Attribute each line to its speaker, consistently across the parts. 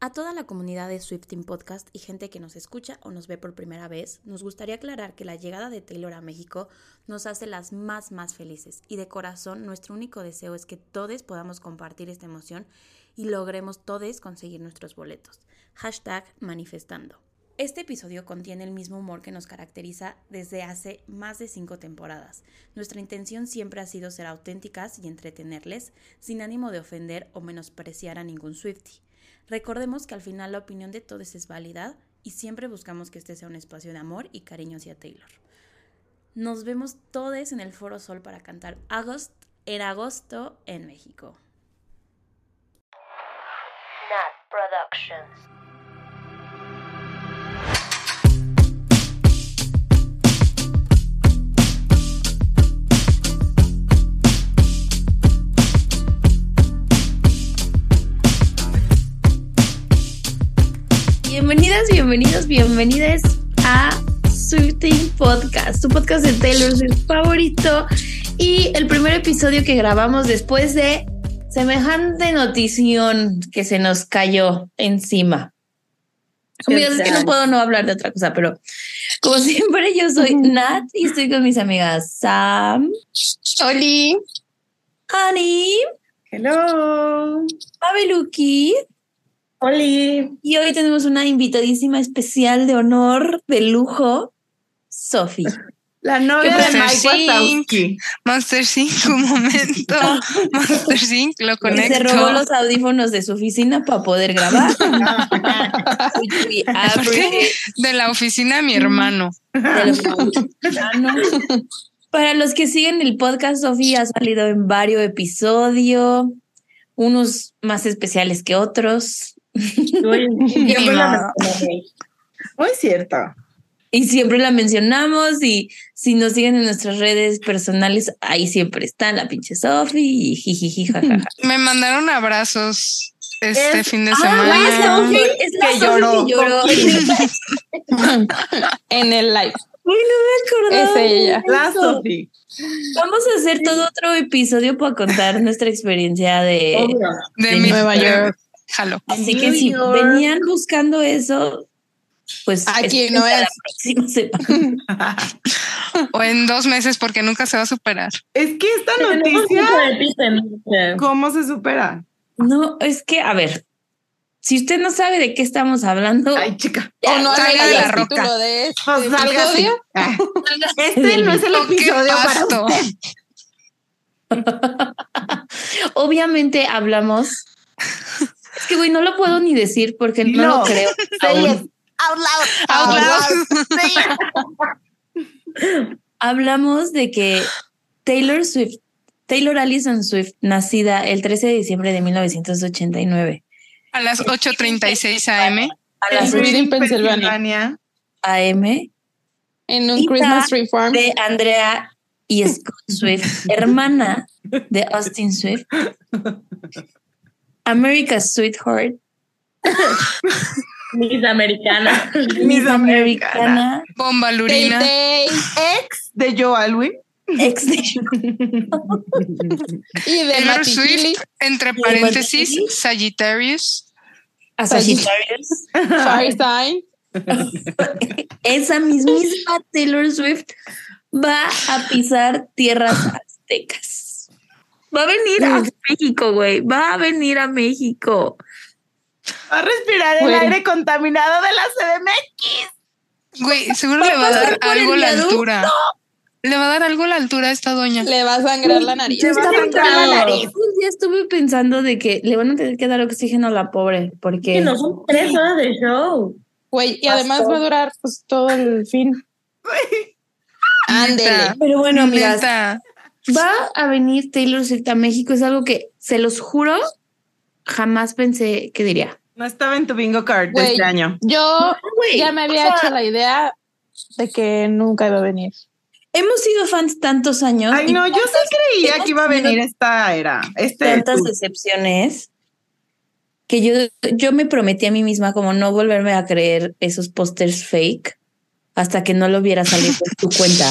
Speaker 1: A toda la comunidad de Swifting Podcast y gente que nos escucha o nos ve por primera vez, nos gustaría aclarar que la llegada de Taylor a México nos hace las más más felices y de corazón nuestro único deseo es que todos podamos compartir esta emoción y logremos todos conseguir nuestros boletos. Hashtag manifestando. Este episodio contiene el mismo humor que nos caracteriza desde hace más de cinco temporadas. Nuestra intención siempre ha sido ser auténticas y entretenerles, sin ánimo de ofender o menospreciar a ningún Swifty. Recordemos que al final la opinión de todos es válida y siempre buscamos que este sea un espacio de amor y cariño hacia Taylor. Nos vemos todos en el Foro Sol para cantar Agost en agosto en México.
Speaker 2: Nat Productions.
Speaker 3: Bienvenidas, bienvenidos, bienvenidas a Swifting Podcast, tu podcast de Taylor Swift favorito y el primer episodio que grabamos después de semejante notición que se nos cayó encima. Amigas, es que no puedo no hablar de otra cosa, pero como siempre yo soy Nat y estoy con mis amigas Sam,
Speaker 4: Oli.
Speaker 3: Ani,
Speaker 4: Hello.
Speaker 3: Pabeluki
Speaker 4: Oli.
Speaker 3: y hoy tenemos una invitadísima especial de honor, de lujo, Sophie.
Speaker 4: La novia de
Speaker 5: Monster
Speaker 4: Mike
Speaker 5: Inc.
Speaker 4: Wazowski.
Speaker 5: Monster Sync, un momento. Monster Sync, lo
Speaker 3: Y Se robó
Speaker 5: conecto.
Speaker 3: los audífonos de su oficina para poder grabar. Which we appreciate
Speaker 5: De la oficina a mi hermano.
Speaker 3: de los mexicanos. Para los que siguen el podcast, Sofía ha salido en varios episodios, unos más especiales que otros,
Speaker 5: Ni modo.
Speaker 4: Muy cierto.
Speaker 3: y siempre la mencionamos. Y si nos siguen en nuestras redes personales, ahí siempre está la pinche Sofía y jijiji, jajaja.
Speaker 5: Me mandaron abrazos este
Speaker 4: Es-
Speaker 5: fin de
Speaker 3: Ah, es la
Speaker 5: semana.
Speaker 3: Sofi, es la
Speaker 4: Que
Speaker 3: Sofi
Speaker 4: lloró.
Speaker 3: que lloró.
Speaker 6: en el live.
Speaker 3: Uy, no me acordaba.
Speaker 6: Es ella.
Speaker 3: de
Speaker 4: La
Speaker 3: eso.
Speaker 4: Sophie.
Speaker 3: Vamos a hacer todo otro episodio para contar nuestra experiencia de...
Speaker 4: Obvio.
Speaker 5: de
Speaker 3: de
Speaker 5: mi
Speaker 6: Nueva York.
Speaker 5: Jalo.
Speaker 3: Así
Speaker 4: New
Speaker 3: que si
Speaker 4: York.
Speaker 3: venían buscando eso, pues...
Speaker 6: Aquí no
Speaker 3: espérense a
Speaker 6: es.
Speaker 3: la próxima semana.
Speaker 5: O en dos meses, porque nunca se va a superar.
Speaker 4: Es que esta noticia. ¿Cómo se supera?
Speaker 3: No, es que, a ver, si usted no sabe de qué estamos hablando,
Speaker 4: Ay, chica.
Speaker 6: O no
Speaker 5: Salga
Speaker 6: leído
Speaker 5: de la
Speaker 6: el
Speaker 5: roca.
Speaker 6: título de este
Speaker 4: Pues salga así.
Speaker 6: episodio.
Speaker 4: Ah. Este no es el
Speaker 5: ¿O qué
Speaker 4: episodio para
Speaker 5: pasto?
Speaker 3: obviamente hablamos... Es que, güey, no lo puedo ni decir porque no,
Speaker 4: No.
Speaker 3: lo creo.
Speaker 4: Say
Speaker 3: aún.
Speaker 4: it out loud.
Speaker 5: Out loud.
Speaker 4: Say it.
Speaker 3: hablamos de que Taylor Swift, Taylor Allison Swift, nacida el 13 de diciembre de 1989,
Speaker 5: A las 8.36 am.
Speaker 3: a las
Speaker 6: En
Speaker 3: 8
Speaker 6: Reading, Pensilvania.
Speaker 4: Pensilvania.
Speaker 3: a.m.,
Speaker 6: En un
Speaker 3: Isa
Speaker 6: Christmas tree farm.
Speaker 3: de Andrea y Scott Swift, hermana de Austin Swift, America's Sweetheart,
Speaker 4: Miss
Speaker 3: Miss
Speaker 4: Americana.
Speaker 3: Americana,
Speaker 5: Bomba
Speaker 6: Tay
Speaker 5: Lurina.
Speaker 6: Tay
Speaker 4: Ex de Joe Alwyn.
Speaker 3: ex de
Speaker 6: y de
Speaker 5: Taylor
Speaker 6: Mati Healy,
Speaker 5: Swift, entre paréntesis, Sagittarius.
Speaker 3: a
Speaker 6: pues,
Speaker 3: Sagittarius,
Speaker 6: Fire Sign.
Speaker 3: esa mismísima Taylor Swift va a pisar tierras aztecas. Va a venir a México, güey. Va a venir a México.
Speaker 4: Va a respirar el
Speaker 6: Güey.
Speaker 4: aire contaminado de la CDMX.
Speaker 5: Güey, seguro le va a dar algo la altura. Le va a dar algo la altura a esta doña.
Speaker 6: Le va a sangrar la nariz.
Speaker 3: Yo
Speaker 4: va a
Speaker 3: estaba
Speaker 4: sangrar la
Speaker 3: pensando-
Speaker 4: nariz.
Speaker 3: un día estuve pensando de que le van a tener que dar oxígeno a la pobre, porque
Speaker 7: son tres horas de show.
Speaker 6: Güey, y además va a durar pues todo el fin.
Speaker 5: Neta.
Speaker 6: Ándele.
Speaker 3: Pero bueno, amigas,
Speaker 5: Neta.
Speaker 3: va a venir Taylor Swift a México. Es algo que, se los juro, jamás pensé que diría.
Speaker 4: No estaba en tu bingo card de
Speaker 6: Güey.
Speaker 4: este año.
Speaker 6: Yo ya me
Speaker 3: o
Speaker 6: había
Speaker 3: sea-
Speaker 6: hecho la idea de que nunca iba a venir.
Speaker 3: Hemos sido fans tantos años.
Speaker 4: Ay,
Speaker 3: y
Speaker 4: no, yo sí creía que iba a venir esta era. Este.
Speaker 3: tantas decepciones que yo, yo me prometí a mí misma como no volverme a creer esos pósters fake hasta que no lo viera salir por tu cuenta.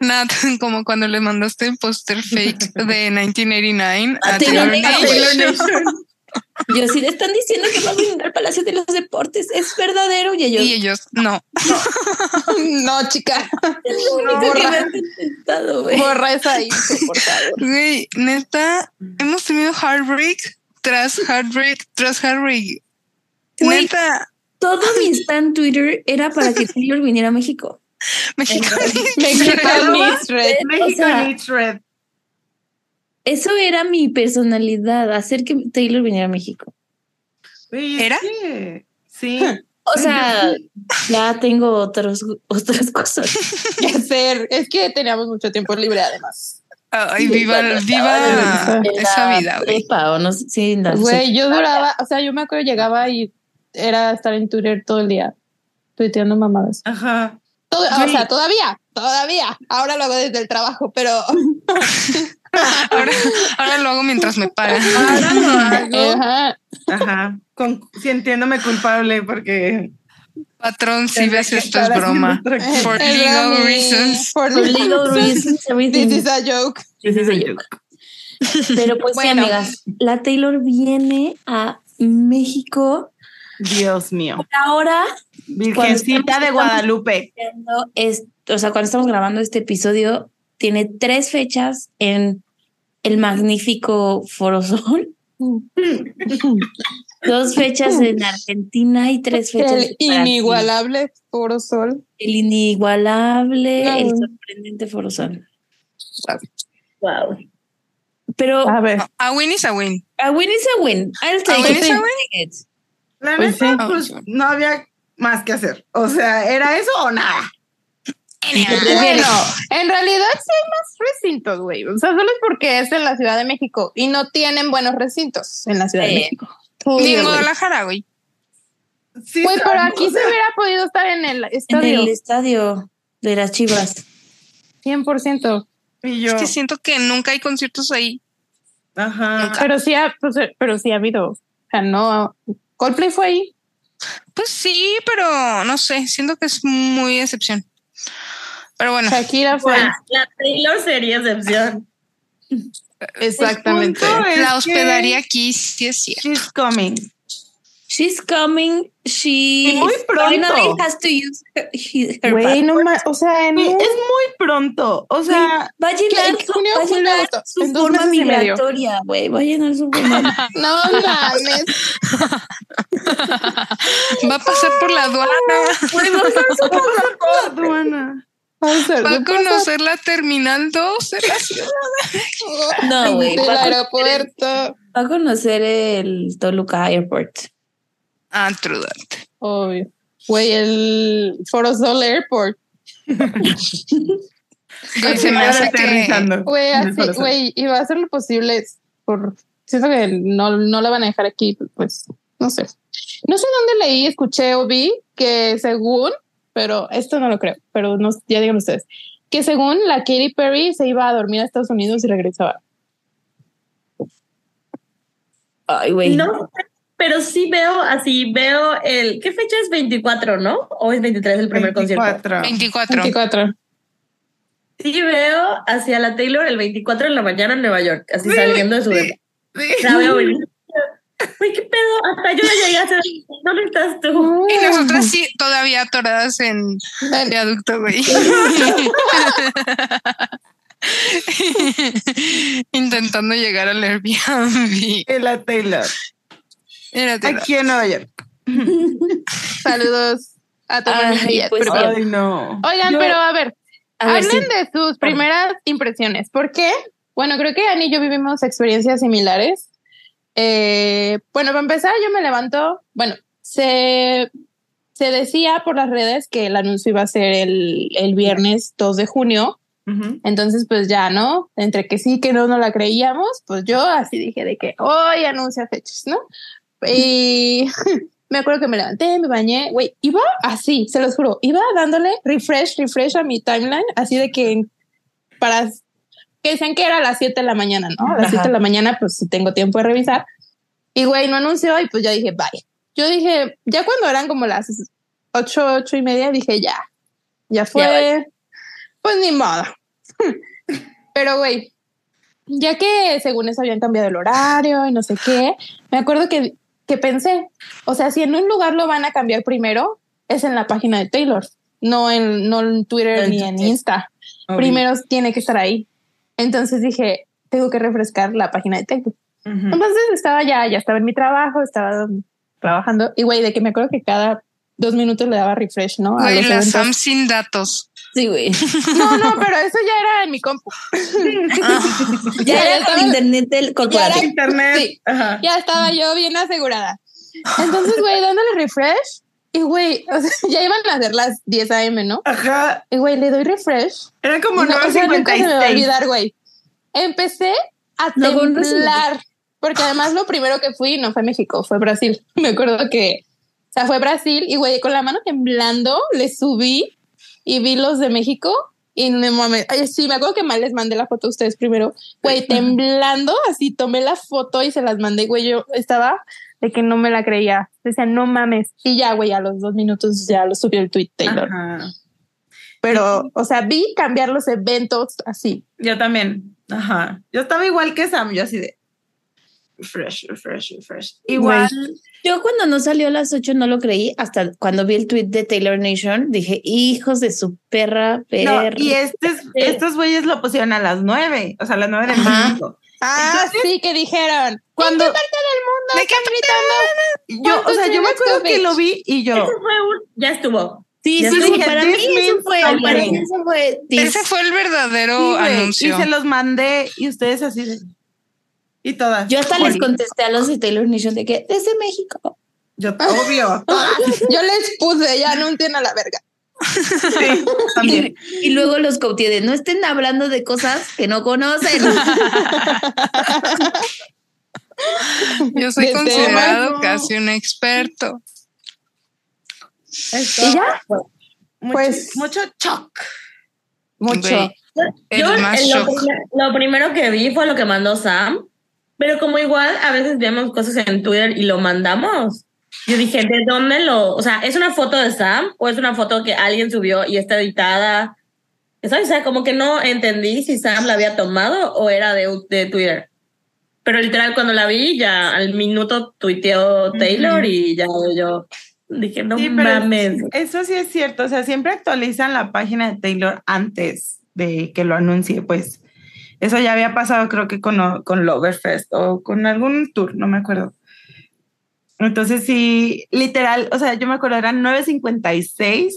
Speaker 5: Nat, como cuando le mandaste el póster fake de 1989 a
Speaker 3: A Taylor Nation.
Speaker 5: Taylor Nation.
Speaker 3: Yo sí le están diciendo que va a brindar para Palacio de los Deportes es verdadero. Y ellos,
Speaker 5: Y ellos, no.
Speaker 6: No, chica.
Speaker 3: es lo único que
Speaker 6: borra.
Speaker 3: me han contestado, güey.
Speaker 6: Borra esa info, por favor.
Speaker 5: Güey, neta, hemos tenido heartbreak tras heartbreak tras heartbreak.
Speaker 3: Güey.
Speaker 5: Neta,
Speaker 3: Todo mi stand Twitter era para que Taylor viniera a México.
Speaker 5: México.
Speaker 6: Me quita mis red.
Speaker 4: México
Speaker 3: O sea,
Speaker 4: needs red.
Speaker 3: Eso era mi personalidad, hacer que Taylor viniera a México.
Speaker 4: Güey, es
Speaker 5: ¿Era?
Speaker 4: que- Sí.
Speaker 3: O sea, ya tengo otros, otras cosas.
Speaker 6: ¿Qué hacer? Es que teníamos mucho tiempo libre, además.
Speaker 5: Ay, viva, viva
Speaker 3: En
Speaker 5: esa
Speaker 3: la
Speaker 5: vida, güey.
Speaker 3: prepa, o no sé, sí, en la-
Speaker 6: Güey, yo duraba, o sea, yo me acuerdo llegaba y era estar en Twitter todo el día, tuiteando mamadas.
Speaker 4: Ajá.
Speaker 6: Todo- o
Speaker 4: Güey.
Speaker 6: sea, todavía, todavía. Ahora lo hago desde el trabajo, pero
Speaker 5: Ahora, ahora lo hago mientras me pagan.
Speaker 4: Ahora lo
Speaker 6: ah.
Speaker 4: hago.
Speaker 6: Ajá.
Speaker 4: Ajá. Con, sintiéndome culpable porque.
Speaker 5: Patrón, si ves esto es
Speaker 4: Ahora sí
Speaker 5: broma.
Speaker 4: me traje-
Speaker 5: For
Speaker 6: Es
Speaker 5: legal
Speaker 6: broma.
Speaker 5: reasons.
Speaker 6: For
Speaker 3: For legal reasons, everything.
Speaker 6: This is a joke.
Speaker 4: Ese soy yo.
Speaker 3: Pero pues sí,
Speaker 6: Bueno.
Speaker 3: amigas, la Taylor viene a México.
Speaker 4: Dios mío.
Speaker 3: Ahora,
Speaker 4: Virgencita de Guadalupe.
Speaker 3: grabando es- o sea, cuando estamos grabando este episodio, tiene tres fechas en el magnífico Foro Sol. Dos fechas en Argentina y tres fechas
Speaker 6: El
Speaker 3: en Brasil.
Speaker 6: inigualable Foro Sol.
Speaker 3: El inigualable,
Speaker 6: No.
Speaker 3: el sorprendente Foro Sol.
Speaker 8: Wow.
Speaker 3: Pero
Speaker 6: A ver,
Speaker 5: A win is a win.
Speaker 3: a win is a win. I'll take
Speaker 5: win
Speaker 3: it.
Speaker 5: is a
Speaker 3: I'll
Speaker 5: win.
Speaker 3: take it.
Speaker 4: La
Speaker 6: Pues
Speaker 4: neta,
Speaker 5: sí.
Speaker 4: pues no había más que hacer. O sea, ¿era eso o nada?
Speaker 6: Bueno, en realidad sí hay más recintos, güey. O sea, solo es porque es en la Ciudad de México y no tienen buenos recintos en la Ciudad de
Speaker 3: Eh, Sí.
Speaker 6: México.
Speaker 5: Ni en
Speaker 6: Obvio, güey.
Speaker 5: Guadalajara, güey.
Speaker 4: Sí,
Speaker 6: Güey, Pues, pero
Speaker 4: sabemos,
Speaker 6: aquí
Speaker 4: o
Speaker 6: se
Speaker 4: sea,
Speaker 6: hubiera podido estar en el
Speaker 3: En
Speaker 6: estadio.
Speaker 3: el estadio de las Chivas.
Speaker 6: 100%.
Speaker 4: Y
Speaker 5: Es
Speaker 4: yo.
Speaker 5: que siento que nunca hay conciertos ahí.
Speaker 4: Ajá.
Speaker 5: Nunca.
Speaker 6: Pero sí, ha, pues, eh, pero sí ha habido. O sea, no. Coldplay fue ahí.
Speaker 5: Pues sí, pero no sé, siento que es muy excepción. Pero
Speaker 3: Ah.
Speaker 5: bueno,
Speaker 6: Shakira fue. ahí.
Speaker 8: La, la Taylor sería excepción.
Speaker 6: Exactamente.
Speaker 4: El punto es
Speaker 5: la
Speaker 4: que
Speaker 5: hospedaría aquí, sí es cierto.
Speaker 4: She's coming.
Speaker 3: She's coming. She
Speaker 4: Y muy pronto.
Speaker 3: finally has to use her, he- her
Speaker 6: Güey,
Speaker 3: passport.
Speaker 6: no ma- O sea, en
Speaker 4: Sí, Es
Speaker 6: un-
Speaker 4: muy pronto. O sea,
Speaker 3: Va a llenar,
Speaker 6: en junio,
Speaker 3: va a
Speaker 6: julio,
Speaker 3: llenar
Speaker 6: agosto,
Speaker 3: su
Speaker 6: en dos
Speaker 3: forma
Speaker 6: meses y medio.
Speaker 3: migratoria, güey. Va a llenar su forma.
Speaker 6: No mames.
Speaker 5: Va a pasar por la aduana,
Speaker 3: Güey, va a usar su
Speaker 4: la aduana.
Speaker 5: va a conocer la terminal 2 de la ciudad.
Speaker 3: No, güey,
Speaker 6: Del
Speaker 3: va a-
Speaker 6: aeropuerto.
Speaker 3: Va a conocer el Toluca Airport.
Speaker 5: Ah, Trudante.
Speaker 6: Obvio. Güey, el Foro Sol Airport.
Speaker 5: Güey, se me
Speaker 4: Ahora
Speaker 5: hace que.
Speaker 4: aterrizando.
Speaker 6: Güey,
Speaker 4: En el
Speaker 6: así,
Speaker 4: Foro Sol.
Speaker 6: güey, y va a hacer lo posible por. Siento que no, no la van a dejar aquí, pues, no sé. No sé dónde leí, escuché o vi que según, pero esto no lo creo, pero no, ya digan ustedes, que según la Katy Perry se iba a dormir a Estados Unidos y regresaba.
Speaker 3: Ay, güey.
Speaker 8: No, pero sí veo así, veo el. ¿Qué fecha es 24, no? ¿O es 23 el primer concierto?
Speaker 4: 24.
Speaker 5: 24.
Speaker 6: 24.
Speaker 8: Sí veo hacia la Taylor el 24 de la mañana en Nueva York, así
Speaker 4: Sí,
Speaker 8: saliendo de su
Speaker 4: sí.
Speaker 8: depa. La veo venir. Uy, qué pedo, hasta yo le llegué a hacer. ¿Dónde estás tú?
Speaker 5: Y nosotras sí, todavía atoradas en el viaducto, güey. Intentando llegar al Airbnb.
Speaker 4: Y la Taylor.
Speaker 5: Era Trudante.
Speaker 4: Aquí en Nueva York.
Speaker 6: Saludos a tu
Speaker 3: Ay,
Speaker 6: familia.
Speaker 3: pues,
Speaker 6: Pero-
Speaker 4: Ay, no.
Speaker 6: Oigan,
Speaker 3: Yo-
Speaker 6: pero a ver,
Speaker 3: A ver,
Speaker 6: Hablen
Speaker 3: sí.
Speaker 6: de sus primeras impresiones. ¿Por qué? Bueno, creo que Ani y yo vivimos experiencias similares. Eh, bueno, para empezar, yo me levanto. Bueno, se, se decía por las redes que el anuncio iba a ser el, el viernes 2 de junio.
Speaker 4: Ujú.
Speaker 6: Entonces, pues ya, ¿no? Entre que sí, que no, no la creíamos, pues yo así dije de que hoy anuncia fechas, ¿no? Y me acuerdo que me levanté, me bañé, güey, iba así, se los juro, iba dándole refresh, refresh a mi timeline, así de que para que decían que era a las 7 de la mañana, ¿no? A las
Speaker 3: Ajá.
Speaker 6: 7 de la mañana, pues si tengo tiempo de revisar. Y güey, no anunció y pues ya dije, bye. Yo dije, ya cuando eran como las 8, 8 y media, dije, ya, ya fue, pues ni modo. Pero güey, ya que según eso habían cambiado el horario y no sé qué, me acuerdo que que pensé, o sea, si en un lugar lo van a cambiar primero, es en la página de Taylor, no en, no en Twitter no, ni en Insta. Obvio. Primero tiene que estar ahí. Entonces dije, tengo que refrescar la página de Taylor. Uh
Speaker 4: Mm.
Speaker 6: -huh. Entonces estaba ya, ya estaba en mi trabajo, estaba trabajando. Y güey, de que me acuerdo que cada dos minutos le daba refresh, ¿no?
Speaker 5: Güey, la eventos. Sam sin datos.
Speaker 6: Sí, güey. No, no, pero eso ya era en mi compu.
Speaker 3: Ah, ya, ya, era estaba, internet del corporativo.
Speaker 4: internet. Sí,
Speaker 6: Ajá. Ya estaba yo bien asegurada. Entonces, güey, dándole refresh. Y güey, o sea, ya iban a hacer las 10 AM, ¿no?
Speaker 4: Ajá.
Speaker 6: Y güey, le doy refresh.
Speaker 4: Era como 9.56. No, nunca
Speaker 6: se me va a olvidar, güey. Empecé a no, temblar. Porque además lo primero que fui no fue México, fue Brasil. Me acuerdo que, o sea, fue Brasil y güey, con la mano temblando le subí y vi los de México y me mames, sí, me acuerdo que mal les mandé la foto a ustedes primero, güey, temblando, así tomé la foto y se las mandé, güey, yo estaba de que no me la creía, decía, no mames, y ya, güey, a los dos minutos ya lo subió el tweet Taylor. Ajá. Pero, o sea, vi cambiar los eventos así.
Speaker 4: Yo también, ajá. Yo estaba igual que Sam, yo así de, fresh, fresh, fresh. Igual. Wey.
Speaker 3: Yo cuando no salió a las 8 no lo creí, hasta cuando vi el tweet de Taylor Nation, dije, hijos de su perra, perra.
Speaker 4: No, y estes, estos güeyes lo pusieron a las 9, o sea, a las 9 de México.
Speaker 6: Ah, Entonces, sí, que dijeron.
Speaker 4: Cuando,
Speaker 6: ¿En qué parte del mundo ¿De están
Speaker 4: gritando? Yo, o sea, yo me acuerdo que lo vi y yo.
Speaker 3: Eso fue un, ya estuvo.
Speaker 4: Sí, sí, sí, para mí
Speaker 3: eso fue, para mí eso fue.
Speaker 5: Ese fue el verdadero
Speaker 4: sí,
Speaker 5: anuncio.
Speaker 4: Y se los mandé y ustedes así. De, y todas.
Speaker 3: Yo hasta les contesté a los de Taylor Nation de que desde México.
Speaker 4: Yo, obvio.
Speaker 6: ¡Ah! Yo les puse, ya no entiendo la verga.
Speaker 4: Sí, también.
Speaker 3: Y, y, luego los cauté de no estén hablando de cosas que no conocen.
Speaker 5: Yo soy considerado no. casi un experto.
Speaker 6: Esto, ¿Y ya?
Speaker 4: Bueno, mucho, pues mucho shock.
Speaker 6: Mucho. Okay.
Speaker 5: El
Speaker 3: Yo,
Speaker 5: más
Speaker 3: lo,
Speaker 5: shock.
Speaker 3: Primer, lo primero que vi fue lo que mandó Sam, pero como igual a veces vemos cosas en Twitter y lo mandamos. Yo dije, ¿de dónde lo? O sea, ¿es una foto de Sam o es una foto que alguien subió y está editada? ¿Sabes? O sea, como que no entendí si Sam la había tomado o era de, de Twitter. Pero literal, cuando la vi, ya al minuto tuiteó Taylor mm -hmm. y ya yo dije, no sí, mames.
Speaker 4: Eso sí es cierto. O sea, siempre actualizan la página de Taylor antes de que lo anuncie, pues. Eso ya había pasado, creo que con, con Loverfest o con algún tour, no me acuerdo. Entonces, sí, literal, o sea, yo me acuerdo, eran 9.56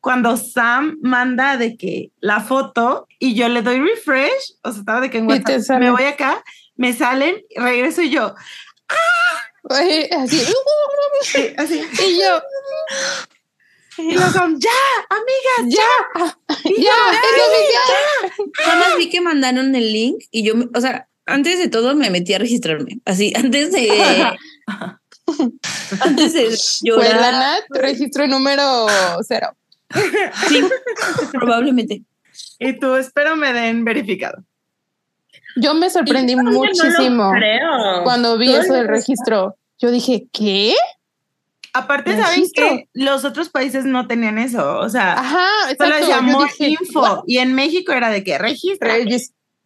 Speaker 4: cuando Sam manda de que la foto y yo le doy refresh, o sea, estaba de que en WhatsApp me voy acá, me salen, regreso y yo. ¡Ah!
Speaker 6: Así,
Speaker 4: sí, eh, así.
Speaker 6: Y yo.
Speaker 4: Y los son, ya, amigas, ya,
Speaker 6: ya, ya, ya,
Speaker 3: ya. Nada más vi que mandaron el link y yo, o sea, antes de todo me metí a registrarme, así, antes de... antes de llorar.
Speaker 6: Fue la NAT, registro número cero.
Speaker 3: Sí, probablemente.
Speaker 4: Y tú, espero me den verificado.
Speaker 6: Yo me sorprendí muchísimo
Speaker 3: no
Speaker 6: cuando vi eso del registro. Yo dije, ¿qué?
Speaker 4: Aparte, ¿saben que Los otros países no tenían eso. O sea,
Speaker 6: Ajá,
Speaker 4: solo decía more info. What? Y en México era de que registra.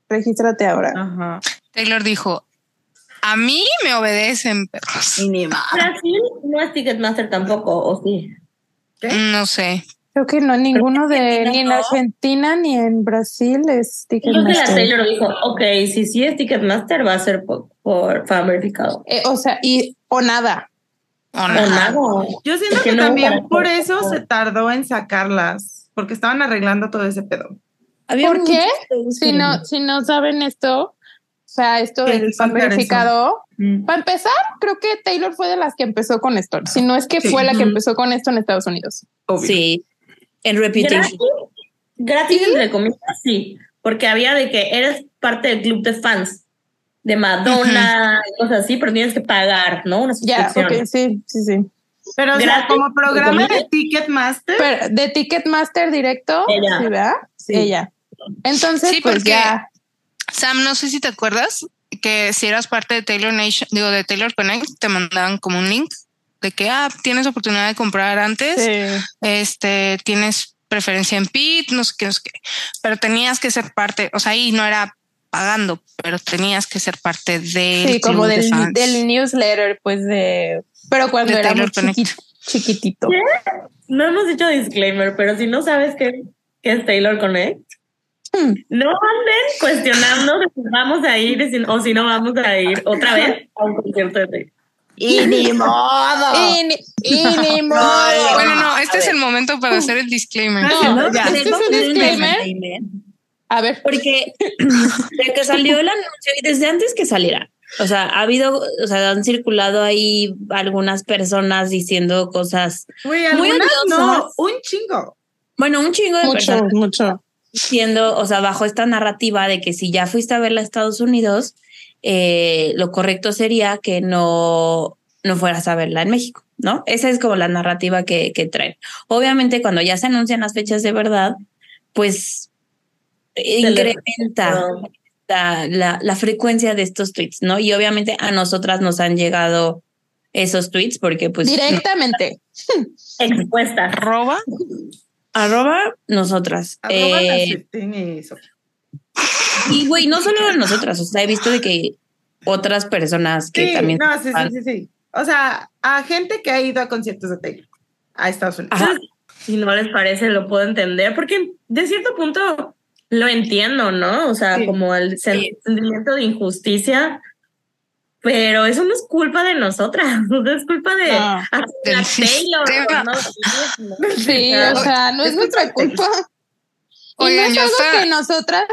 Speaker 6: regístrate ahora.
Speaker 4: Ajá.
Speaker 5: Taylor dijo: A mí me obedecen, perros.
Speaker 3: Y ni más. Brasil no es Ticketmaster tampoco, ¿o sí?
Speaker 5: ¿Qué? No sé.
Speaker 6: Creo que no, ninguno de. Ni en Argentina ni en Brasil es Ticketmaster. Creo
Speaker 3: que la Taylor dijo: Ok, si sí es Ticketmaster, va a ser por, por fan verificado.
Speaker 6: Eh, o sea, y o nada.
Speaker 5: O nada.
Speaker 4: Yo siento es que, que no también por eso se tardó en sacarlas, porque estaban arreglando todo ese pedo.
Speaker 6: ¿Por qué? Si no, si no saben esto, o sea, esto del fan verificado. Mm. Para empezar, creo que Taylor fue de las que empezó con esto. Si no es que sí. fue la que empezó con esto en Estados Unidos.
Speaker 3: Obvio. Sí. En Reputation. Gratis, gratis Ah, ¿Sí? entre comillas, sí. Porque había de que eres parte del club de fans de Madonna, uh -huh. cosas así, pero tienes que pagar, ¿no? Una
Speaker 6: Ya, yeah, okay, sí, sí, sí.
Speaker 4: Pero o sea, como programa de Ticketmaster.
Speaker 6: Pero de Ticketmaster directo, ella. ¿sí, ¿verdad? Sí. Ella. Entonces,
Speaker 5: sí,
Speaker 6: pues porque, ya.
Speaker 5: Sam, no sé si te acuerdas que si eras parte de Taylor Nation, digo, de Taylor Connect, te mandaban como un link de que, ah, tienes oportunidad de comprar antes, sí. este, tienes preferencia en PIT, no sé qué, no sé qué, pero tenías que ser parte, o sea, ahí no era pagando, pero tenías que ser parte del club
Speaker 6: Sí, como
Speaker 5: de
Speaker 6: del,
Speaker 5: fans
Speaker 6: del newsletter, pues de. Pero cuando
Speaker 5: de
Speaker 6: era muy
Speaker 5: Taylor Connect.
Speaker 6: chiqui- chiquitito.
Speaker 1: No hemos dicho disclaimer, pero si no sabes qué, qué es Taylor Connect,
Speaker 6: Hmm.
Speaker 1: no anden cuestionando de si vamos a ir y si- o si no vamos a ir otra vez a un concierto de Taylor.
Speaker 4: Y ni modo.
Speaker 6: Y ni, y ni modo.
Speaker 4: no,
Speaker 5: Bueno, no, este es el momento
Speaker 6: Uh.
Speaker 5: para hacer el disclaimer.
Speaker 6: No,
Speaker 3: Vamos a
Speaker 6: ya.
Speaker 3: hacer-
Speaker 6: Este es
Speaker 3: vamos
Speaker 6: un
Speaker 3: a hacer un
Speaker 6: disclaimer.
Speaker 3: disclaimer,
Speaker 6: A ver,
Speaker 3: Porque desde que salió el anuncio y desde antes que saliera, o sea, ha habido, o sea, han circulado ahí algunas personas diciendo cosas,
Speaker 4: Güey,
Speaker 3: Muy
Speaker 4: algunas no,
Speaker 3: odiosas.
Speaker 4: un chingo.
Speaker 3: bueno, un chingo de
Speaker 6: mucho,
Speaker 3: personas
Speaker 6: mucho.
Speaker 3: diciendo, o sea, bajo esta narrativa de que si ya fuiste a verla a Estados Unidos, eh, lo correcto sería que no, no fueras a verla en México, ¿no? Esa es como la narrativa que, que traen. Obviamente, cuando ya se anuncian las fechas de verdad, pues incrementa
Speaker 1: Pero-
Speaker 3: la, la- la frecuencia de estos tweets, ¿no? Y obviamente a nosotras nos han llegado esos tweets porque pues
Speaker 6: Directamente.
Speaker 1: Expuesta.
Speaker 5: Roba,
Speaker 3: arroba nosotras.
Speaker 4: Arroba
Speaker 3: Eh,
Speaker 4: la Cetin y eso.
Speaker 3: Y, güey, no solo a nosotras, o sea, he visto de que otras personas que
Speaker 4: Sí,
Speaker 3: también...
Speaker 4: no, sí,
Speaker 3: Ah.
Speaker 4: sí, sí, sí. O sea, a gente que ha ido a conciertos de Taylor a Estados Unidos.
Speaker 3: Ajá.
Speaker 1: Si no les parece, lo puedo entender, porque de cierto punto lo entiendo, ¿no? O sea,
Speaker 4: Sí.
Speaker 1: como el sentimiento de injusticia, pero eso no es culpa de nosotras, no es culpa de
Speaker 6: No.
Speaker 1: hasta
Speaker 5: Del
Speaker 1: la
Speaker 5: sistema.
Speaker 1: Taylor. ¿no?
Speaker 6: Sí,
Speaker 1: Ah,
Speaker 6: o sea, no es nuestra culpa. Y
Speaker 5: Oigan,
Speaker 6: no es
Speaker 5: yo
Speaker 6: algo
Speaker 5: hasta-
Speaker 6: que nosotras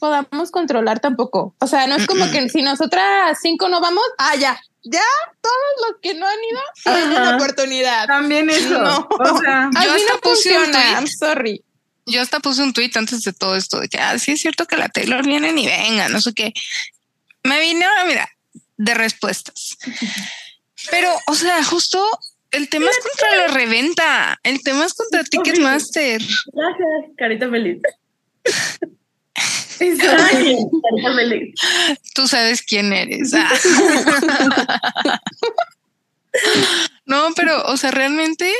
Speaker 6: podamos controlar tampoco. O sea, no es como que si nosotras cinco no vamos, ah, ya, ya, todos los que no han ido, tienen
Speaker 1: Ajá.
Speaker 6: una oportunidad.
Speaker 4: También eso.
Speaker 6: No.
Speaker 4: O sea,
Speaker 5: Yo
Speaker 6: Así
Speaker 5: hasta
Speaker 6: no
Speaker 5: puse un
Speaker 6: funciona,
Speaker 5: tweet.
Speaker 6: I'm sorry.
Speaker 5: yo hasta puse un tweet antes de todo esto de que, ah, sí es cierto que la Taylor viene ni venga, no sé qué. Me vino, mira, de respuestas. Pero, o sea, justo el tema es contra la reventa, el tema es contra Ticketmaster.
Speaker 1: Gracias, carita feliz. Ay, carita feliz.
Speaker 5: Tú sabes quién eres. Ah. No, pero, o sea, realmente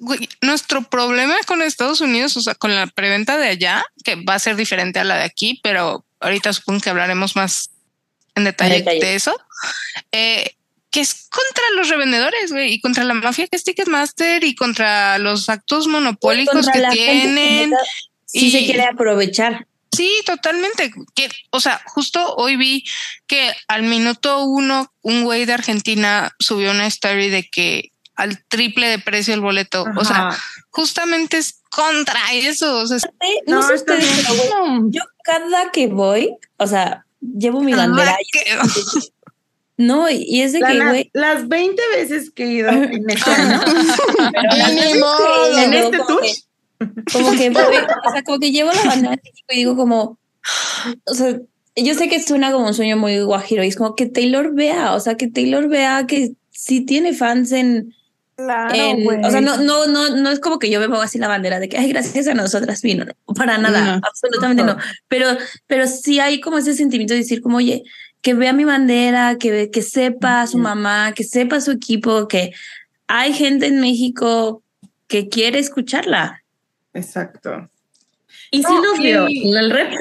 Speaker 5: güey, nuestro problema con Estados Unidos, o sea, con la preventa de allá, que va a ser diferente a la de aquí, pero ahorita supongo que hablaremos más en detalle,
Speaker 3: detalle.
Speaker 5: de eso, eh, que es contra los revendedores, güey, y contra la mafia que es Ticketmaster y contra los actos monopólicos
Speaker 3: contra
Speaker 5: que
Speaker 3: la gente
Speaker 5: tienen.
Speaker 3: neta sí
Speaker 5: y-
Speaker 3: se quiere aprovechar.
Speaker 5: Sí, totalmente. Que, o sea, justo hoy vi que al minuto uno un güey de Argentina subió una story de que al triple de precio el boleto. O sea,
Speaker 4: ajá.
Speaker 5: justamente es contra eso. O sea, es-
Speaker 3: Eh, no,
Speaker 4: No,
Speaker 3: sé
Speaker 4: está
Speaker 3: ustedes,
Speaker 4: bien.
Speaker 3: pero, güey,
Speaker 6: No.
Speaker 3: yo cada que voy, o sea, llevo mi
Speaker 5: ah,
Speaker 3: bandera.
Speaker 5: que-
Speaker 3: No, y- y es de
Speaker 4: La
Speaker 3: que,
Speaker 4: na-
Speaker 3: güey,
Speaker 4: las 20 veces que he ido en este año.
Speaker 6: Y ni modo.
Speaker 3: que-
Speaker 4: en
Speaker 3: no,
Speaker 4: este
Speaker 3: como
Speaker 4: tour.
Speaker 3: que- como que voy, o sea, como que llevo la bandera de México y digo como, o sea, yo sé que suena como un sueño muy guajiro y es como que Taylor vea, o sea, que Taylor vea que sí tiene fans en,
Speaker 4: Ah,
Speaker 3: en- o sea, no, no, no, no es como que yo me ponga así la bandera de que, ay, gracias a nosotras vino, no, para nada,
Speaker 6: No.
Speaker 3: absolutamente no. Pero, pero sí hay como ese sentimiento de decir como, oye, que vea mi bandera, que, ve- que sepa a su mamá, que sepa a su equipo, que hay gente en México que quiere escucharla.
Speaker 4: Exacto.
Speaker 1: Y sí nos vio, en el rep,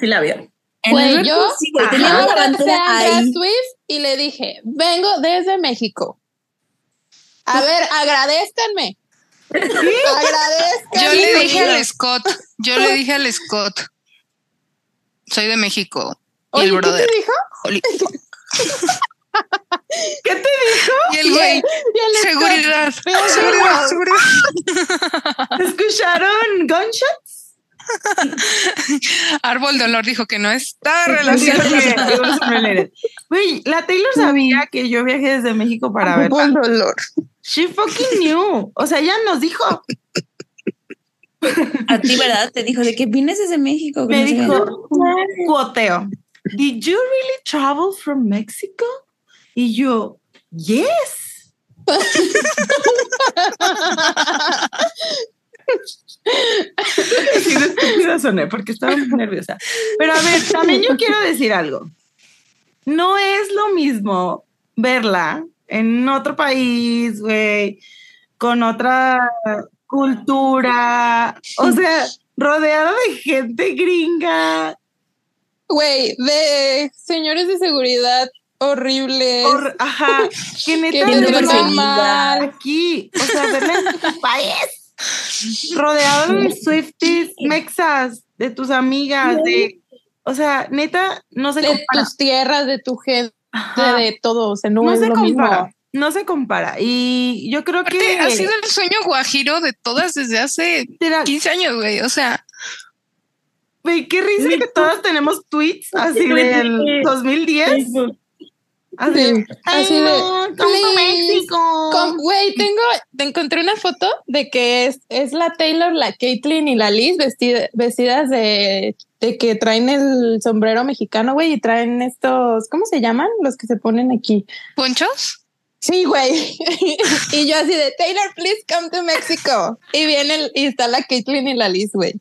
Speaker 1: sí la vio.
Speaker 3: En
Speaker 6: Güey,
Speaker 3: Liverpool,
Speaker 6: yo-
Speaker 3: sí, güey,
Speaker 6: Yo
Speaker 3: tenía la
Speaker 6: abracé
Speaker 3: bandera
Speaker 6: a Andrea
Speaker 3: ahí.
Speaker 6: Swift y le dije, vengo desde México. A ver, agradezcanme. Agradezcanme.
Speaker 5: yo le dije al Scott, yo le dije al Scott, soy de México. Y el
Speaker 6: Oye, ¿qué
Speaker 5: brother.
Speaker 6: te dijo?
Speaker 5: "Oli".
Speaker 4: ¿Qué te dijo?
Speaker 5: Y el güey, seguridad, seguridad, seguridad.
Speaker 4: ¿Escucharon gunshots?
Speaker 5: Árbol Dolor dijo que no está
Speaker 4: Sí,
Speaker 5: relacionado.
Speaker 4: porque it was related. Güey, la Taylor sabía que yo viajé desde México para
Speaker 6: ver.
Speaker 4: verla.
Speaker 6: dolor.
Speaker 4: She fucking knew. O sea, ella nos dijo.
Speaker 3: A ti, ¿verdad? Te dijo de que vienes desde México. que
Speaker 4: Me
Speaker 3: no sé qué.
Speaker 4: dijo, cuoteo. Did you really travel from Mexico? Y yo, yes. Sí, de estúpida soné porque estaba muy nerviosa. Pero a ver, también yo quiero decir algo. No es lo mismo verla en otro país, güey, con otra cultura, o sea, rodeada de gente gringa,
Speaker 6: Güey, de señores de seguridad horribles.
Speaker 4: Hor- Ajá, que neta
Speaker 6: Que
Speaker 4: de
Speaker 6: bien
Speaker 4: verdad,
Speaker 6: perseguida.
Speaker 4: aquí, o sea, verla en tu país, rodeado de Swifties, mexas, de tus amigas, de, o sea, neta, no se
Speaker 6: de
Speaker 4: compara.
Speaker 6: tus tierras, de tu gente,
Speaker 4: Ajá,
Speaker 6: de todo. O sea, no,
Speaker 4: no
Speaker 6: es
Speaker 4: se
Speaker 6: lo
Speaker 4: compara,
Speaker 6: mismo.
Speaker 4: no se compara. Y yo creo
Speaker 5: Aparte,
Speaker 4: que
Speaker 5: ha sido el sueño guajiro de todas desde hace
Speaker 4: te da-
Speaker 5: 15 años, güey. O sea,
Speaker 4: güey, qué risa que todas tenemos tweets así del 2010.
Speaker 8: Facebook.
Speaker 4: Así,
Speaker 6: Sí,
Speaker 4: "Ay,
Speaker 6: así de,
Speaker 4: no, ¡Tanto
Speaker 6: please,
Speaker 4: México!
Speaker 6: Con- Güey, tengo, te encontré una foto de que es, es la Taylor, la Caitlyn y la Liz vestida- vestidas de, de que traen el sombrero mexicano, güey, y traen estos, ¿cómo se llaman? Los que se ponen aquí.
Speaker 5: ponchos.
Speaker 6: Sí, güey. y yo así de Taylor, please come to Mexico. Y viene el- y está la Caitlyn y la Liz, güey.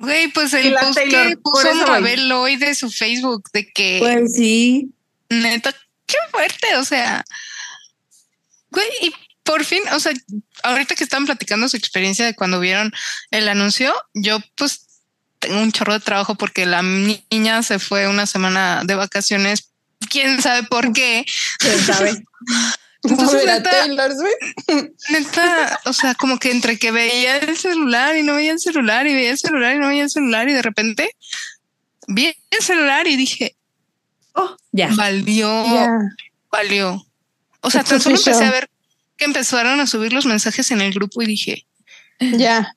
Speaker 5: Güey, pues
Speaker 4: Y
Speaker 5: el
Speaker 4: la
Speaker 5: post que
Speaker 4: Taylor, por
Speaker 5: puso
Speaker 4: eso voy.
Speaker 5: Mabel hoy de su Facebook, de que
Speaker 1: Pues sí.
Speaker 5: Neta, qué fuerte, o sea. Güey, y por fin, o sea, ahorita que estaban platicando su experiencia de cuando vieron el anuncio, yo pues tengo un chorro de trabajo porque la ni- niña se fue una semana de vacaciones, quién sabe por qué.
Speaker 1: ¿Quién sabe?
Speaker 6: A
Speaker 5: Entonces,
Speaker 6: ver, a
Speaker 5: neta-
Speaker 6: Taylor Swift.
Speaker 5: Neta, o sea, como que entre que veía el celular y no veía el celular y veía el celular y no veía el celular y de repente vi el celular y dije, "Oh,
Speaker 1: Ya.
Speaker 5: valió valió. O sea,
Speaker 6: Esto
Speaker 5: tan solo
Speaker 6: fui yo.
Speaker 5: empecé a ver que empezaron a subir los mensajes en el grupo y dije,
Speaker 6: Ya, ya.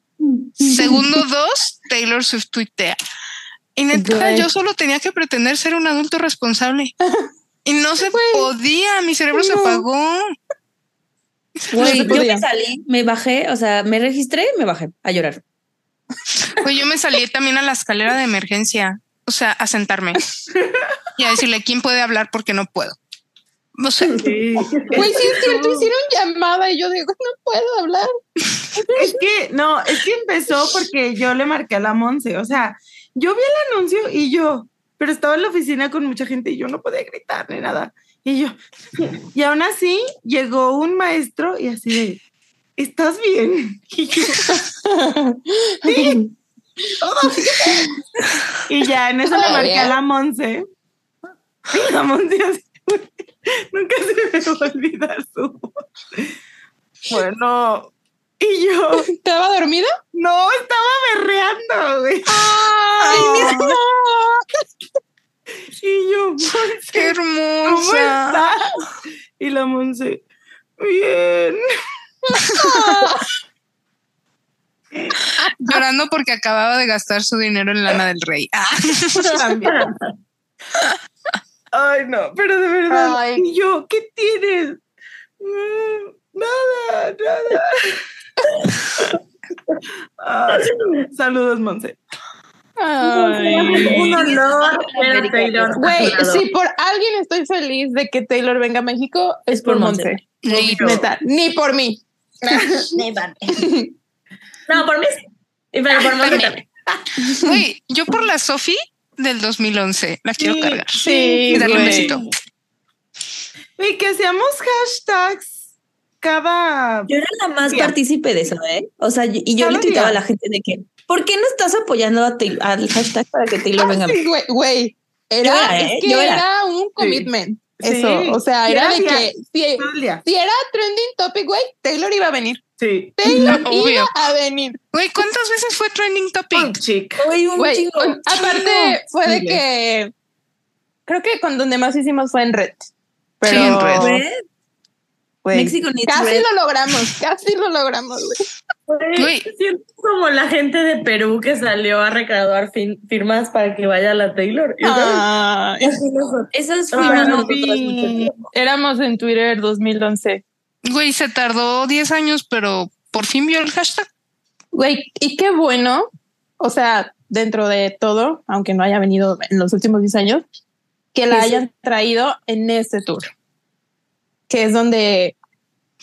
Speaker 5: segundo dos, Taylor Swift tuitea. Y neta,
Speaker 6: Güey.
Speaker 5: yo solo tenía que pretender ser un adulto responsable. Y no se
Speaker 6: Güey.
Speaker 5: podía, mi cerebro se
Speaker 6: No.
Speaker 5: apagó.
Speaker 1: Güey,
Speaker 6: Otro
Speaker 1: yo
Speaker 6: día.
Speaker 1: me salí, me bajé, o sea, me registré y me bajé a llorar.
Speaker 5: Pues yo me salí también a la escalera de emergencia, o sea, a sentarme y a decirle quién puede hablar porque no puedo. O sea,
Speaker 4: Sí.
Speaker 6: Güey, sí es cierto, hicieron llamada y yo digo, no puedo hablar.
Speaker 4: Es que, no, es que empezó porque yo le marqué a la Monse. O sea, yo vi el anuncio y yo, pero estaba en la oficina con mucha gente y yo no podía gritar ni nada. Y yo, y aún así llegó un maestro y así de, ¿estás bien? Y yo, sí, todo bien". Y ya en eso le
Speaker 6: Todo
Speaker 4: marqué a
Speaker 6: bien.
Speaker 4: la Monse. Y la Monse así, nunca se me va a olvidar su voz. Bueno, y yo.
Speaker 6: ¿Estaba dormida?
Speaker 4: No, estaba berreando, güey.
Speaker 6: Ay, mira.
Speaker 4: Y yo,
Speaker 5: qué
Speaker 4: Monse, ¿cómo
Speaker 5: hermosa.
Speaker 4: estás? Y la Monse, bien.
Speaker 5: Llorando porque acababa de gastar su dinero en lana del rey. Ah.
Speaker 4: También. Ay, no, pero de verdad.
Speaker 6: Ay.
Speaker 4: Y yo, ¿qué tienes? "Mm, Nada, nada. Ay, no. Saludos, Monse.
Speaker 6: Ay.
Speaker 8: Un honor ver a Taylor.
Speaker 6: Güey,
Speaker 8: a su lado.
Speaker 6: si por alguien estoy feliz de que Taylor venga a México, es,
Speaker 1: por
Speaker 6: por,
Speaker 1: Monse.
Speaker 6: Monse. Neta, ni por mí.
Speaker 8: No, por mí sí. Y Pero por mí también.
Speaker 5: Güey, yo por la Sofi del 2011 la quiero cargar.
Speaker 6: Sí,
Speaker 5: Y darle un
Speaker 6: güey.
Speaker 5: besito.
Speaker 4: Y que hacíamos hashtags cada.
Speaker 1: Yo era la más
Speaker 4: Bien.
Speaker 1: partícipe de eso, ¿eh? O sea, y yo
Speaker 4: Cada
Speaker 1: le tuiteaba a
Speaker 4: día.
Speaker 1: la gente de que, ¿por qué no estás apoyando a Taylor- al hashtag para que Taylor venga? a
Speaker 6: Ah, Sí, Güey, güey. Era,
Speaker 1: Yo era,
Speaker 6: es
Speaker 1: ¿eh?
Speaker 6: que
Speaker 1: Yo
Speaker 6: era.
Speaker 1: era.
Speaker 6: un commitment.
Speaker 4: Sí.
Speaker 6: Eso, o sea,
Speaker 4: Sí,
Speaker 6: era
Speaker 4: era
Speaker 6: de
Speaker 4: viaje.
Speaker 6: que si,
Speaker 4: Todo el día.
Speaker 6: si era trending topic, güey, Taylor iba a venir.
Speaker 4: Sí.
Speaker 6: Taylor
Speaker 5: Obvio.
Speaker 6: iba a venir.
Speaker 5: Güey, ¿cuántas veces fue trending
Speaker 4: Punk
Speaker 5: topic?
Speaker 4: chick.
Speaker 1: Güey, un
Speaker 6: Güey,
Speaker 1: chingo.
Speaker 6: o- aparte fue de
Speaker 4: Sí.
Speaker 6: que creo que con donde más hicimos fue en red. Pero,
Speaker 5: Sí, en Red.
Speaker 1: Red,
Speaker 6: güey,
Speaker 1: México needs
Speaker 6: casi
Speaker 1: red.
Speaker 6: lo logramos, casi lo logramos, güey.
Speaker 5: Güey.
Speaker 8: Güey, siento como la gente de Perú que salió a recaudar fin- firmas para que vaya la Taylor. Y
Speaker 6: Ah,
Speaker 8: yo,
Speaker 6: Ay.
Speaker 8: así no son.
Speaker 1: Esas
Speaker 8: Ah,
Speaker 1: fuimos nosotros
Speaker 4: sí.
Speaker 1: mucho tiempo.
Speaker 6: Éramos en Twitter 2011.
Speaker 5: Güey, se tardó 10 años, pero por fin vio el hashtag.
Speaker 6: Güey, y qué bueno, o sea, dentro de todo, aunque no haya venido en los últimos 10 años, que la
Speaker 1: Sí, sí.
Speaker 6: hayan traído en este tour, que es donde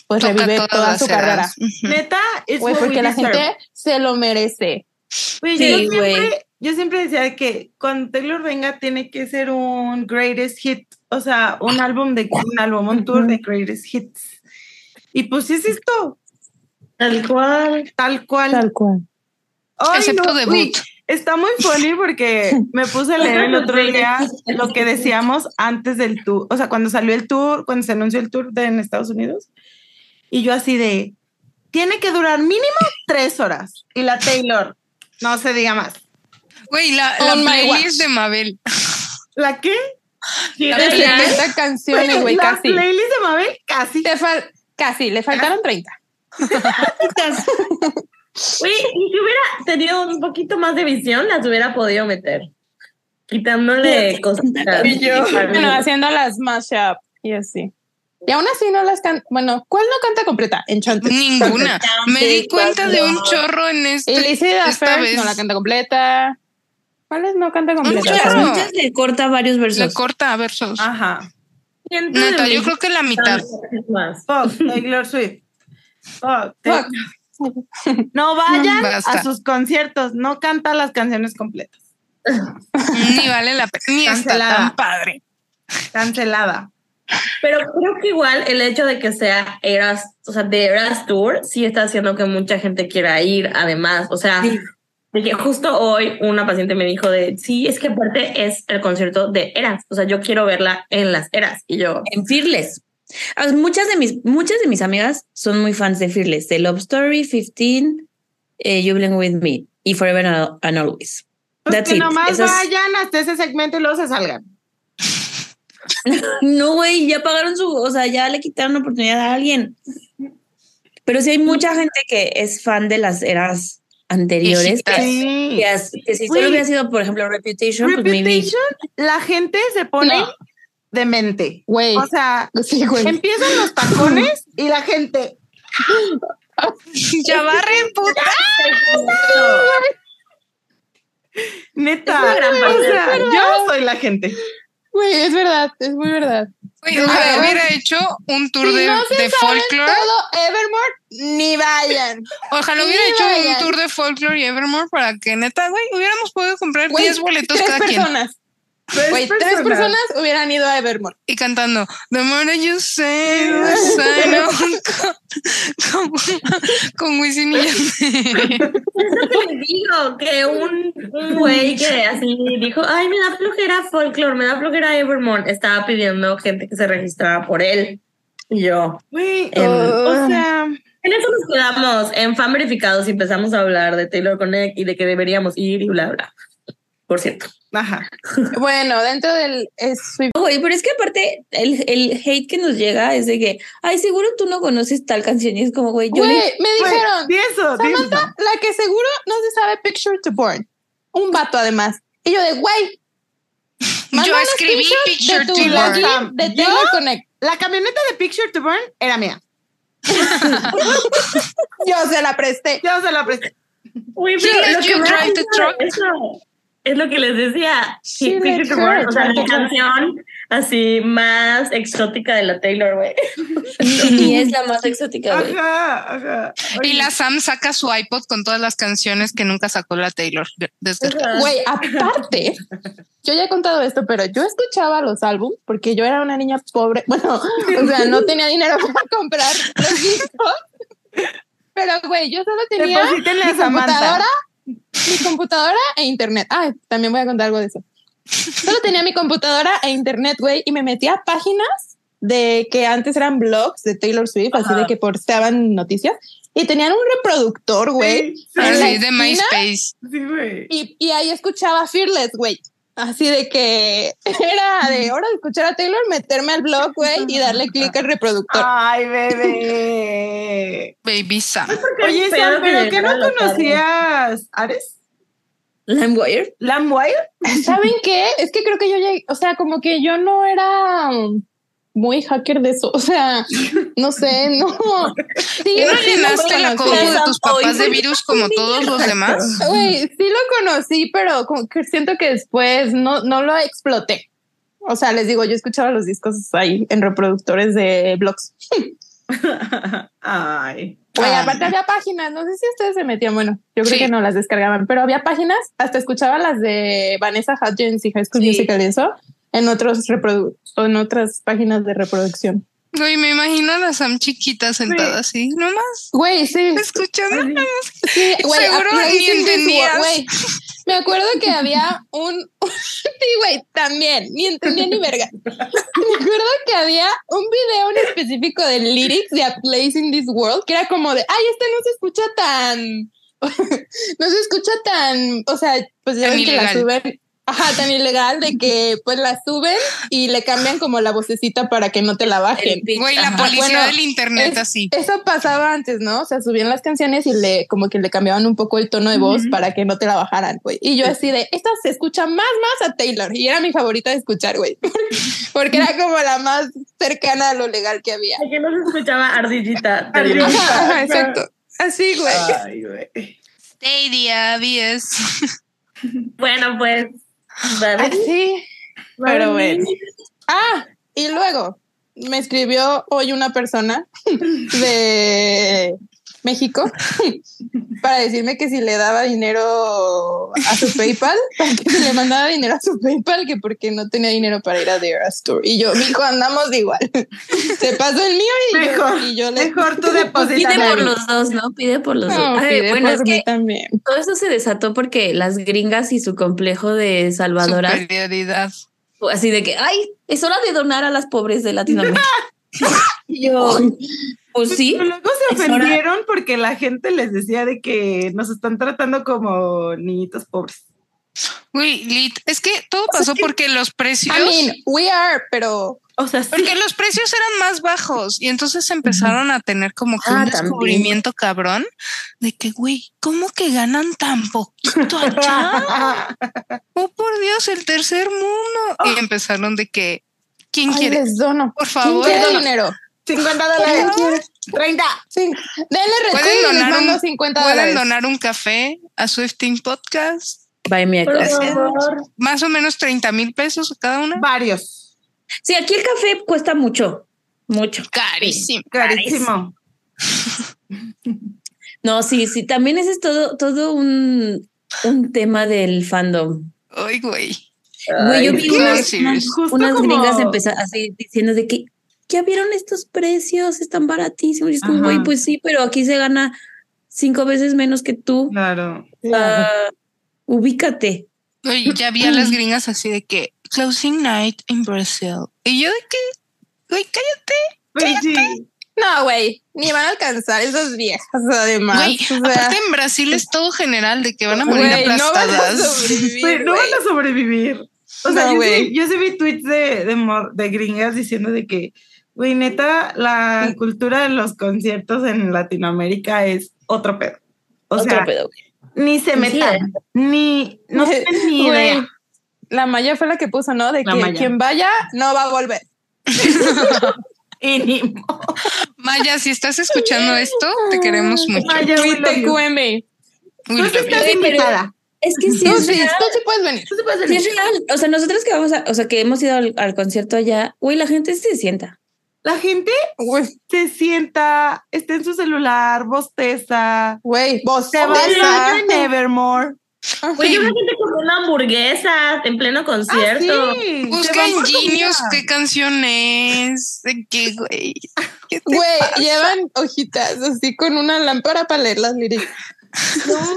Speaker 6: pues
Speaker 5: Toca
Speaker 6: revive
Speaker 5: todas
Speaker 6: toda
Speaker 5: las
Speaker 6: su carrera.
Speaker 5: edades. Ujú.
Speaker 4: Neta, es
Speaker 6: Güey, porque la gente se lo merece.
Speaker 4: Güey,
Speaker 1: Sí,
Speaker 4: yo,
Speaker 1: güey.
Speaker 4: siempre, yo siempre decía que cuando Taylor venga tiene que ser un greatest hit, o sea, un álbum de un álbum, un tour de greatest hits. Y pues sí es esto,
Speaker 8: Tal cual.
Speaker 4: tal cual.
Speaker 6: Tal cual.
Speaker 4: Ay,
Speaker 5: Excepto
Speaker 4: no,
Speaker 5: debut.
Speaker 4: güey, Está muy funny porque me puse a leer el otro día lo que decíamos antes del tour, o sea, cuando salió el tour, cuando se anunció el tour de, en Estados Unidos, y yo así de, tiene que durar mínimo tres horas, y la Taylor, no se diga más.
Speaker 5: Güey, la, la
Speaker 6: On Oh my
Speaker 5: playlist de Mabel.
Speaker 4: ¿La qué?
Speaker 8: Sí,
Speaker 6: De
Speaker 8: de plan.
Speaker 6: 70 canciones, güey,
Speaker 4: la
Speaker 6: casi.
Speaker 4: playlist de Mabel, casi.
Speaker 6: Te fal- casi, le faltaron 30.
Speaker 8: Oye, y si hubiera tenido un poquito más de visión, las hubiera podido meter. Quitándole cositas.
Speaker 4: Y yo.
Speaker 6: Bueno, haciendo las mashup y así. Y aún así no las canta. Bueno, ¿cuál no canta completa? Enchanted.
Speaker 5: Ninguna. Me di cuenta de un chorro en
Speaker 6: Y
Speaker 5: este.
Speaker 6: Lizzie
Speaker 5: esta
Speaker 6: First
Speaker 5: vez.
Speaker 6: no la canta completa. ¿Cuáles no canta completa?
Speaker 5: chorro.
Speaker 6: Sabrina?
Speaker 1: Muchas le corta varios
Speaker 5: La
Speaker 1: versos.
Speaker 5: corta a versos.
Speaker 6: Ah,
Speaker 4: Ajá.
Speaker 8: Siento
Speaker 5: Neta,
Speaker 8: de
Speaker 5: yo creo que la mitad.
Speaker 8: más.
Speaker 4: Fuck, Taylor Swift. Fuck,
Speaker 6: Fuck.
Speaker 4: Taylor. No vayan
Speaker 5: Basta.
Speaker 4: a sus conciertos, no canta las canciones completas.
Speaker 5: Ni vale la pena. Ni está
Speaker 4: Cancelada.
Speaker 5: tan padre.
Speaker 4: Cancelada.
Speaker 8: Pero creo que igual el hecho de que sea Eras, o sea, de Eras Tour, sí está haciendo que mucha gente quiera ir, además. O sea, de que justo hoy una paciente me dijo de, sí, es que aparte es el concierto de Eras. O sea, yo quiero verla en las Eras. Y yo,
Speaker 1: En Fearless. Ah, Muchas de, mis, muchas de mis amigas son muy fans de Fearless, de Love Story, 15, eh, You Belong With Me y Forever and and Always.
Speaker 4: Pues
Speaker 1: That's
Speaker 4: que
Speaker 1: it.
Speaker 4: nomás
Speaker 1: Esas-
Speaker 4: vayan hasta ese segmento y luego se salgan.
Speaker 1: No, güey, ya pagaron su, o sea, ya le quitaron oportunidad a alguien. Pero sí hay mucha gente que es fan de las eras anteriores.
Speaker 5: Viejitas.
Speaker 1: Que,
Speaker 4: Sí.
Speaker 1: que as- que si
Speaker 4: Güey.
Speaker 1: solo hubiera sido, por ejemplo, Reputation, pues
Speaker 4: Reputation, la gente se pone
Speaker 6: No.
Speaker 4: demente.
Speaker 6: Güey.
Speaker 4: O sea,
Speaker 6: Sí, güey.
Speaker 4: empiezan los tacones y la gente.
Speaker 5: Ya barren, puta.
Speaker 4: Neta.
Speaker 8: Es una gran
Speaker 4: o
Speaker 8: parte.
Speaker 4: sea, yo soy la gente.
Speaker 6: Güey, es verdad, es muy verdad.
Speaker 5: Güey, ojalá hubiera hecho un tour
Speaker 6: Si
Speaker 5: de,
Speaker 6: no se
Speaker 5: de
Speaker 6: saben
Speaker 5: folklore.
Speaker 6: todo Evermore, ni vayan.
Speaker 5: Ojalá
Speaker 6: Sí,
Speaker 5: hubiera hecho
Speaker 6: vayan.
Speaker 5: un tour de folklore y Evermore para que neta, güey, hubiéramos podido comprar
Speaker 6: Güey,
Speaker 5: 10 boletos
Speaker 6: tres
Speaker 5: cada quien
Speaker 6: personas. Güey, tres personas hubieran ido a Evermore.
Speaker 5: y cantando The Morning You Say the Sign of- con, con Wisin y Yandel.
Speaker 8: es lo que les digo, que un un güey que así dijo, ay, me da flojera folklore, me da flojera Evermore, estaba pidiendo gente que se registrara por él. Y yo,
Speaker 4: Güey,
Speaker 8: Em,
Speaker 4: o sea,
Speaker 8: en eso nos quedamos, en fan verificados y empezamos a hablar de Taylor Connect y de que deberíamos ir y bla, bla. Por cierto.
Speaker 4: ajá.
Speaker 6: Bueno, dentro del es Swift.
Speaker 1: maybe. Güey, pero es que aparte el, el hate que nos llega es de que, ay, seguro tú no conoces tal canción. Y es como, güey, yo
Speaker 6: Güey,
Speaker 1: le-
Speaker 6: me
Speaker 4: Güey,
Speaker 6: dijeron,
Speaker 4: di eso, di eso.
Speaker 6: Samantha, la que seguro no se sabe Picture to Burn. Un vato además. Y yo de, güey, manda
Speaker 5: Yo
Speaker 6: un
Speaker 5: escribí
Speaker 6: screenshot
Speaker 5: Picture
Speaker 6: de tu
Speaker 5: to
Speaker 6: login
Speaker 5: Burn.
Speaker 4: Burn.
Speaker 6: de
Speaker 4: ¿Yo?
Speaker 6: Taylor Connect.
Speaker 4: La camioneta de Picture to Burn era mía.
Speaker 6: Yo se la presté.
Speaker 4: Yo se la presté.
Speaker 8: Uy,
Speaker 5: She let you drive the truck.
Speaker 8: es lo que les decía.
Speaker 6: She
Speaker 8: Sí,
Speaker 6: let
Speaker 8: Picture to
Speaker 6: her
Speaker 8: Burn, o sea,
Speaker 6: drive
Speaker 8: la
Speaker 6: the truck.
Speaker 8: canción así más exótica de la Taylor, güey.
Speaker 1: y es la más exótica, güey.
Speaker 4: Ajá, ajá.
Speaker 5: Y la Sam saca su iPod con todas las canciones que nunca sacó la Taylor. este Desde
Speaker 6: Güey, aparte, yo ya he contado esto, pero yo escuchaba los álbumes porque yo era una niña pobre. Bueno, o sea, no tenía dinero para comprar los discos. Pero, güey, yo solo tenía
Speaker 4: Deposítenle a
Speaker 6: mi
Speaker 4: Samantha.
Speaker 6: computadora, mi computadora e internet. Ay, también voy a contar algo de eso. Solo tenía mi computadora e internet, güey, y me metía a páginas de que antes eran blogs de Taylor Swift, así de que posteaban noticias. Y tenían un reproductor, güey.
Speaker 4: Sí,
Speaker 6: en la
Speaker 5: Así de
Speaker 6: esquina.
Speaker 5: MySpace.
Speaker 4: Sí, güey.
Speaker 6: Y, y ahí escuchaba Fearless, güey. Así de que era de hora de escuchar a Taylor, meterme al blog, güey, y darle clic al reproductor.
Speaker 4: Ay, bebé.
Speaker 5: Baby Sam.
Speaker 4: Oye,
Speaker 8: Pero
Speaker 4: Sam,
Speaker 8: que
Speaker 4: ¿pero qué no
Speaker 8: llegara la tarde.
Speaker 4: conocías Ares?
Speaker 1: Limewire.
Speaker 4: ¿Lamwire?
Speaker 6: ¿Saben qué? Es que creo que yo llegué, o sea, como que yo no era um, muy hacker de eso. O sea, no sé, no.
Speaker 5: ¿No
Speaker 6: Sí, sí lo
Speaker 5: llenaste la
Speaker 6: conocí.
Speaker 5: compu de tus papás de virus como todos los demás?
Speaker 6: Güey, sí lo conocí, pero como que siento que después no, no lo exploté. O sea, les digo, yo escuchaba los discos ahí en reproductores de blogs.
Speaker 4: Ay.
Speaker 6: Güey,
Speaker 5: Ah.
Speaker 6: aparte había páginas, no sé si ustedes se metían, bueno, yo creo
Speaker 5: Sí.
Speaker 6: que no las descargaban, pero había páginas, hasta escuchaba las de Vanessa Hudgens y High School
Speaker 1: Sí.
Speaker 6: Musical y eso, en otros reprodu o en otras páginas de reproducción.
Speaker 5: Güey, me imagino a la Sam chiquita sentada así, nomás
Speaker 6: Güey, sí,
Speaker 5: escuchando.
Speaker 6: sí, güey,
Speaker 5: Seguro
Speaker 6: aparte-
Speaker 5: ni
Speaker 6: sí, sí, sí,
Speaker 5: entendías.
Speaker 6: Güey, Me acuerdo que había un. Sí, güey, también. Ni entendía ni verga. Me acuerdo que había un video en específico de lyrics de A Place in This World que era como de. Ay, este no se escucha tan. no se escucha tan. O sea, pues ya
Speaker 5: Tan
Speaker 6: ven que la
Speaker 5: ilegal.
Speaker 6: suben. Ajá, tan ilegal de que pues la suben y le cambian como la vocecita para que no te la bajen.
Speaker 5: Güey, la policía
Speaker 6: Bueno,
Speaker 5: del internet
Speaker 6: es-
Speaker 5: así.
Speaker 6: Eso pasaba antes, ¿no? O sea, subían las canciones y le como que le cambiaban un poco el tono de voz para que no te la bajaran, güey. Y yo así de, esta se escucha más, más a Taylor. Y era mi favorita de escuchar, güey. Porque era como la más cercana a lo legal que había.
Speaker 1: Que no se escuchaba ardillita.
Speaker 4: Ardillita.
Speaker 6: Ajá, ajá, exacto. Así, güey.
Speaker 4: Ay, güey.
Speaker 5: Stadia, BS.
Speaker 1: Bueno, pues. va a venir,
Speaker 6: Así.
Speaker 1: va a
Speaker 6: Pero
Speaker 1: venir.
Speaker 6: bueno. Ah, y luego me escribió hoy una persona de México para decirme que si le daba dinero a su PayPal, para que si le mandaba dinero a su PayPal, que porque no tenía dinero para ir a The Eras Tour. Y yo, mijo, andamos de igual. Se pasó el mío y, yo-
Speaker 4: Mejor,
Speaker 6: y yo le.
Speaker 4: Mejor tú
Speaker 3: Pide
Speaker 4: depositas.
Speaker 3: por los dos, ¿no? Pide por los
Speaker 6: No,
Speaker 3: dos. Ay,
Speaker 6: pide
Speaker 3: bueno,
Speaker 6: por
Speaker 3: es
Speaker 6: mí
Speaker 3: que
Speaker 6: también.
Speaker 3: todo eso se desató porque las gringas y su complejo de salvadoras,
Speaker 5: Superioridad.
Speaker 3: así de que, ay, es hora de donar a las pobres de Latinoamérica. Y yo,
Speaker 4: Oh.
Speaker 3: pues sí,
Speaker 4: Pero Luego se
Speaker 3: Es hora.
Speaker 4: ofendieron porque la gente les decía de que nos están tratando como niñitos pobres.
Speaker 5: Güey, lit. Es que todo pasó porque los precios.
Speaker 6: I mean, we are, pero.
Speaker 4: O sea, sí.
Speaker 5: Porque los precios eran más bajos y entonces empezaron a tener como que
Speaker 3: Ah,
Speaker 5: un
Speaker 3: también.
Speaker 5: descubrimiento cabrón de que, güey, ¿cómo que ganan tan poquito allá? Oh, por Dios, el tercer mundo. Y empezaron de que, ¿quién
Speaker 6: Ah. Ay,
Speaker 5: quiere?
Speaker 6: les dono.
Speaker 5: Por
Speaker 6: ¿Quién
Speaker 5: favor,
Speaker 6: quiere
Speaker 5: dona.
Speaker 6: dinero?
Speaker 4: 50
Speaker 6: ¿Quién
Speaker 4: dólares.
Speaker 6: quiere?
Speaker 4: 30.
Speaker 6: Sí. Denle
Speaker 5: Pueden
Speaker 6: retweet y les
Speaker 5: donar un-
Speaker 6: mando 50
Speaker 5: pueden
Speaker 6: dólares.
Speaker 5: donar un café a Swifting Podcast.
Speaker 3: Buy me a
Speaker 1: Por
Speaker 3: coffee.
Speaker 1: favor.
Speaker 5: Más o menos 30 mil pesos cada una.
Speaker 4: Varios.
Speaker 3: Sí, aquí el café cuesta mucho, mucho.
Speaker 5: Carísimo.
Speaker 4: Carísimo.
Speaker 3: No, sí, sí, también ese es todo, todo un, un tema del fandom.
Speaker 5: Ay, güey.
Speaker 3: Güey, yo
Speaker 5: Ay,
Speaker 3: vi
Speaker 5: no,
Speaker 3: unas,
Speaker 5: serious.
Speaker 3: unas-
Speaker 4: Justo
Speaker 3: unas
Speaker 4: como-
Speaker 3: gringas empezaron así diciendo de que ya vieron estos precios, están baratísimos. Y es como,
Speaker 4: Ajá.
Speaker 3: güey, pues sí, pero aquí se gana cinco veces menos que tú.
Speaker 4: Claro.
Speaker 3: Ah, ubícate.
Speaker 5: Güey, ya vi a
Speaker 6: Mm.
Speaker 5: las gringas así de que closing night in Brazil. Y yo de que, güey, cállate.
Speaker 4: Güey, sí.
Speaker 6: No, güey, ni van a alcanzar esas viejas, además.
Speaker 5: Güey,
Speaker 6: o sea,
Speaker 5: aparte en Brasil es todo general de que van a morir
Speaker 6: Pues, güey, no van a
Speaker 5: aplastadas.
Speaker 4: Güey,
Speaker 6: sobrevivir,
Speaker 4: no
Speaker 6: güey.
Speaker 4: van a sobrevivir. O sea,
Speaker 6: No,
Speaker 4: yo,
Speaker 6: güey.
Speaker 4: sí, yo sí vi tweets de, de, mo- de gringas diciendo de que, güey, neta, la cultura de los conciertos en Latinoamérica es otro pedo. O
Speaker 3: Otro
Speaker 4: sea,
Speaker 3: pedo.
Speaker 4: ni se metan, ni, no tienen ni
Speaker 6: Güey,
Speaker 4: idea.
Speaker 6: La Maya fue la que puso, ¿no? De
Speaker 4: La
Speaker 6: que
Speaker 4: Maya.
Speaker 6: quien vaya no va a volver.
Speaker 4: Y ni mo-
Speaker 5: Maya, si estás escuchando esto, te queremos mucho.
Speaker 4: Maya,
Speaker 6: We
Speaker 4: we love you.
Speaker 6: TQM.
Speaker 5: Uy,
Speaker 6: Pues
Speaker 4: Tú sí
Speaker 5: la-
Speaker 4: estás
Speaker 3: Güey, pero-
Speaker 4: invitada.
Speaker 3: Es que sí,
Speaker 6: Tú
Speaker 3: es
Speaker 6: sí,
Speaker 3: real.
Speaker 6: tú sí puedes venir.
Speaker 4: Tú sí puedes
Speaker 3: Sí,
Speaker 4: venir.
Speaker 3: es real. O sea, nosotros que vamos a, o sea, que hemos ido al, al concierto allá, güey, la gente se sienta.
Speaker 4: La gente
Speaker 6: Güey,
Speaker 4: se sienta, está en su celular, bosteza,
Speaker 6: Güey, vos
Speaker 4: se va
Speaker 6: besa.
Speaker 4: a Nevermore.
Speaker 1: Güey, yo vi gente comiendo hamburguesas en pleno concierto.
Speaker 4: Ah, Sí, se van
Speaker 5: Buscan
Speaker 4: por
Speaker 5: genios
Speaker 4: comida.
Speaker 5: Pues qué canción es, de qué, güey. ¿Qué te
Speaker 6: Güey,
Speaker 5: pasa?
Speaker 6: llevan hojitas así con una lámpara para leer las lyrics.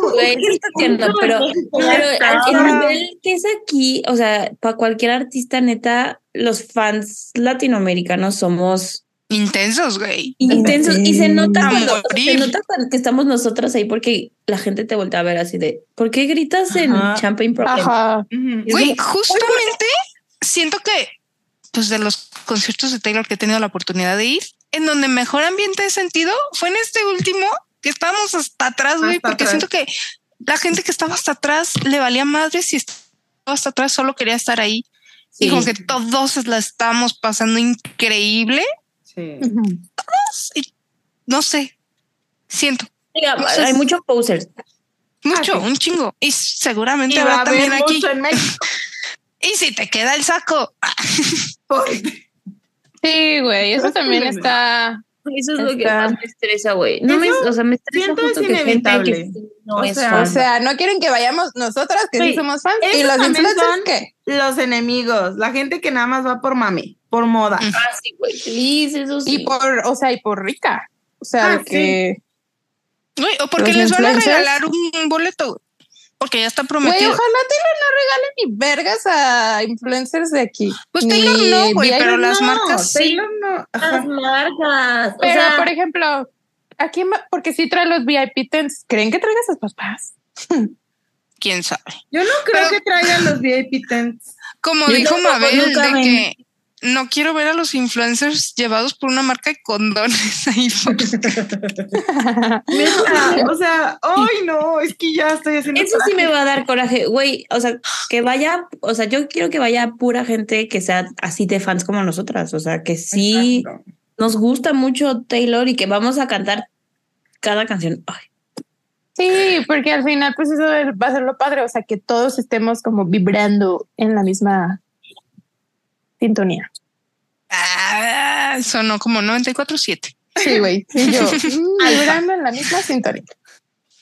Speaker 3: Güey, sí está tierno, pero,
Speaker 1: Ya
Speaker 3: pero
Speaker 1: está.
Speaker 3: al- el
Speaker 4: Ah,
Speaker 3: nivel que es aquí, o sea, para cualquier artista neta, los fans latinoamericanos somos
Speaker 5: Intensos, güey.
Speaker 3: intensos y se nota
Speaker 5: A
Speaker 3: cuando o sea, se
Speaker 5: morir.
Speaker 3: nota cuando que estamos nosotros ahí porque la gente te voltea a ver así de ¿por qué gritas en
Speaker 4: Ajá.
Speaker 3: Champagne Problem?
Speaker 6: Ajá.
Speaker 4: Ujú.
Speaker 3: Es
Speaker 5: Güey,
Speaker 3: como-
Speaker 5: justamente siento que, pues de los conciertos de Taylor que he tenido la oportunidad de ir, en donde mejor ambiente he sentido fue en este último, que estábamos hasta atrás, güey,
Speaker 4: Hasta
Speaker 5: porque
Speaker 4: atrás.
Speaker 5: siento que la gente que estaba hasta atrás le valía madre si estaba hasta atrás, solo quería estar ahí. Y
Speaker 3: Sí.
Speaker 5: como que todos la estábamos pasando increíble
Speaker 4: Sí.
Speaker 5: y no sé, siento
Speaker 3: Mira,
Speaker 5: Entonces-
Speaker 3: hay muchos posers.
Speaker 5: mucho,
Speaker 4: Ah, sí.
Speaker 5: un chingo. Y seguramente
Speaker 4: Y va
Speaker 5: habrá
Speaker 4: a
Speaker 5: también
Speaker 4: haber
Speaker 5: aquí.
Speaker 4: mucho en México.
Speaker 5: Y si te queda el saco,
Speaker 6: Sí, güey, eso también está.
Speaker 3: Eso es lo que
Speaker 6: Está.
Speaker 3: más me estresa, güey. No me,
Speaker 4: Eso
Speaker 3: o sea, me estresa
Speaker 4: siento
Speaker 3: justo
Speaker 4: es
Speaker 3: que gente que
Speaker 4: inevitable.
Speaker 3: sí no
Speaker 4: O
Speaker 3: es
Speaker 4: sea,
Speaker 3: fan.
Speaker 6: O sea, no quieren que vayamos nosotras, que
Speaker 4: Güey,
Speaker 6: sí somos fans.
Speaker 4: esos
Speaker 6: Y los
Speaker 4: también
Speaker 6: influencers,
Speaker 4: son-
Speaker 6: ¿qué?
Speaker 4: Los enemigos, la gente que nada más va por mame, por moda.
Speaker 5: Mm.
Speaker 3: Ah, sí, güey, please, eso sí.
Speaker 6: Y por, o sea, y por rica. O sea,
Speaker 4: Ah,
Speaker 6: de que.
Speaker 5: Güey, o porque
Speaker 6: Los
Speaker 5: les van a
Speaker 6: influencers.
Speaker 5: regalar un, un boleto. porque ya está
Speaker 6: Güey,
Speaker 5: prometido.
Speaker 6: ojalá Taylor no regale ni vergas a influencers de aquí.
Speaker 5: Pues Taylor
Speaker 6: Ni
Speaker 5: no, güey,
Speaker 6: Bieber
Speaker 5: pero las
Speaker 6: no.
Speaker 5: marcas sí.
Speaker 4: Taylor no.
Speaker 8: Las
Speaker 4: Ajá.
Speaker 8: marcas. o
Speaker 6: Pero,
Speaker 8: sea,
Speaker 6: por ejemplo, aquí, porque sí trae los VIP tents, ¿creen que traiga a sus papás?
Speaker 5: Quién sabe.
Speaker 4: Yo no creo
Speaker 5: Pero-
Speaker 4: que traigan los VIP tents.
Speaker 5: Como
Speaker 8: Yo
Speaker 5: dijo
Speaker 8: tampoco,
Speaker 5: Mabel,
Speaker 8: nunca
Speaker 5: de
Speaker 8: me-
Speaker 5: que no quiero ver a los influencers llevados por una marca de condones ahí. por-
Speaker 4: Neta, o sea, ay no, es que ya estoy haciendo.
Speaker 1: Eso sí me va a dar coraje, güey. O sea, que vaya, o sea, yo quiero que vaya pura gente que sea así de fans como nosotras. O sea, que sí
Speaker 4: Exacto.
Speaker 1: nos gusta mucho Taylor y que vamos a cantar cada canción. Ay,
Speaker 6: Sí, porque al final, pues eso va a ser lo padre, o sea, que todos estemos como vibrando en la misma sintonía.
Speaker 5: Ah, sonó como 94.7.
Speaker 6: Sí, güey. Y yo, mm, vibrando en la misma sintonía.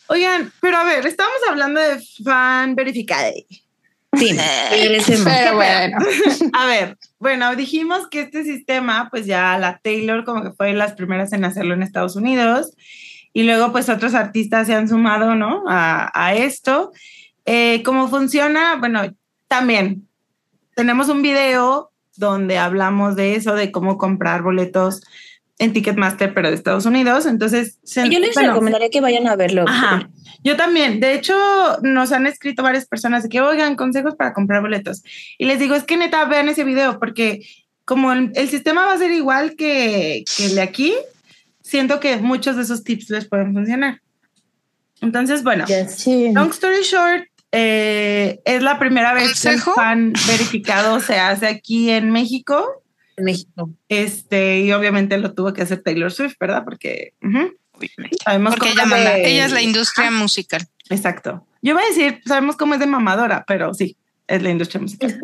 Speaker 4: Oigan, pero a ver, estamos hablando de fan verificada.
Speaker 1: sí, regresemos.
Speaker 6: Pero bueno,
Speaker 4: A ver, bueno, dijimos que este sistema, pues ya la Taylor como que fue de las primeras en hacerlo en Estados Unidos y luego pues otros artistas se han sumado, ¿no? A, a esto. Eh, ¿Cómo funciona? Bueno, también tenemos un video donde hablamos de eso, de cómo comprar boletos en Ticketmaster, pero de Estados Unidos. Entonces, se-
Speaker 1: Yo les
Speaker 4: bueno,
Speaker 1: recomendaría que vayan a verlo.
Speaker 4: Ajá. Yo también. De hecho, nos han escrito varias personas de que oigan consejos para comprar boletos. Y les digo, es que neta, vean ese video porque como el, el sistema va a ser igual que, que el de aquí, siento que muchos de esos tips les pueden funcionar. Entonces, bueno,
Speaker 6: sí.
Speaker 4: long story short, eh, es la primera vez
Speaker 5: ¿Consejo?
Speaker 4: que el fan verificado se hace aquí en México.
Speaker 1: en México.
Speaker 4: Este, y obviamente lo tuvo que hacer Taylor Swift, ¿verdad? Porque ujú,
Speaker 5: Obviamente.
Speaker 4: sabemos
Speaker 5: Porque
Speaker 4: cómo
Speaker 5: ella manda.
Speaker 4: le-
Speaker 5: Ella es la
Speaker 4: Ah,
Speaker 5: industria musical.
Speaker 4: Exacto. Yo voy a decir, sabemos cómo es de mamadora, pero sí, es la industria musical.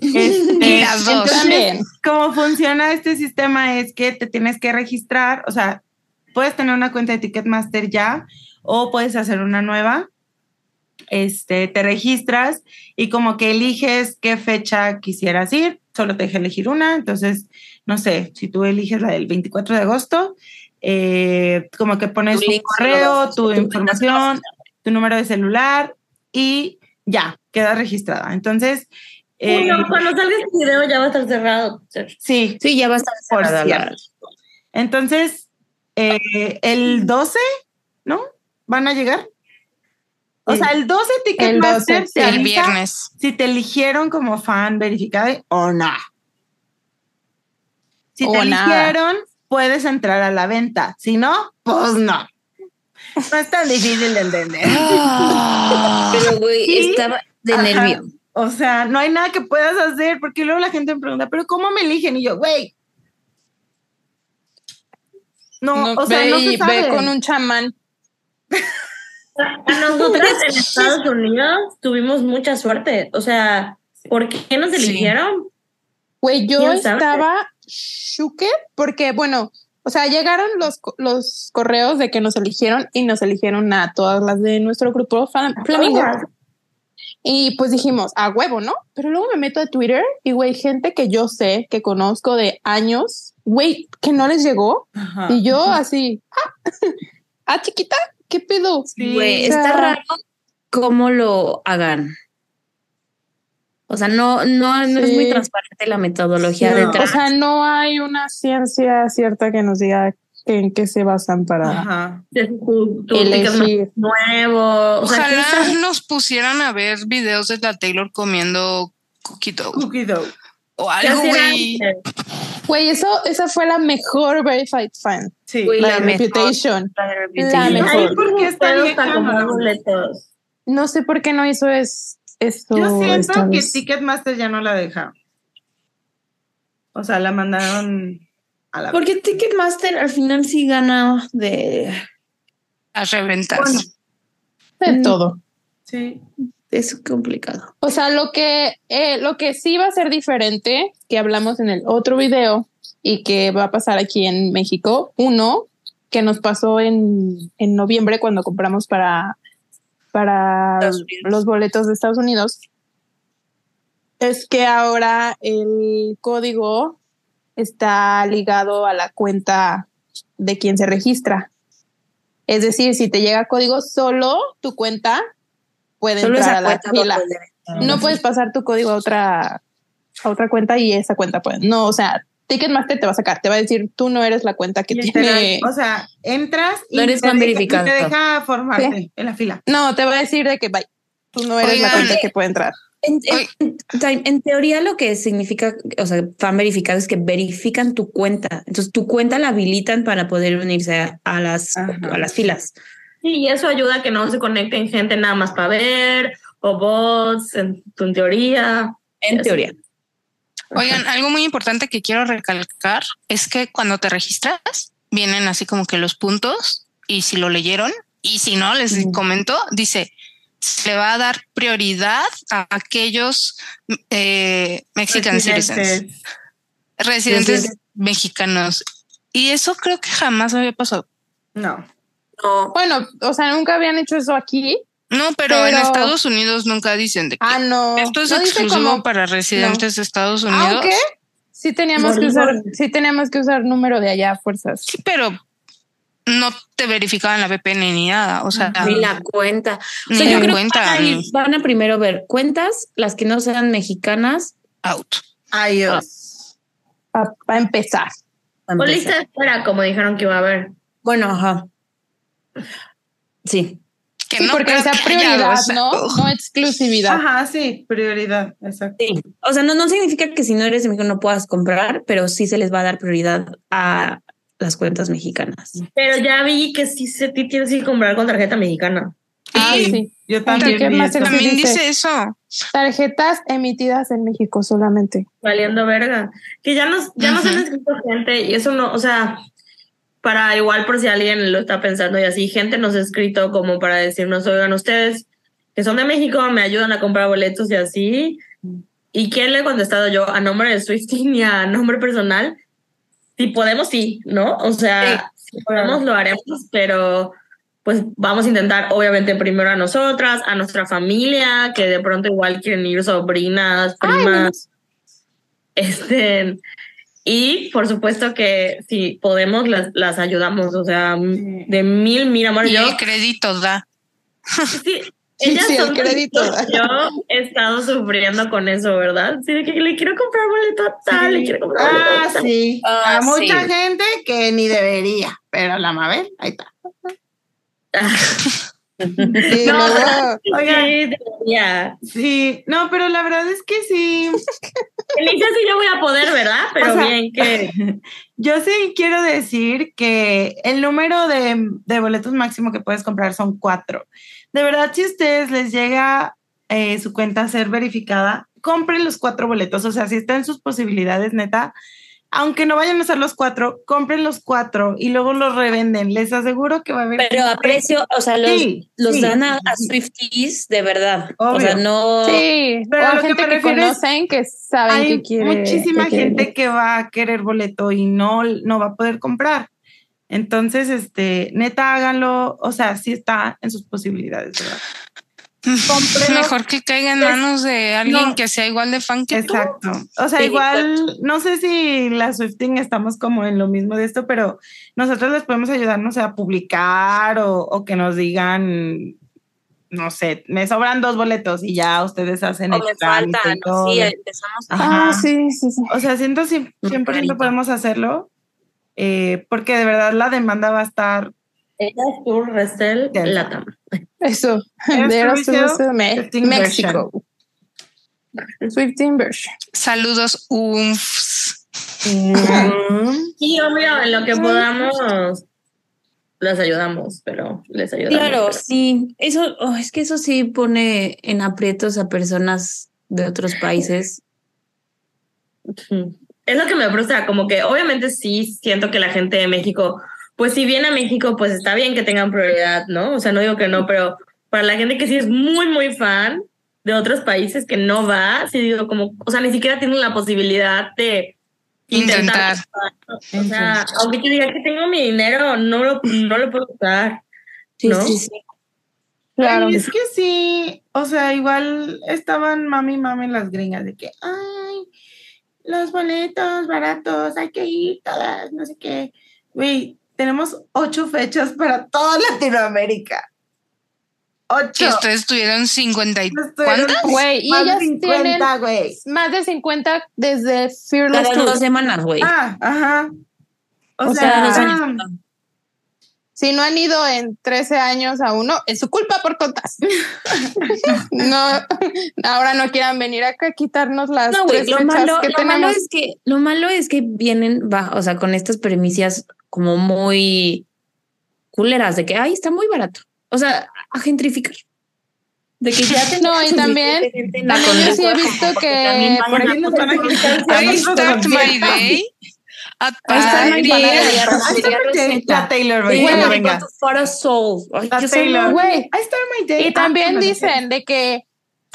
Speaker 4: Este,
Speaker 5: Las dos.
Speaker 6: También.
Speaker 4: cómo funciona este sistema es que te tienes que registrar, o sea, puedes tener una cuenta de Ticketmaster ya o puedes hacer una nueva. Este, te registras y como que eliges qué fecha quisieras ir, solo te deja elegir una, entonces, no sé, si tú eliges la del 24 de agosto, eh, como que pones
Speaker 1: Tu
Speaker 4: tu
Speaker 1: link,
Speaker 4: correo,
Speaker 1: los-
Speaker 4: tu
Speaker 1: tu-
Speaker 4: información, tu número de celular y ya, queda registrada. Entonces,
Speaker 8: uy,
Speaker 4: eh,
Speaker 8: no, cuando salga este video ya va a estar cerrado.
Speaker 4: sí,
Speaker 1: Sí, ya va a estar
Speaker 4: por
Speaker 1: cerrada la-
Speaker 4: cierto. Entonces, eh, el 12, ¿no? ¿Van a llegar? O
Speaker 6: Sí.
Speaker 4: sea, el 12
Speaker 6: El 12,
Speaker 4: Ticketmaster
Speaker 6: sí.
Speaker 4: te
Speaker 5: El
Speaker 4: avisa
Speaker 5: viernes.
Speaker 4: si te eligieron como fan verificado o no. Si te
Speaker 6: O nada.
Speaker 4: eligieron, puedes entrar a la venta. Si no, pues no. No es tan difícil de entender.
Speaker 1: Pero, güey,
Speaker 4: Sí.
Speaker 1: estaba de
Speaker 4: Ajá.
Speaker 1: nervio.
Speaker 4: O sea, no hay nada que puedas hacer porque luego la gente me pregunta, pero ¿cómo me eligen? Y yo, güey. No, o sea,
Speaker 6: ve
Speaker 4: no
Speaker 6: y
Speaker 4: se
Speaker 6: ve
Speaker 4: sabe.
Speaker 6: con un chamán.
Speaker 8: A nosotras en Estados Unidos tuvimos mucha suerte. O sea, ¿por qué nos
Speaker 5: Sí.
Speaker 8: eligieron?
Speaker 6: Güey, yo
Speaker 8: ¿Quién sabe?
Speaker 6: estaba chuque porque, bueno, o sea, llegaron los, co- los correos de que nos eligieron y nos eligieron a todas las de nuestro grupo flam- Flamingo. Y pues dijimos, a huevo, ¿no? Pero luego me meto a Twitter y, güey, gente que yo sé, que conozco de años, güey, que no les llegó.
Speaker 4: Ajá.
Speaker 6: Y yo así, ah, ah, chiquita, ¿qué pedo?
Speaker 4: Sí,
Speaker 1: Güey,
Speaker 6: o sea-
Speaker 1: está raro cómo lo hagan. O sea, no, no, no es muy
Speaker 6: Sí.
Speaker 1: transparente la metodología
Speaker 4: No.
Speaker 1: detrás.
Speaker 6: O sea, no hay una ciencia cierta que nos diga en qué se basan para
Speaker 4: Ajá.
Speaker 8: Es tu- tu ticket
Speaker 6: elegir.
Speaker 8: nuevo. O sea, ¿quién
Speaker 5: Ojalá
Speaker 8: sabe?
Speaker 5: nos pusieran a ver videos de la Taylor comiendo cookie dough
Speaker 4: Cookie dough.
Speaker 5: o
Speaker 8: ¿Qué
Speaker 5: algo,
Speaker 8: hacían
Speaker 5: güey.
Speaker 8: antes?
Speaker 6: Güey, eso, esa fue la mejor Verified Fan.
Speaker 4: Sí.
Speaker 1: Güey,
Speaker 6: La,
Speaker 1: la
Speaker 6: de
Speaker 1: mejor.
Speaker 6: Reputation.
Speaker 1: La de
Speaker 6: La
Speaker 1: repente.
Speaker 6: mejor.
Speaker 8: Ay, ¿por qué está
Speaker 4: Todos
Speaker 8: vieja,
Speaker 4: para comprar
Speaker 8: no? boletos?
Speaker 6: No sé por qué no hizo es, esto.
Speaker 4: Yo
Speaker 6: esta
Speaker 4: siento que
Speaker 6: vez.
Speaker 4: Ticketmaster ya no la deja. O sea, la mandaron a la
Speaker 1: Porque Ticketmaster al final sí gana de,
Speaker 5: A reventarse.
Speaker 1: Bueno.
Speaker 6: De todo.
Speaker 4: Sí.
Speaker 1: Es complicado.
Speaker 6: O sea, lo que, eh, lo que sí va a ser diferente, que hablamos en el otro video y que va a pasar aquí en México, uno que nos pasó en, en noviembre cuando compramos para, para
Speaker 1: Estados Unidos.
Speaker 6: los boletos de Estados Unidos, es que ahora el código está ligado a la cuenta de quien se registra. Es decir, si te llega código, solo tu cuenta puede
Speaker 1: Solo
Speaker 6: entrar
Speaker 1: esa
Speaker 6: a la
Speaker 1: cuenta va a
Speaker 6: fila.
Speaker 1: poder.
Speaker 6: No puedes pasar tu código a otra, a otra cuenta y esa cuenta puede. No, o sea, Ticketmaster te va a sacar, te va a decir, tú no eres la cuenta que
Speaker 4: Literal,
Speaker 6: tiene.
Speaker 4: O sea, entras y,
Speaker 1: No eres
Speaker 4: te
Speaker 1: fan
Speaker 4: deja, y te
Speaker 1: verificado.
Speaker 4: deja formarte en la fila.
Speaker 6: No, te va a decir de que bye. Tú no eres la
Speaker 5: Oigan.
Speaker 6: cuenta que puede entrar.
Speaker 1: En, en-
Speaker 5: Oye.
Speaker 1: en- time- en teoría lo que significa, o sea, fan verificado es que verifican tu cuenta. Entonces tu cuenta la habilitan para poder unirse a, a las,
Speaker 4: Ajá.
Speaker 1: a las filas.
Speaker 8: Y eso ayuda a que no se conecten gente nada más para ver, o bots, en, en teoría.
Speaker 1: En
Speaker 8: Así.
Speaker 1: teoría.
Speaker 5: Oigan, algo muy importante que quiero recalcar es que cuando te registras, vienen así como que los puntos y si lo leyeron y si no, les comento, dice, se le va a dar prioridad a aquellos eh, Mexican citizens,
Speaker 4: Residentes.
Speaker 5: residentes mexicanos. Y eso creo que jamás me había pasado.
Speaker 4: No.
Speaker 1: No,
Speaker 6: Bueno, o sea, nunca habían hecho eso aquí.
Speaker 5: No, pero, en
Speaker 6: Pero-
Speaker 5: Estados Unidos nunca dicen de que
Speaker 6: Ah, no.
Speaker 5: esto es
Speaker 6: no dice Ah,
Speaker 5: exclusivo
Speaker 6: como.
Speaker 5: para residentes de Estados Unidos.
Speaker 6: Aunque sí teníamos que usar, sí teníamos que usar número de allá a fuerzas.
Speaker 5: Sí, pero no te verificaban la VPN ni nada. O sea,
Speaker 1: ni la cuenta. O
Speaker 5: ni
Speaker 1: sea, yo
Speaker 5: la
Speaker 1: creo
Speaker 5: cuenta
Speaker 1: que van a, ir-
Speaker 5: ni
Speaker 1: van a primero ver cuentas, las que no sean mexicanas.
Speaker 5: out.
Speaker 4: Ah, Adiós.
Speaker 6: Para empezar.
Speaker 1: para
Speaker 8: O
Speaker 1: empezar.
Speaker 8: lista de espera, como dijeron que iba a haber.
Speaker 1: Bueno, ajá. Sí.
Speaker 5: Que
Speaker 6: Sí,
Speaker 5: no
Speaker 6: porque
Speaker 5: creo
Speaker 6: sea
Speaker 5: que haya,
Speaker 6: prioridad,
Speaker 5: o sea,
Speaker 6: ¿no?
Speaker 5: oh,
Speaker 6: No exclusividad.
Speaker 4: Ajá, sí, prioridad. Exacto.
Speaker 1: Sí. O sea, no, no significa que si no eres de México no puedas comprar, pero sí se les va a dar prioridad a las cuentas mexicanas.
Speaker 8: Pero ya vi que sí se ti- tienes que comprar con tarjeta mexicana.
Speaker 6: Ah,
Speaker 5: y
Speaker 6: sí.
Speaker 4: Yo también.
Speaker 6: ¿Qué
Speaker 4: vi
Speaker 6: más
Speaker 4: eso.
Speaker 6: se-
Speaker 5: También
Speaker 6: dice-
Speaker 5: dice eso.
Speaker 6: Tarjetas emitidas en México solamente.
Speaker 8: Valiendo verga. Que ya nos, ya nos
Speaker 5: Ujú.
Speaker 8: han escrito gente y eso no, o sea, para igual por si alguien lo está pensando y así, gente nos ha escrito como para decirnos, oigan, ustedes que son de México, me ayudan a comprar boletos y así. ¿Y quién le he contestado yo? A nombre de Swifting y a nombre personal. Si podemos, sí, ¿no? O sea, si podemos, lo haremos, pero pues vamos a intentar, obviamente, primero a nosotras, a nuestra familia, que de pronto igual quieren ir sobrinas, primas. este, y por supuesto que si podemos, las, las ayudamos. O sea, de mil, mil amor.
Speaker 5: Y
Speaker 8: Yo,
Speaker 5: el crédito da.
Speaker 8: sí, ellas
Speaker 6: Sí, el
Speaker 8: son
Speaker 6: crédito.
Speaker 8: testigo, Yo he estado sufriendo con eso, ¿verdad? Sí, de que le quiero comprar boleto a tal, le quiero comprar boleto a
Speaker 4: Ah,
Speaker 8: tal.
Speaker 4: sí.
Speaker 1: Ah,
Speaker 4: a mucha
Speaker 1: sí.
Speaker 4: gente que ni debería, pero la Mabel, ahí está.
Speaker 6: Sí,
Speaker 8: No,
Speaker 6: luego-
Speaker 4: Oigan.
Speaker 8: Sí, debería.
Speaker 4: Sí, no, pero la verdad es que sí.
Speaker 8: Elisa sí yo voy a poder, ¿verdad? Pero
Speaker 4: O sea,
Speaker 8: bien que
Speaker 4: Yo sí quiero decir que el número de, de boletos máximo que puedes comprar son cuatro. De verdad, si a ustedes les llega eh, su cuenta a ser verificada, compren los cuatro boletos. O sea, si están en sus posibilidades, neta, aunque no vayan a usar los cuatro, compren los cuatro y luego los revenden. Les aseguro que va a haber.
Speaker 1: Pero a precio, o sea, los,
Speaker 4: Sí,
Speaker 1: los
Speaker 4: sí.
Speaker 1: dan a, a Swifties de verdad. O
Speaker 4: Obvio.
Speaker 1: sea, no.
Speaker 6: Sí,
Speaker 4: Pero
Speaker 6: o
Speaker 4: a lo que
Speaker 6: gente
Speaker 4: me
Speaker 6: que,
Speaker 4: refiero es-
Speaker 6: conocen que saben
Speaker 4: Hay
Speaker 6: que quiere.
Speaker 4: muchísima
Speaker 6: que quiere
Speaker 4: gente
Speaker 6: ir.
Speaker 4: que va a querer boleto y no, no va a poder comprar. Entonces, este, neta, háganlo, o sea, sí está en sus posibilidades, ¿verdad? Cómprelo.
Speaker 5: Mejor que caiga en manos de alguien
Speaker 4: no.
Speaker 5: que sea igual de fan que tú.
Speaker 4: Exacto. O sea,
Speaker 1: Sí,
Speaker 4: igual, no sé si la Swifting estamos como en lo mismo de esto, pero nosotros les podemos ayudar, no sé, a publicar o, o que nos digan, no sé, me sobran dos boletos y ya ustedes hacen
Speaker 1: O me
Speaker 4: trámite
Speaker 1: faltan,
Speaker 4: y
Speaker 1: o sí,
Speaker 4: todo.
Speaker 1: empezamos a.
Speaker 4: Ajá.
Speaker 6: Ah, sí, sí, sí.
Speaker 4: O sea, siento cien- 100% podemos hacerlo, eh, porque de verdad la demanda va a estar.
Speaker 8: ella Tour Restel
Speaker 4: Densa.
Speaker 8: Latam.
Speaker 6: Eso.
Speaker 4: Eras
Speaker 6: De Eras
Speaker 4: tú,
Speaker 6: tú,
Speaker 4: Rocío,
Speaker 6: tú, Me-
Speaker 4: Swifting
Speaker 6: México. Swift Inversion.
Speaker 5: Saludos, umfs.
Speaker 6: Mm,
Speaker 8: Y obvio, en lo que podamos, las ayudamos, pero les ayudamos.
Speaker 1: Claro,
Speaker 8: pero-
Speaker 1: sí. Eso, oh, es que eso sí pone en aprietos a personas de otros países.
Speaker 8: Ujú. Mm. Es lo que me frustra, como que obviamente sí siento que la gente de México, pues si viene a México, pues está bien que tengan prioridad, ¿no? O sea, no digo que no, pero para la gente que sí es muy, muy fan de otros países que no va, sí digo como, o sea, ni siquiera tienen la posibilidad de intentar.
Speaker 5: Intentar.
Speaker 8: O sea, aunque yo diga que tengo mi dinero, no lo, no lo puedo usar.
Speaker 1: Sí,
Speaker 8: ¿No?
Speaker 1: sí, sí.
Speaker 6: Claro.
Speaker 4: Ay, es que sí, o sea, igual estaban mami, mami las gringas de que, ay, los boletos baratos, hay que ir todas, no sé qué. Güey, tenemos ocho fechas para toda Latinoamérica.
Speaker 5: que
Speaker 4: Ocho.
Speaker 5: ustedes tuvieron 50 y
Speaker 4: Estuvieron
Speaker 5: ¿Cuántas?
Speaker 6: Güey, y
Speaker 4: más de
Speaker 6: ellas
Speaker 4: 50,
Speaker 6: tienen-
Speaker 4: güey.
Speaker 6: Más de 50 desde Fearless
Speaker 1: Cada
Speaker 6: Tour.
Speaker 1: dos semanas, güey.
Speaker 4: Ah, ajá. O,
Speaker 1: o
Speaker 4: sea,
Speaker 1: sea,
Speaker 6: sea,
Speaker 1: no
Speaker 4: ah,
Speaker 1: son-
Speaker 6: Si no han ido en 13 años a uno, es su culpa por contas. no, ahora no quieran venir acá a quitarnos las
Speaker 1: No, güey,
Speaker 6: tres
Speaker 1: lo,
Speaker 6: fechas
Speaker 1: malo,
Speaker 6: que
Speaker 1: lo malo
Speaker 6: tenemos.
Speaker 1: es que, lo malo es que vienen, va, o sea, con estas premisas como muy culeras de que, ay, está muy barato. O sea, a gentrificar. De que ya te
Speaker 6: No, y también- también yo sí he visto que,
Speaker 4: eh, por ahí nos van a quitar.
Speaker 5: I start my day at
Speaker 1: Ahí está la
Speaker 5: Paris.
Speaker 1: empanada.
Speaker 4: I start my day. La Taylor, güey.
Speaker 6: Güey,
Speaker 4: cuando
Speaker 6: me
Speaker 4: venga. La Taylor.
Speaker 6: Güey,
Speaker 4: I start my day.
Speaker 6: Y también
Speaker 4: after my
Speaker 6: dicen de que,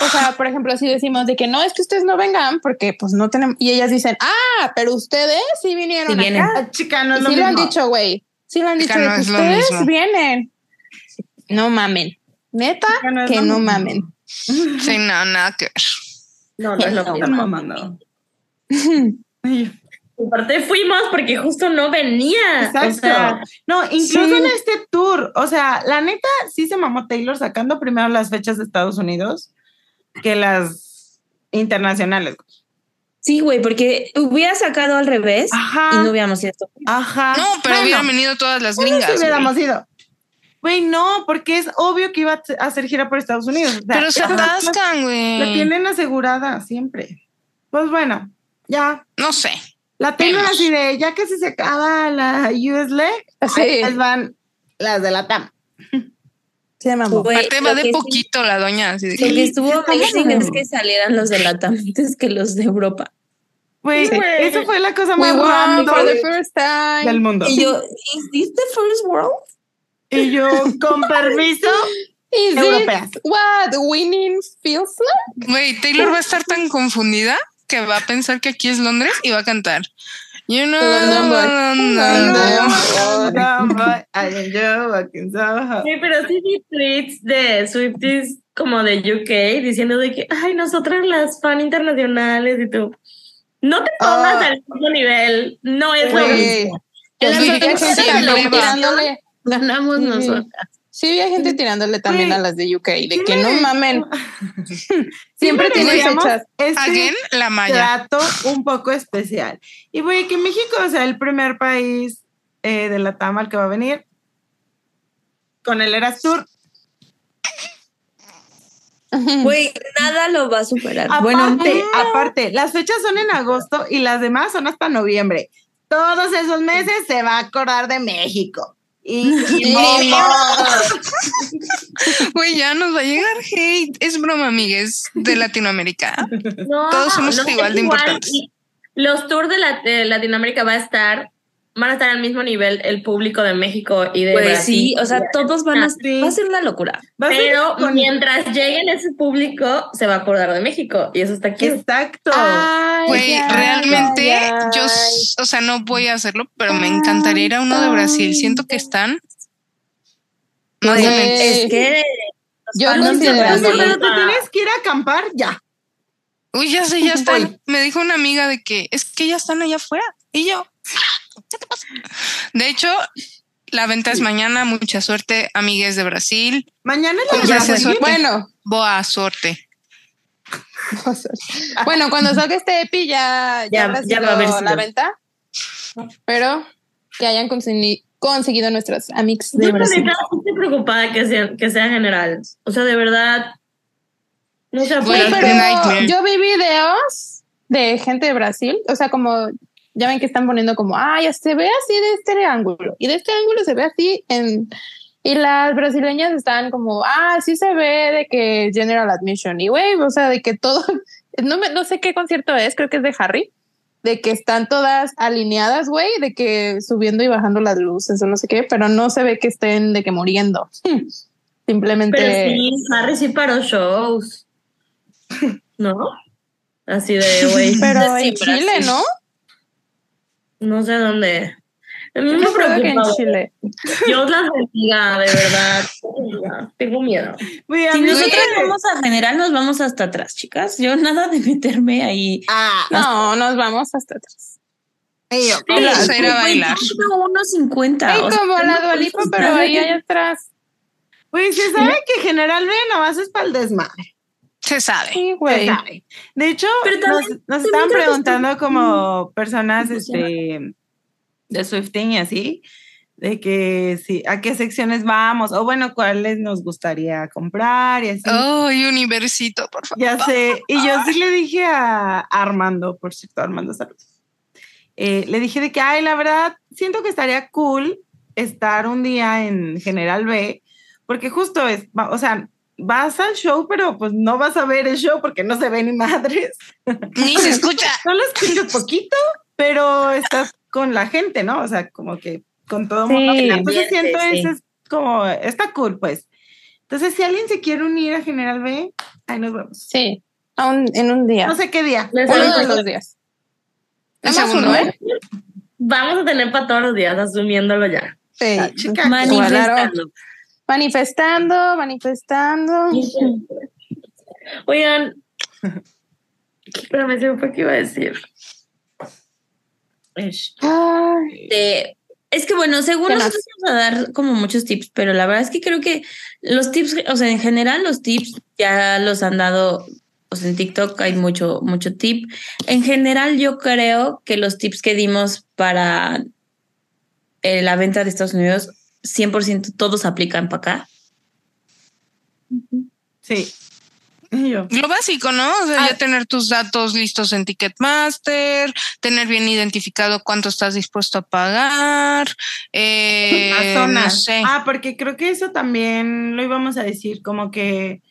Speaker 6: o sea, por ejemplo, si decimos de que no, es que ustedes no vengan porque pues no tenemos, y ellas dicen, ah, pero ustedes sí vinieron
Speaker 1: Sí
Speaker 6: acá".
Speaker 1: vienen.
Speaker 4: day. Ah, chica, no
Speaker 6: Y
Speaker 4: es lo
Speaker 6: sí lo han
Speaker 4: mismo.
Speaker 6: dicho, güey. Sí lo han dicho,
Speaker 5: Chica,
Speaker 6: de
Speaker 5: no
Speaker 6: que
Speaker 5: es lo
Speaker 6: ustedes
Speaker 5: mismo.
Speaker 6: vienen. No mamen. Neta,
Speaker 4: Chica, no es
Speaker 6: que
Speaker 4: lo
Speaker 6: no
Speaker 4: mismo.
Speaker 6: mamen.
Speaker 5: Sí, no, nada que ver.
Speaker 8: No, no es lo
Speaker 4: Están
Speaker 8: mismo.
Speaker 4: mamando. Ay,
Speaker 8: Aparte fuimos porque justo no venía.
Speaker 4: Exacto.
Speaker 8: O sea,
Speaker 4: no, incluso
Speaker 6: sí.
Speaker 4: en este tour, o sea, la neta sí se mamó Taylor sacando primero las fechas de Estados Unidos que las internacionales.
Speaker 1: Sí, güey, porque hubiera sacado al revés
Speaker 4: Ajá.
Speaker 1: y no hubiéramos ido.
Speaker 4: Ajá.
Speaker 5: No, pero
Speaker 4: Bueno,
Speaker 5: hubieran venido todas las
Speaker 4: ¿cómo
Speaker 5: gringas.
Speaker 4: si hubiéramos
Speaker 5: güey.
Speaker 4: ido. Güey, no, porque es obvio que iba a t- a hacer gira por Estados Unidos. o sea,
Speaker 5: Pero se
Speaker 4: ajá, la,
Speaker 5: atascan,
Speaker 4: la
Speaker 5: güey.
Speaker 4: tienen asegurada siempre. Pues bueno, ya.
Speaker 5: No sé.
Speaker 4: La tienen
Speaker 5: Vemos.
Speaker 4: así de, ya casi se acaba la US Leg,
Speaker 6: Sí,
Speaker 4: les van las de la TAM.
Speaker 6: sí, mamó.
Speaker 1: Güey,
Speaker 5: Aparte va
Speaker 1: lo
Speaker 5: de
Speaker 1: que
Speaker 5: poquito la doña. así de
Speaker 1: sí- Lo
Speaker 5: que-
Speaker 1: que estuvo amazing
Speaker 4: mamando.
Speaker 1: es que salieran los de Latam antes que los de Europa.
Speaker 4: Güey,
Speaker 8: Sí.
Speaker 4: eso fue la cosa
Speaker 6: We
Speaker 4: más
Speaker 6: won for
Speaker 4: random
Speaker 6: the first time.
Speaker 4: del mundo.
Speaker 1: Y yo, ¿is this the first world?
Speaker 4: Y yo, con permiso,
Speaker 6: Is
Speaker 4: europeas.
Speaker 6: it what winning feels like?
Speaker 5: Güey, Taylor va a estar tan confundida que va a pensar que aquí es Londres y va a cantar. You know,
Speaker 6: London boy.
Speaker 5: London.
Speaker 4: London boy, I enjoy walking
Speaker 5: Ah.
Speaker 4: Soho.
Speaker 8: sí, pero sí vi tweets de Swifties como de UK diciendo de que, ay, nosotras las fan internacionales y tú. No te pongas
Speaker 4: Ah.
Speaker 8: al mismo nivel. No es lo mismo.
Speaker 4: Güey,
Speaker 6: Yo
Speaker 5: Pues
Speaker 6: sí vi
Speaker 5: sí,
Speaker 6: a
Speaker 5: sí,
Speaker 6: gente
Speaker 5: sí,
Speaker 6: también
Speaker 5: le va.
Speaker 6: tirándole.
Speaker 1: Ganamos
Speaker 6: Sí.
Speaker 1: nosotros.
Speaker 6: Sí, había gente tirándole también
Speaker 4: Güey.
Speaker 6: a las de UK, de
Speaker 4: Sí
Speaker 6: que
Speaker 4: me-
Speaker 6: no mamen. Siempre tiene
Speaker 4: merecíamos
Speaker 6: fechas.
Speaker 4: este
Speaker 5: Again, la Maya.
Speaker 4: trato un poco especial. Y güey, que México o sea el primer país eh, de la TAM al que va a venir con el Eras Tour.
Speaker 1: Güey, nada lo va a superar.
Speaker 4: Aparte,
Speaker 1: bueno,
Speaker 4: aparte, las fechas son en agosto y las demás son hasta noviembre. Todos esos meses se va a acordar de México. Y, y ni modo.
Speaker 5: Güey, ya nos va a llegar hate. Es broma, amigues, de Latinoamérica.
Speaker 8: No,
Speaker 5: Eh, Todos somos igual de
Speaker 8: es
Speaker 5: importantes.
Speaker 8: Y Los tours de, la- de Latinoamérica va a estar, van a estar al mismo nivel el público de México y de
Speaker 1: güey,
Speaker 3: Pues
Speaker 8: Brasil.
Speaker 1: pues sí, o sea, todos van a,
Speaker 4: Sí.
Speaker 1: va a ser una locura.
Speaker 4: Va a ser
Speaker 8: Pero
Speaker 4: con-
Speaker 8: mientras lleguen ese público, se va a acordar de México. Y eso está aquí.
Speaker 4: Exacto.
Speaker 6: Ay,
Speaker 5: Güey,
Speaker 6: ya,
Speaker 5: realmente
Speaker 6: ya,
Speaker 5: yo, s- o sea, no voy a hacerlo, pero me encantaría ir a uno de Brasil. Siento que están. No,
Speaker 1: Güey,
Speaker 5: mames.
Speaker 6: Güey.
Speaker 1: es que
Speaker 6: Yo
Speaker 1: Cuando se
Speaker 4: Oye,
Speaker 6: considerando.
Speaker 1: Brasil-
Speaker 4: pero te tienes que ir a acampar ya.
Speaker 5: Uy, ya sé, ya
Speaker 4: Voy.
Speaker 5: están. Me dijo una amiga de que es que ya están allá afuera. Y yo, ¿qué te pasa? De hecho, la venta es mañana. Mucha suerte, amigues de Brasil.
Speaker 4: Mañana es la
Speaker 5: Ya
Speaker 4: de
Speaker 5: se
Speaker 4: Brasil.
Speaker 5: suerte.
Speaker 6: Bueno,
Speaker 5: Boa suerte.
Speaker 6: bueno, cuando salga este EPI ya, ya,
Speaker 8: Ya-
Speaker 6: habrá
Speaker 8: ya
Speaker 6: sido
Speaker 8: va a haber sido.
Speaker 6: la venta. Pero que hayan consegui- conseguido nuestros amigos de
Speaker 8: Yo la
Speaker 6: Brasil.
Speaker 8: neta estoy preocupada que sea, que sea general. O sea, de verdad. No se
Speaker 5: Güey,
Speaker 6: Güey,
Speaker 8: apuran.
Speaker 6: pero
Speaker 5: Nightmare.
Speaker 6: yo vi videos de gente de Brasil, o sea, como ya ven que están poniendo como, ah, ya se ve así de este ángulo y de este ángulo se ve así en y las brasileñas están como, ah, sí se ve de que General Admission y güey, o sea, de que todo, no me, no sé qué concierto es, creo que es de Harry, de que están todas alineadas, güey, de que subiendo y bajando las luces o no sé qué, pero no se ve que estén de que muriendo. Simplemente
Speaker 8: Pero sí, Harry sí paró shows. ¿No? Así de, güey.
Speaker 6: Pero
Speaker 1: Sí,
Speaker 6: en Chile,
Speaker 1: Brasil.
Speaker 6: ¿no?
Speaker 8: No sé dónde. A mí
Speaker 6: Yo
Speaker 8: me
Speaker 6: creo que en
Speaker 8: preocupa.
Speaker 6: Chile.
Speaker 8: Dios las bendiga, de verdad. Tengo miedo.
Speaker 4: Güey, a
Speaker 1: Si
Speaker 4: mí me-
Speaker 1: nosotros vamos a general, nos vamos hasta atrás, chicas. Yo nada de meterme ahí.
Speaker 4: Ah,
Speaker 6: No, nos vamos hasta atrás.
Speaker 4: y yo,
Speaker 5: Vamos a ir a
Speaker 1: Güey,
Speaker 5: bailar.
Speaker 1: yo mido 1.50.
Speaker 6: Ay,
Speaker 1: o sea,
Speaker 6: como
Speaker 1: no
Speaker 6: la
Speaker 1: puedes
Speaker 6: dualipa, pero
Speaker 1: estar-
Speaker 6: ahí allá atrás.
Speaker 4: Pues se sabe que generalmente nomás es para el desmadre.
Speaker 5: Se sabe.
Speaker 4: Sí, güey. Se sabe. De hecho,
Speaker 8: Pero
Speaker 4: nos,
Speaker 8: también-
Speaker 4: nos estaban
Speaker 8: también creo que está-
Speaker 4: preguntando como personas
Speaker 1: Funciona.
Speaker 4: este, de Swifting y así, de que sí, a qué secciones vamos, o bueno, cuáles nos gustaría comprar y así.
Speaker 5: Oh, universito, por favor.
Speaker 4: Ya sé, y yo sí le dije a Armando, por cierto, Armando Saludos. Eh, le dije de que, ay, la verdad, siento que estaría cool estar un día en General B, porque justo es, va- o sea, vas al show, pero pues no vas a ver el show porque no se ve ni madres.
Speaker 5: Ni se escucha.
Speaker 4: Solo escuchas poquito, pero estás con la gente, ¿no? O sea, como que con todo el
Speaker 3: Sí,
Speaker 4: mundo.
Speaker 3: el
Speaker 4: Entonces
Speaker 3: ambiente,
Speaker 4: siento
Speaker 3: sí.
Speaker 4: eso es como, está cool, pues. Entonces, si alguien se quiere unir a General B, ahí nos vemos.
Speaker 6: Sí, a un- en un día.
Speaker 4: No sé qué día.
Speaker 8: Les
Speaker 6: Uno
Speaker 8: aviso.
Speaker 6: de los días.
Speaker 5: El
Speaker 6: Nada más
Speaker 5: segundo,
Speaker 6: uno,
Speaker 5: ¿eh?
Speaker 6: ¿eh?
Speaker 8: Vamos a tener para todos los días, asumiéndolo ya.
Speaker 6: Sí.
Speaker 4: Chica,
Speaker 1: Manifestar.
Speaker 8: Claro.
Speaker 6: Manifestando, manifestando.
Speaker 8: Oigan, pero me se me fue que iba a decir. Ish.
Speaker 6: Ay,
Speaker 1: Este, es que bueno, según
Speaker 6: ¿Qué más?
Speaker 1: nosotros vamos a dar como muchos tips, pero la verdad es que creo que los tips, o sea, en general los tips ya los han dado, o sea, en TikTok hay mucho, mucho tip. En general yo creo que los tips que dimos para eh, la venta de Estados Unidos, 100% todos aplican para acá.
Speaker 4: Sí. Y yo.
Speaker 5: Lo básico, ¿no? O
Speaker 4: Ah.
Speaker 5: sea, ya tener tus datos listos en Ticketmaster, tener bien identificado cuánto estás dispuesto a pagar, eh,
Speaker 4: Las zonas.
Speaker 5: no sé.
Speaker 4: Ah, porque creo que eso también lo íbamos a decir, como que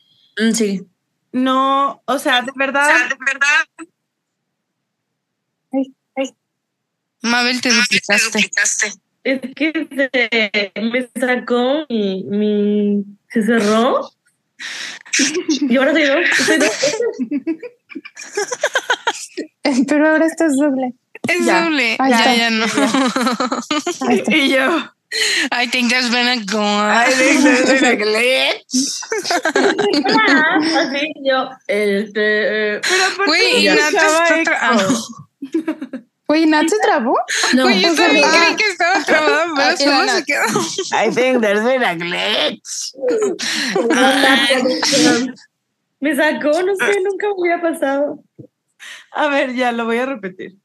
Speaker 1: Mm, Sí.
Speaker 4: no, o sea, de verdad.
Speaker 6: Ah.
Speaker 5: Mabel, te duplicaste.
Speaker 8: Es que se- me sacó mi, mi- se cerró. Y ahora soy dos. Soy dos.
Speaker 6: pero ahora esto es doble.
Speaker 5: Es
Speaker 4: Ya.
Speaker 5: doble.
Speaker 6: Ahí
Speaker 5: ya,
Speaker 6: está.
Speaker 5: ya no.
Speaker 6: Ahí está.
Speaker 4: y yo.
Speaker 5: I think that's been a go.
Speaker 4: Ay, de- de- de- de-
Speaker 8: Hola. Así yo, este, eh,
Speaker 4: Pero aparte
Speaker 5: Güey,
Speaker 4: no
Speaker 5: y Nata
Speaker 4: escuchaba
Speaker 5: está
Speaker 4: eco.
Speaker 5: tra- ah, no.
Speaker 6: Güey, ¿Nat se trabó?
Speaker 1: No,
Speaker 5: Güey, yo
Speaker 6: pues,
Speaker 5: también
Speaker 6: ah.
Speaker 5: creí que estaba trabada, pero
Speaker 6: Aquí la
Speaker 5: solo se
Speaker 6: Nat.
Speaker 5: quedó.
Speaker 4: I think there's been a glitch.
Speaker 8: me sacó, no sé, nunca me hubiera pasado.
Speaker 4: A ver, ya lo voy a repetir.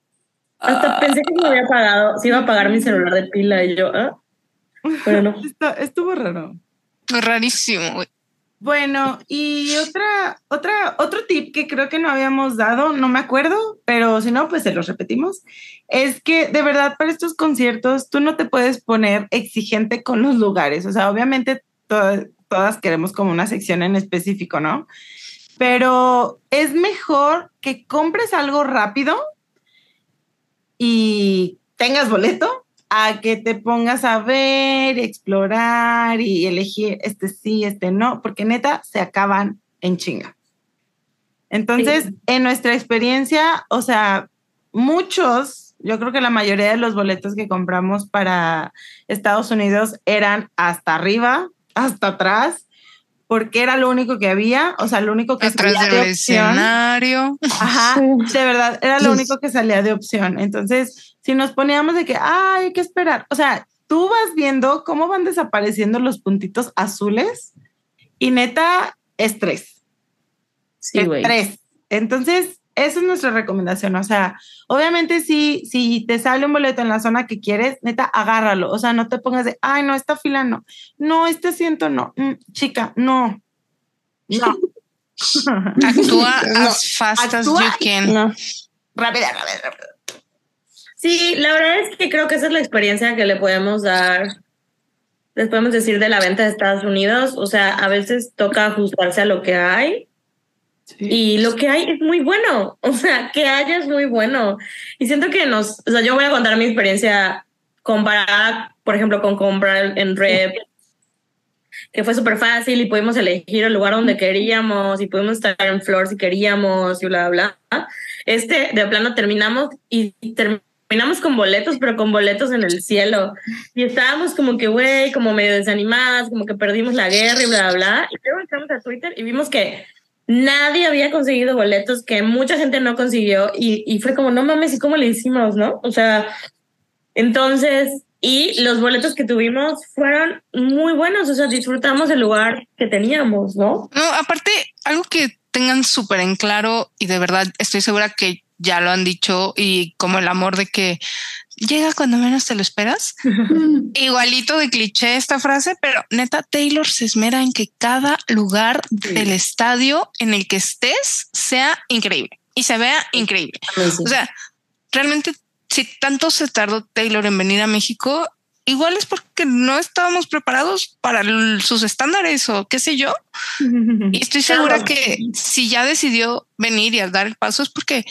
Speaker 8: Hasta pensé que me había pagado, se iba a pagar mi celular de pila y yo, ah, pero no.
Speaker 4: Está- estuvo raro.
Speaker 5: Rarísimo, güey.
Speaker 4: Bueno, y otra, otra, otro tip que creo que no habíamos dado, no me acuerdo, pero si no, pues se los repetimos, es que de verdad para estos conciertos tú no te puedes poner exigente con los lugares. O sea, obviamente to- todas queremos como una sección en específico, ¿no? Pero es mejor que compres algo rápido y tengas boleto a que te pongas a ver, explorar y elegir este sí, este no, porque neta se acaban en chinga. Entonces, en nuestra experiencia, o sea, muchos, yo creo que la mayoría de los boletos que compramos para Estados Unidos eran hasta arriba, hasta atrás, porque era lo único que había, o sea, lo
Speaker 6: Pues
Speaker 4: único que
Speaker 5: Atrás
Speaker 4: salía
Speaker 5: del
Speaker 4: de opción.
Speaker 5: escenario.
Speaker 4: Ajá,
Speaker 6: Sí.
Speaker 4: de verdad, era lo
Speaker 6: Sí.
Speaker 4: único que salía de opción. Entonces, si nos poníamos de que, "Ah, hay que esperar, o sea, tú vas viendo cómo van desapareciendo los puntitos azules y neta, estrés,
Speaker 1: Sí, güey.
Speaker 4: estrés. Entonces, esa es nuestra recomendación. O sea, obviamente si, si te sale un boleto en la zona que quieres, neta, agárralo. O sea, no te pongas de, ay, no, esta fila no, no, este asiento no, Mm, chica, no, no.
Speaker 5: Actúa
Speaker 6: No,
Speaker 5: as fast as
Speaker 4: actúa
Speaker 5: you can.
Speaker 6: No.
Speaker 4: rápida, rápida, rápida.
Speaker 8: Sí, la verdad es que creo que esa es la experiencia que le podemos dar, les podemos decir de la venta de Estados Unidos. O sea, a veces toca ajustarse a lo que hay y lo que hay es muy bueno. O sea, que haya es muy bueno. Y siento que nos, o sea, yo voy a contar mi experiencia comparada, por ejemplo, con comprar en Rep, que fue súper fácil y pudimos elegir el lugar donde queríamos y pudimos estar en Flor si queríamos y bla, bla, bla. Este, de plano, terminamos y terminamos con boletos, pero con boletos en el cielo. Y estábamos como que, güey, como medio desanimadas, como que perdimos la guerra y bla, bla, bla. Y luego entramos a Twitter y vimos que nadie había conseguido boletos, que mucha gente no consiguió. Y, y fue como, no mames, ¿y cómo le hicimos, no? O sea, entonces, Y los boletos que tuvimos fueron muy buenos, o sea, disfrutamos el lugar que teníamos, ¿no?
Speaker 5: No, aparte, algo que tengan súper en claro y de verdad estoy segura que ya lo han dicho y como el amor de que llega cuando menos te lo esperas.
Speaker 6: Ah.
Speaker 5: Igualito de cliché esta frase, pero neta, Taylor se esmera en que cada lugar del estadio en el que estés sea increíble y se vea increíble. O sea, realmente si tanto se tardó Taylor en venir a México, igual es porque no estábamos preparados para l- sus estándares o qué sé yo. Y estoy segura que si ya decidió venir y a dar el paso es porque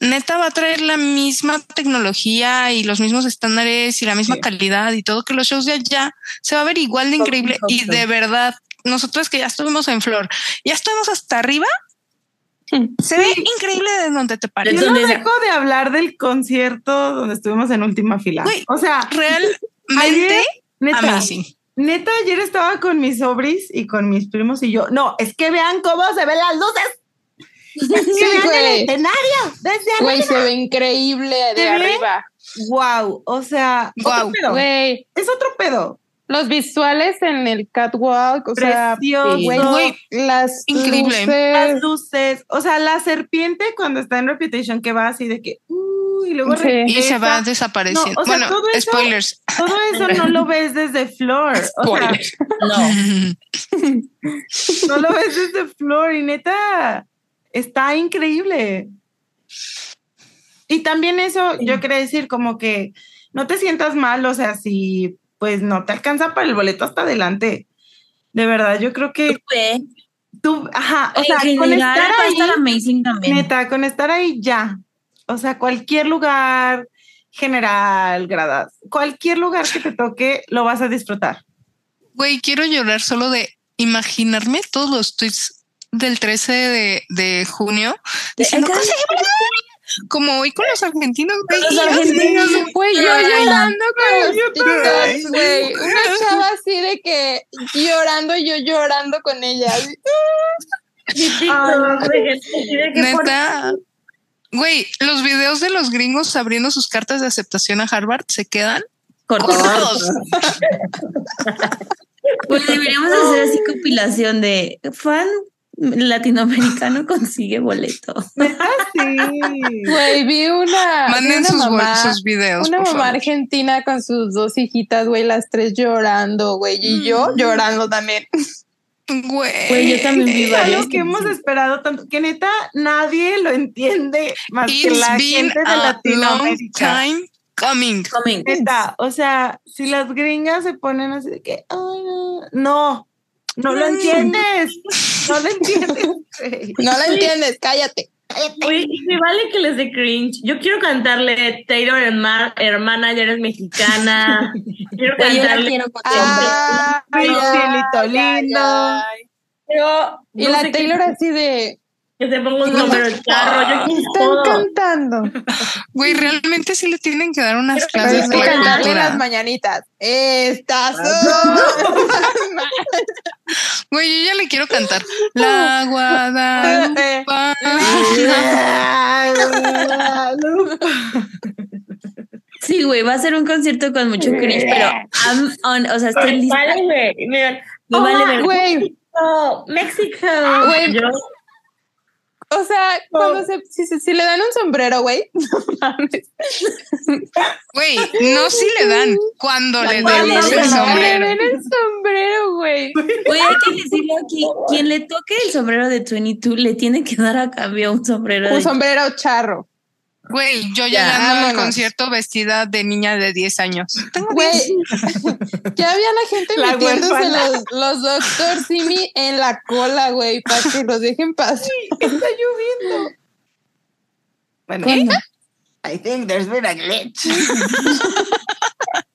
Speaker 5: neta va a traer la misma tecnología y los mismos estándares y la misma calidad y todo que los shows de allá se va a ver igual de increíble y de verdad nosotros que ya estuvimos en flor ya estuvimos hasta arriba se ve increíble de donde te pares
Speaker 8: De
Speaker 4: Yo no
Speaker 8: donde sea.
Speaker 4: dejo de hablar del concierto donde estuvimos en última fila.
Speaker 5: Güey,
Speaker 4: o sea,
Speaker 5: realmente
Speaker 4: ayer, neta,
Speaker 5: amazing
Speaker 4: neta, ayer estaba con mis sobris y con mis primos y yo, no, es que vean cómo se ven las luces. Es que
Speaker 6: Sí,
Speaker 4: vean el
Speaker 6: güey.
Speaker 4: escenario desde
Speaker 6: Güey, se ve increíble de
Speaker 4: ¿Se ve?
Speaker 6: arriba.
Speaker 4: Wow, o sea, otro
Speaker 5: Guau.
Speaker 4: pedo.
Speaker 6: Güey,
Speaker 4: Es otro pedo.
Speaker 6: los visuales en el catwalk, o sea,
Speaker 4: Precioso.
Speaker 6: güey,
Speaker 5: Güey,
Speaker 6: las
Speaker 5: increíble.
Speaker 4: Las
Speaker 6: luces.
Speaker 4: luces, o sea, la serpiente cuando está en Reputation que va así de que, uh, y luego
Speaker 6: Sí.
Speaker 5: y se
Speaker 4: regresa.
Speaker 5: va desapareciendo
Speaker 4: No, o sea,
Speaker 5: bueno
Speaker 4: todo eso-
Speaker 5: spoilers
Speaker 4: Todo eso no lo ves desde Flor. O sea,
Speaker 8: No.
Speaker 4: no lo ves desde Flor y neta está increíble. Y también eso, yo quería decir como que no te sientas mal, o sea, si pues no te alcanza para el boleto hasta adelante. De verdad, yo creo que tú, ajá, o sea,
Speaker 1: en
Speaker 4: con estar
Speaker 1: general va a estar
Speaker 4: ahí,
Speaker 1: amazing también.
Speaker 4: neta, con estar ahí ya. O sea, cualquier lugar, general, gradas, cualquier lugar que te toque, lo vas a disfrutar.
Speaker 5: Güey, quiero llorar solo de imaginarme todos los tweets del 13 de, de junio diciendo
Speaker 1: acá-
Speaker 5: "Cosa que maravilla", como hoy con los argentinos. güey, y yo así,
Speaker 6: Güey, yo
Speaker 5: Ay,
Speaker 6: llorando con los
Speaker 4: yo
Speaker 5: también.
Speaker 6: TikToks, güey. Una chava así de que llorando, yo llorando con ella.
Speaker 8: Mi TikTok, de que- de que por-
Speaker 5: Neta. Güey, los videos de los gringos abriendo sus cartas de aceptación a Harvard se quedan cortos.
Speaker 1: Pues deberíamos hacer así compilación de fan latinoamericano consigue boleto.
Speaker 4: Neta, sí.
Speaker 6: Güey, vi una. vi
Speaker 5: Manden
Speaker 6: una
Speaker 5: sus, bol-
Speaker 6: mamá-
Speaker 5: sus videos.
Speaker 6: Una
Speaker 5: por
Speaker 6: mamá
Speaker 5: favor.
Speaker 6: argentina con sus dos hijitas, güey, las tres llorando, güey, y yo
Speaker 4: Mm.
Speaker 6: llorando también.
Speaker 5: Güey.
Speaker 1: Güey, yo también vi
Speaker 4: Es algo que hemos esperado tanto, que neta nadie lo entiende más que
Speaker 5: It's
Speaker 4: la
Speaker 5: been
Speaker 4: gente de
Speaker 5: a long
Speaker 4: Latinoamérica.
Speaker 5: time coming.
Speaker 4: Neta, o sea, si las gringas se ponen así de que, "Ay, no, no, no lo entiendes, no lo entiendes. güey.
Speaker 6: No la entiendes, cállate.
Speaker 8: Oye, y me vale que les dé cringe. Yo quiero cantarle Taylor herma- hermana, ya eres mexicana. Quiero
Speaker 1: Güey, yo la
Speaker 8: cantarle.
Speaker 1: quiero
Speaker 6: Ah,
Speaker 4: Ay,
Speaker 6: ya,
Speaker 4: cielito
Speaker 6: ya,
Speaker 4: lindo.
Speaker 6: ya.
Speaker 8: Yo
Speaker 6: Y
Speaker 8: no
Speaker 6: la
Speaker 8: sé
Speaker 6: Taylor
Speaker 8: qué-
Speaker 6: así de.
Speaker 8: que se ponga un número de carro. Yo
Speaker 6: "Me
Speaker 8: quiero
Speaker 6: Están
Speaker 8: Ah, todo.
Speaker 6: cantando.
Speaker 5: Güey, realmente sí le tienen que dar unas
Speaker 6: Pero
Speaker 5: clases
Speaker 6: es
Speaker 5: de
Speaker 6: que cantarle
Speaker 5: cultura.
Speaker 6: las mañanitas. Estas son.
Speaker 5: Güey, yo ya le quiero cantar. La Guadalupe.
Speaker 4: Ay, Guadalupe.
Speaker 1: Sí, güey, va a ser un concierto con mucho cringe, pero I'm on, o sea, estoy
Speaker 8: Me
Speaker 1: lista.
Speaker 8: vale, güey. Me- Me
Speaker 1: Oh,
Speaker 8: vale, me-
Speaker 6: Güey,
Speaker 8: México, México.
Speaker 6: Güey.
Speaker 8: Yo-
Speaker 6: o sea, cuando se, si, si- si le dan un sombrero, güey, no mames.
Speaker 5: Güey, no si le dan cuando le den
Speaker 6: Cuando
Speaker 5: el
Speaker 6: le
Speaker 5: sombrero.
Speaker 6: den el sombrero, güey.
Speaker 1: Güey, hay que decirlo aquí. Quien le toque el sombrero de 22 le tiene que dar a cambio un sombrero
Speaker 6: Un
Speaker 1: de
Speaker 6: sombrero charro.
Speaker 5: Güey, yo llegando al
Speaker 6: vámonos.
Speaker 5: concierto vestida de niña de 10 años. Tengo
Speaker 6: Güey, ya había la gente
Speaker 4: La
Speaker 6: metiéndose
Speaker 4: huérfana.
Speaker 6: los, los Doctor Simi en la cola, güey, para que los dejen pasar.
Speaker 4: Está lloviendo. Bueno, I think there's been a glitch.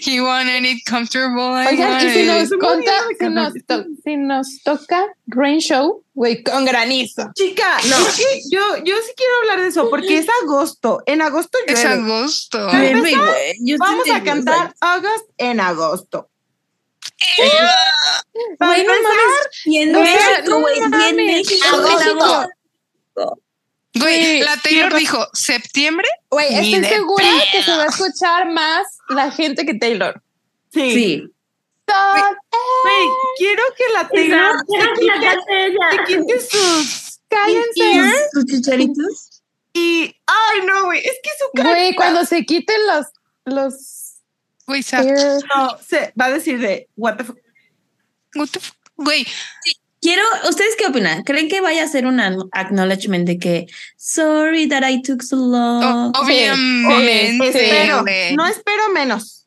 Speaker 5: He wanted it comfortable. I
Speaker 6: Oigan, y
Speaker 5: wanted
Speaker 6: si
Speaker 5: it-
Speaker 6: nos
Speaker 4: Ay,
Speaker 6: conta,
Speaker 4: muy bien,
Speaker 6: si nos, to- si nos toca Rain Show, güey, con granizo.
Speaker 4: Chica, no, yo, yo sí quiero hablar de eso porque es agosto. En agosto llueve.
Speaker 5: Es agosto.
Speaker 4: Para
Speaker 1: Verme,
Speaker 4: empezar,
Speaker 1: güey, yo
Speaker 4: Vamos
Speaker 1: estoy
Speaker 4: a cantar August en agosto. Para
Speaker 1: Güey, no
Speaker 4: empezar,
Speaker 1: mames. Y en
Speaker 6: O sea,
Speaker 1: México,
Speaker 6: no
Speaker 1: güey, y en
Speaker 6: mames,
Speaker 1: México.
Speaker 4: Ah,
Speaker 6: agosto.
Speaker 4: pues
Speaker 5: Güey, la Taylor dijo septiembre.
Speaker 6: Güey,
Speaker 5: Ni
Speaker 6: estoy
Speaker 5: de
Speaker 6: segura que se va a escuchar más la gente que Taylor.
Speaker 4: Sí.
Speaker 1: Sí.
Speaker 6: Son-
Speaker 4: Güey, quiero que la Taylor
Speaker 8: Quiero que la cante
Speaker 4: te
Speaker 8: ella.
Speaker 4: quite sus.
Speaker 6: Cállense.
Speaker 1: ¿Sus chicharitos?
Speaker 4: Y. Ay, no, güey. Es que su cara
Speaker 6: Güey, cuando se quiten los, los
Speaker 5: Güey, sa-
Speaker 6: ears.
Speaker 4: no, se va a decir de. What the fuck.
Speaker 5: what the fuck? Güey,
Speaker 1: Quiero, ¿ustedes qué opinan? ¿Creen que vaya a ser un an- acknowledgement de que sorry that I took so
Speaker 4: Oh,
Speaker 5: o-
Speaker 1: long?
Speaker 5: obviamente.
Speaker 4: Espero.
Speaker 5: güey.
Speaker 4: No espero menos.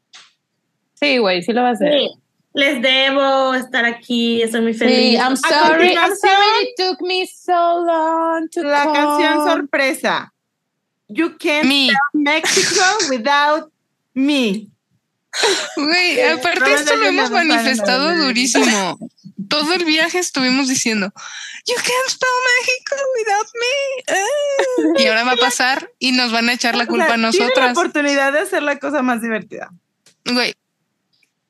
Speaker 6: Sí, güey, sí lo va a hacer.
Speaker 8: Sí. Les debo estar aquí, estoy muy
Speaker 6: Sí,
Speaker 8: feliz.
Speaker 6: I'm sorry, I'm
Speaker 4: continuación,
Speaker 6: sorry it took me so long to
Speaker 4: La
Speaker 6: come.
Speaker 4: canción sorpresa. You can't
Speaker 5: Mi-
Speaker 4: Mexico without me.
Speaker 5: Güey,
Speaker 4: no
Speaker 5: aparte
Speaker 4: me
Speaker 5: esto lo
Speaker 4: dejes
Speaker 5: hemos
Speaker 4: avanzar en la
Speaker 5: manifestado
Speaker 4: verdad.
Speaker 5: durísimo. Todo el viaje estuvimos diciendo, You can't spell México without me. Ah. Y ahora va a pasar y nos van a echar la
Speaker 4: O sea,
Speaker 5: culpa a
Speaker 4: Tiene la
Speaker 5: nosotras.
Speaker 4: oportunidad de hacer la cosa más divertida.
Speaker 5: Güey,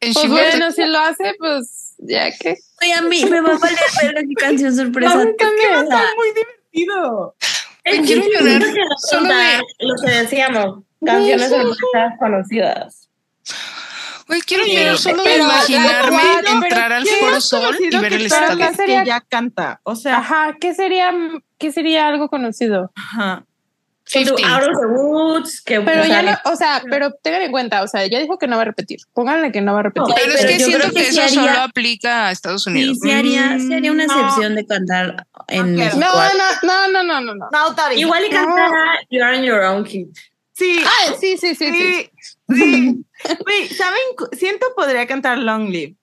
Speaker 5: en
Speaker 6: Pues
Speaker 5: Chihuahua-
Speaker 6: bueno, si lo hace, pues ya que.
Speaker 1: Oye, a mí me va a valer ver su canción sorpresa.
Speaker 4: Ay, es que va a estar muy divertido.
Speaker 5: Güey, quiero llorar solo de-
Speaker 8: lo que decíamos, canciones hermosas conocidas.
Speaker 5: Güey, quiero llorar solo de
Speaker 6: pero-
Speaker 5: imaginarme
Speaker 6: pero-
Speaker 5: entrar al
Speaker 4: ¿Qué
Speaker 5: Foro
Speaker 4: has
Speaker 5: Sol y
Speaker 4: conocido
Speaker 5: ver
Speaker 4: que
Speaker 5: el
Speaker 4: todas
Speaker 6: todas
Speaker 5: estadio.
Speaker 4: las que
Speaker 6: estadio?
Speaker 4: ya canta. O sea,
Speaker 6: Ajá, ¿qué sería, qué sería algo conocido?
Speaker 4: ajá.
Speaker 8: Con tu
Speaker 5: 50.
Speaker 8: Out of the Woods, que
Speaker 6: Pero
Speaker 8: o
Speaker 6: ya
Speaker 8: sea,
Speaker 6: lo, o sea, pero tengan en cuenta, o sea, ya dijo que no va a repetir. Pónganle que no va a repetir.
Speaker 5: Pero es
Speaker 1: Pero
Speaker 5: que
Speaker 1: yo
Speaker 5: siento
Speaker 1: creo
Speaker 5: que
Speaker 1: que sí
Speaker 5: eso
Speaker 1: haría-
Speaker 5: solo aplica a Estados Unidos.
Speaker 1: Sí, se haría, se haría una
Speaker 4: Mm, no.
Speaker 1: excepción de cantar en
Speaker 4: No
Speaker 1: México.
Speaker 4: quiero.
Speaker 6: No, no, no, no, no, no, no.
Speaker 4: No, Tari.
Speaker 8: Igual y cantara You Are in Your Own Kid.
Speaker 4: Sí,
Speaker 6: Ah, sí, sí, sí, sí.
Speaker 4: sí, sí. Güey, ¿saben? cu- Siento podría cantar Long Live,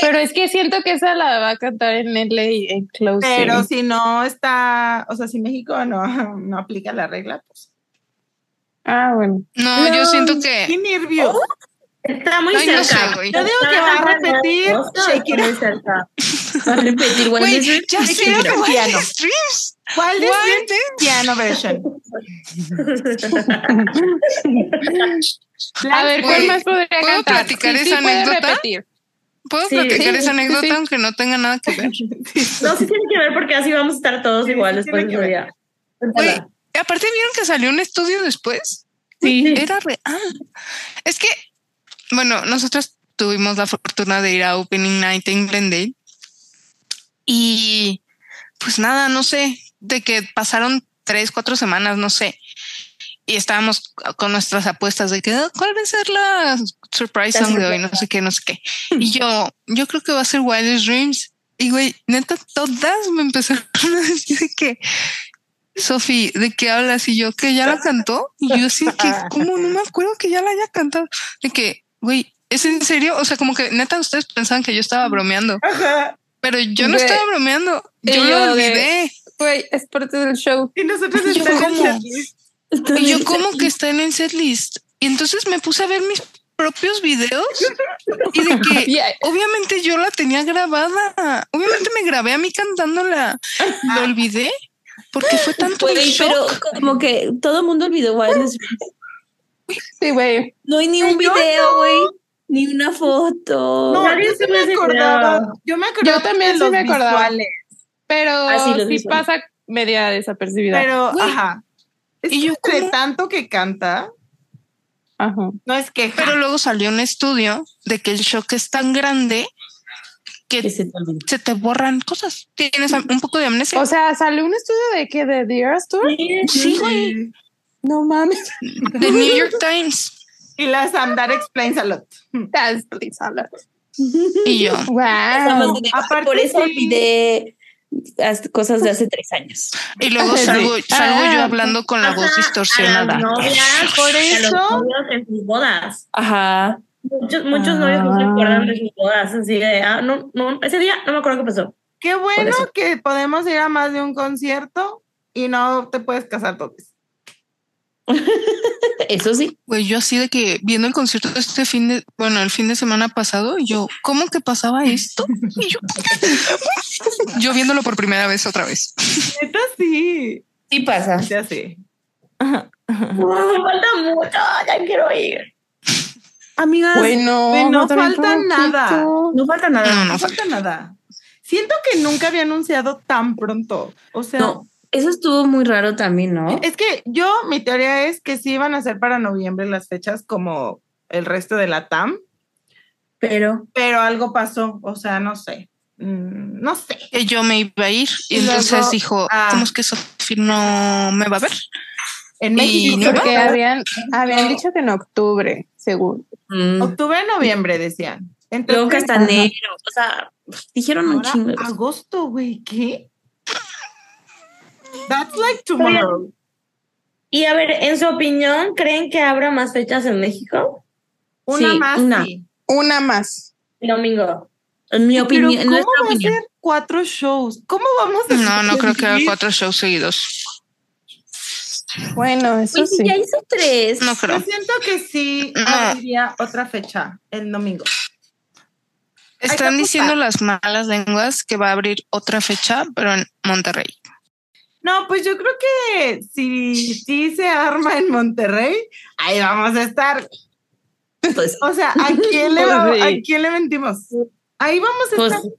Speaker 6: Pero es que siento que esa la va a cantar en LA en Close.
Speaker 4: pero si no está, o sea, si México no, no aplica la regla, pues.
Speaker 6: Ah, bueno.
Speaker 5: No, yo siento
Speaker 4: ¡Qué
Speaker 5: que... Oh,
Speaker 4: nervios!
Speaker 8: Está muy
Speaker 5: Ay, no
Speaker 8: cerca.
Speaker 5: sé, güey.
Speaker 4: Yo digo que va a repetir
Speaker 8: No, está
Speaker 4: Shakira.
Speaker 8: muy cerca.
Speaker 1: Va a repetir Walt
Speaker 5: Güey,
Speaker 1: Disney.
Speaker 5: ya sé,
Speaker 4: quiero
Speaker 5: Wild
Speaker 4: piano.
Speaker 5: Dreams.
Speaker 4: ¿Cuál es
Speaker 5: Wild
Speaker 4: el piano version?
Speaker 6: A ver, ¿cuál
Speaker 5: Güey,
Speaker 6: más podría
Speaker 5: ¿puedo
Speaker 6: cantar?
Speaker 5: platicar
Speaker 6: Sí, sí,
Speaker 5: esa
Speaker 6: puede
Speaker 5: anécdota?
Speaker 6: repetir.
Speaker 5: ¿Puedo
Speaker 8: Sí,
Speaker 5: platicar
Speaker 6: sí,
Speaker 5: esa anécdota
Speaker 6: sí.
Speaker 5: aunque no tenga nada que ver?
Speaker 8: No, sí tiene que ver porque así vamos a estar todos
Speaker 4: Sí,
Speaker 8: igual
Speaker 4: sí
Speaker 8: después de
Speaker 4: tiene
Speaker 8: ese
Speaker 4: que
Speaker 8: día.
Speaker 5: Güey, aparte vieron que salió un estudio después.
Speaker 6: Sí.
Speaker 5: Era real. Es que, bueno, nosotros tuvimos la fortuna de ir a Opening Night en Glendale y pues nada, no sé, de que pasaron tres, cuatro semanas, no sé. Y estábamos con nuestras apuestas de que "Ah, cuál va a ser la surprise
Speaker 8: La
Speaker 5: song de hoy, no sé qué, no sé qué. Y yo, yo creo que va a ser Wildest Dreams. Y güey, neta, todas me empezaron a decir de que Sofi, ¿de qué hablas? Y yo, que ya la cantó. Y yo así, de que, ¿cómo no me acuerdo que ya la haya cantado? De que, güey, ¿es en serio? O sea, como que neta, ustedes pensaban que yo estaba bromeando,
Speaker 4: Ajá.
Speaker 5: pero yo no
Speaker 6: Güey.
Speaker 5: estaba bromeando.
Speaker 6: Y
Speaker 5: Yo lo
Speaker 6: yo de-
Speaker 5: olvidé.
Speaker 6: Güey, es parte del show.
Speaker 4: Y nosotros
Speaker 5: Yo
Speaker 4: estamos
Speaker 5: como-
Speaker 1: Está
Speaker 5: Y yo,
Speaker 1: bien.
Speaker 5: como que está en el setlist. Y entonces me puse a ver mis propios videos y de que
Speaker 6: Y ahí-
Speaker 5: Obviamente yo la tenía grabada. Obviamente me grabé a mí cantándola. Lo olvidé porque fue tanto el
Speaker 1: Güey,
Speaker 5: shock.
Speaker 1: pero como que todo el mundo olvidó Walt Disney.
Speaker 6: Sí, güey.
Speaker 1: No hay ni un video, güey, ni una foto.
Speaker 4: No,
Speaker 8: Nadie
Speaker 4: yo sí
Speaker 8: se
Speaker 4: me
Speaker 8: hubiese
Speaker 4: acordaba.
Speaker 8: quedado.
Speaker 4: Yo me acordaba.
Speaker 6: Yo también
Speaker 4: de
Speaker 6: sí
Speaker 4: los
Speaker 6: me acordaba.
Speaker 4: visuales,
Speaker 6: Pero
Speaker 8: Así lo
Speaker 6: sí
Speaker 8: hizo.
Speaker 6: pasa media desapercibida.
Speaker 4: Pero,
Speaker 5: Güey.
Speaker 4: ajá. Es
Speaker 5: Y
Speaker 4: que
Speaker 5: yo
Speaker 4: entre
Speaker 5: como-
Speaker 4: tanto que canta,
Speaker 6: Ajá.
Speaker 4: no es que
Speaker 5: Pero luego salió un estudio de que el shock es tan grande
Speaker 1: Que
Speaker 5: que
Speaker 1: se te olvidó.
Speaker 5: se te borran cosas. Tienes am- un poco de amnesia.
Speaker 6: O sea, salió un estudio de que de The Earth Tour.
Speaker 5: sí, güey.
Speaker 6: No mames.
Speaker 5: The New York Times.
Speaker 4: y las andar explains a lot.
Speaker 6: That's please hablar.
Speaker 5: Y yo.
Speaker 6: Wow.
Speaker 4: aparte
Speaker 1: Por eso
Speaker 4: sí.
Speaker 1: olvidé las cosas de hace tres años.
Speaker 5: Y luego
Speaker 6: Sí.
Speaker 5: salgo, salgo yo
Speaker 6: Ah.
Speaker 5: hablando con la voz distorsionada.
Speaker 8: No,
Speaker 4: Por
Speaker 8: a los
Speaker 4: eso,
Speaker 8: novios en sus bodas.
Speaker 1: Ajá.
Speaker 8: Muchos, muchos novios no se acuerdan de sus bodas, así de, ah, no, no, ese día no me acuerdo qué pasó.
Speaker 4: qué bueno
Speaker 1: eso.
Speaker 4: que podemos ir a más de un concierto y no te puedes casar dos veces.
Speaker 1: Eso sí.
Speaker 5: Güey, yo así de que viendo el concierto de este fin de, bueno, el fin de semana pasado, y yo, ¿cómo que pasaba esto? Y yo, yo viéndolo por primera vez otra vez.
Speaker 4: Neta, sí.
Speaker 1: Sí pasa.
Speaker 4: Ya sí.
Speaker 8: No, me falta mucho, ya quiero ir.
Speaker 4: Amigas,
Speaker 6: Bueno,
Speaker 4: güey, no falta nada.
Speaker 8: No falta
Speaker 5: No, no,
Speaker 4: no falta nada. Siento que nunca había anunciado tan pronto. O sea,
Speaker 1: No, eso estuvo muy raro
Speaker 4: Eh,
Speaker 1: también, ¿no?
Speaker 4: Es que yo, mi teoría es que sí iban a ser para noviembre las fechas como el resto de la TAM,
Speaker 9: Pero
Speaker 4: pero algo pasó, o sea, no sé, Mm, no sé.
Speaker 5: que yo me iba a ir. Y,
Speaker 4: Y luego,
Speaker 5: entonces dijo,
Speaker 4: ah.
Speaker 5: ¿cómo es que Sofi no me va a ver?
Speaker 4: En
Speaker 5: Y
Speaker 4: México,
Speaker 5: no,
Speaker 4: creo
Speaker 6: Porque
Speaker 4: que
Speaker 6: habían, habían dicho que en octubre, según.
Speaker 8: Mm.
Speaker 4: octubre, noviembre, decían. Entonces,
Speaker 1: Luego Castanero, o sea, dijeron un
Speaker 4: ahora,
Speaker 1: chingo. de cosas.
Speaker 4: agosto, güey, ¿qué? That's like tomorrow.
Speaker 8: Y a ver, en su opinión, ¿creen que habrá más fechas en México?
Speaker 4: Una
Speaker 1: Sí,
Speaker 4: más.
Speaker 1: una.
Speaker 4: sí.
Speaker 6: Una más.
Speaker 8: El domingo.
Speaker 1: En mi
Speaker 4: Pero
Speaker 1: opinión, en
Speaker 4: ¿cómo
Speaker 1: nuestra
Speaker 4: va
Speaker 1: opinión.
Speaker 4: a ser cuatro shows? ¿Cómo vamos a
Speaker 5: No, no creo que haga
Speaker 4: sobrevivir?
Speaker 5: cuatro shows seguidos.
Speaker 6: Bueno, eso
Speaker 1: Pues
Speaker 6: sí.
Speaker 1: ya hizo tres.
Speaker 5: No
Speaker 4: Yo
Speaker 5: creo.
Speaker 4: siento que sí
Speaker 5: No.
Speaker 4: abriría otra fecha el domingo.
Speaker 5: Están
Speaker 4: que
Speaker 5: diciendo las malas lenguas que va a abrir otra fecha, pero en Monterrey.
Speaker 4: No, pues yo creo que si sí se arma en Monterrey, ahí vamos a estar.
Speaker 1: Pues,
Speaker 4: O sea, ¿a quién le,
Speaker 6: Pues
Speaker 4: vamos- a
Speaker 6: sí.
Speaker 4: quién le mentimos? Ahí vamos a
Speaker 1: pues,
Speaker 4: estar.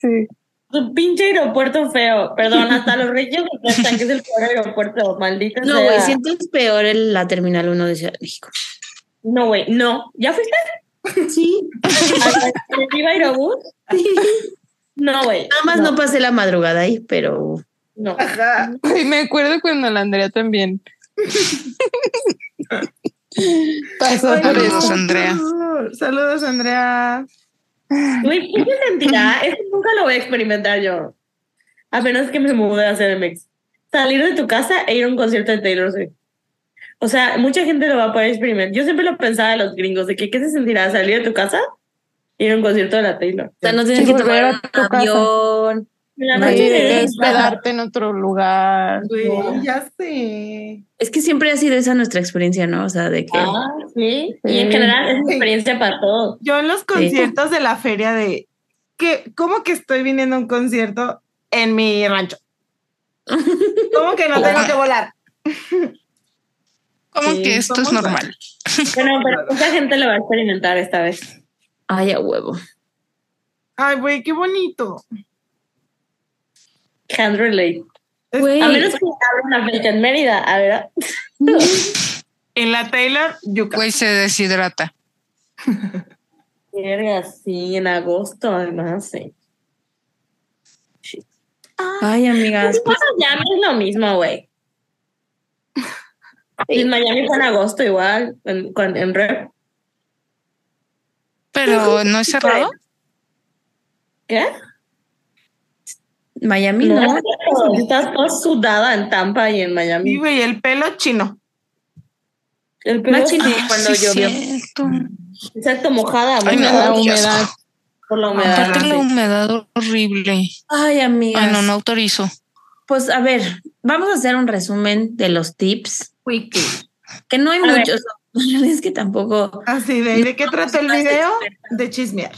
Speaker 6: Sí.
Speaker 8: Su pinche aeropuerto feo. Perdón, hasta los reyes están que es el peor aeropuerto, maldita
Speaker 1: no,
Speaker 8: sea.
Speaker 1: güey, siento es peor el- la Terminal 1 de Ciudad de México.
Speaker 8: No, güey, no. ¿Ya fuiste
Speaker 1: Sí,
Speaker 8: a la Viva Aerobús? No, güey.
Speaker 1: nada más no. pasé la madrugada ahí, pero
Speaker 8: No.
Speaker 4: Ajá.
Speaker 6: Ay, me acuerdo cuando la Andrea también. Pasó por
Speaker 5: Saludos,
Speaker 6: eso.
Speaker 5: Andrea.
Speaker 4: Saludos, Andrea.
Speaker 8: Güey, ¿qué se sentirá? Eso nunca lo voy a experimentar yo. A menos que me mude a CDMX. Salir de tu casa e ir a un concierto de Taylor Swift. O sea, mucha gente lo va a poder experimentar. Yo siempre lo pensaba de los gringos, de que qué se sentirá salir de tu casa e ir a un concierto de la Taylor.
Speaker 1: o sea, no tienes
Speaker 6: Sí,
Speaker 1: que
Speaker 6: volver
Speaker 1: tomar
Speaker 6: a
Speaker 1: un
Speaker 6: tu casa.
Speaker 1: avión.
Speaker 8: En la
Speaker 1: No,
Speaker 8: noche
Speaker 6: Sí,
Speaker 8: de-
Speaker 6: Hospedarte en otro lugar.
Speaker 4: Güey,
Speaker 6: No.
Speaker 4: ya sé.
Speaker 1: Es que siempre ha sido esa nuestra experiencia, ¿no? O sea, de que
Speaker 8: Ah, sí. Y en general es una experiencia para todos.
Speaker 4: Yo en los conciertos de la feria de que cómo que estoy viniendo a un concierto en mi rancho. ¿Cómo que no tengo que volar?
Speaker 5: ¿Cómo
Speaker 4: Sí,
Speaker 5: que esto es
Speaker 4: somos
Speaker 5: normal?
Speaker 8: Bueno, pero mucha gente lo va a experimentar esta vez.
Speaker 1: ay, a huevo.
Speaker 4: Ay, güey, qué bonito.
Speaker 8: Can't relate.
Speaker 4: Es-
Speaker 1: Güey.
Speaker 8: A menos que abra una fecha en Mérida, a ver.
Speaker 4: En la Taylor, yuca.
Speaker 5: Güey, se deshidrata.
Speaker 8: Verga, sí, en agosto, además, sí.
Speaker 1: Ay, amigas,
Speaker 8: Pues Miami es lo mismo, güey. Y en Miami fue en agosto igual, en, con, en rep.
Speaker 5: Pero no es cerrado.
Speaker 8: ¿Qué?
Speaker 1: Miami,
Speaker 8: No,
Speaker 1: ¿no?
Speaker 8: estás toda sudada en Tampa y en
Speaker 4: Sí,
Speaker 8: Miami.
Speaker 4: güey, el pelo chino.
Speaker 8: El pelo
Speaker 1: Machín.
Speaker 8: sí, cuando
Speaker 5: Sí,
Speaker 8: llovió.
Speaker 5: cierto.
Speaker 8: Exacto, mojada,
Speaker 5: Ay, me
Speaker 8: mojada
Speaker 5: da mucho
Speaker 6: humedad.
Speaker 5: asco.
Speaker 8: por la humedad.
Speaker 5: Aparte la humedad horrible.
Speaker 1: Ay, amigas.
Speaker 5: Ay, no, no autorizo.
Speaker 1: Pues a ver, vamos a hacer un resumen de los tips. Que no hay
Speaker 8: ver.
Speaker 1: muchos, la verdad es que tampoco.
Speaker 4: Así de, ¿de qué trata el video? De chismear.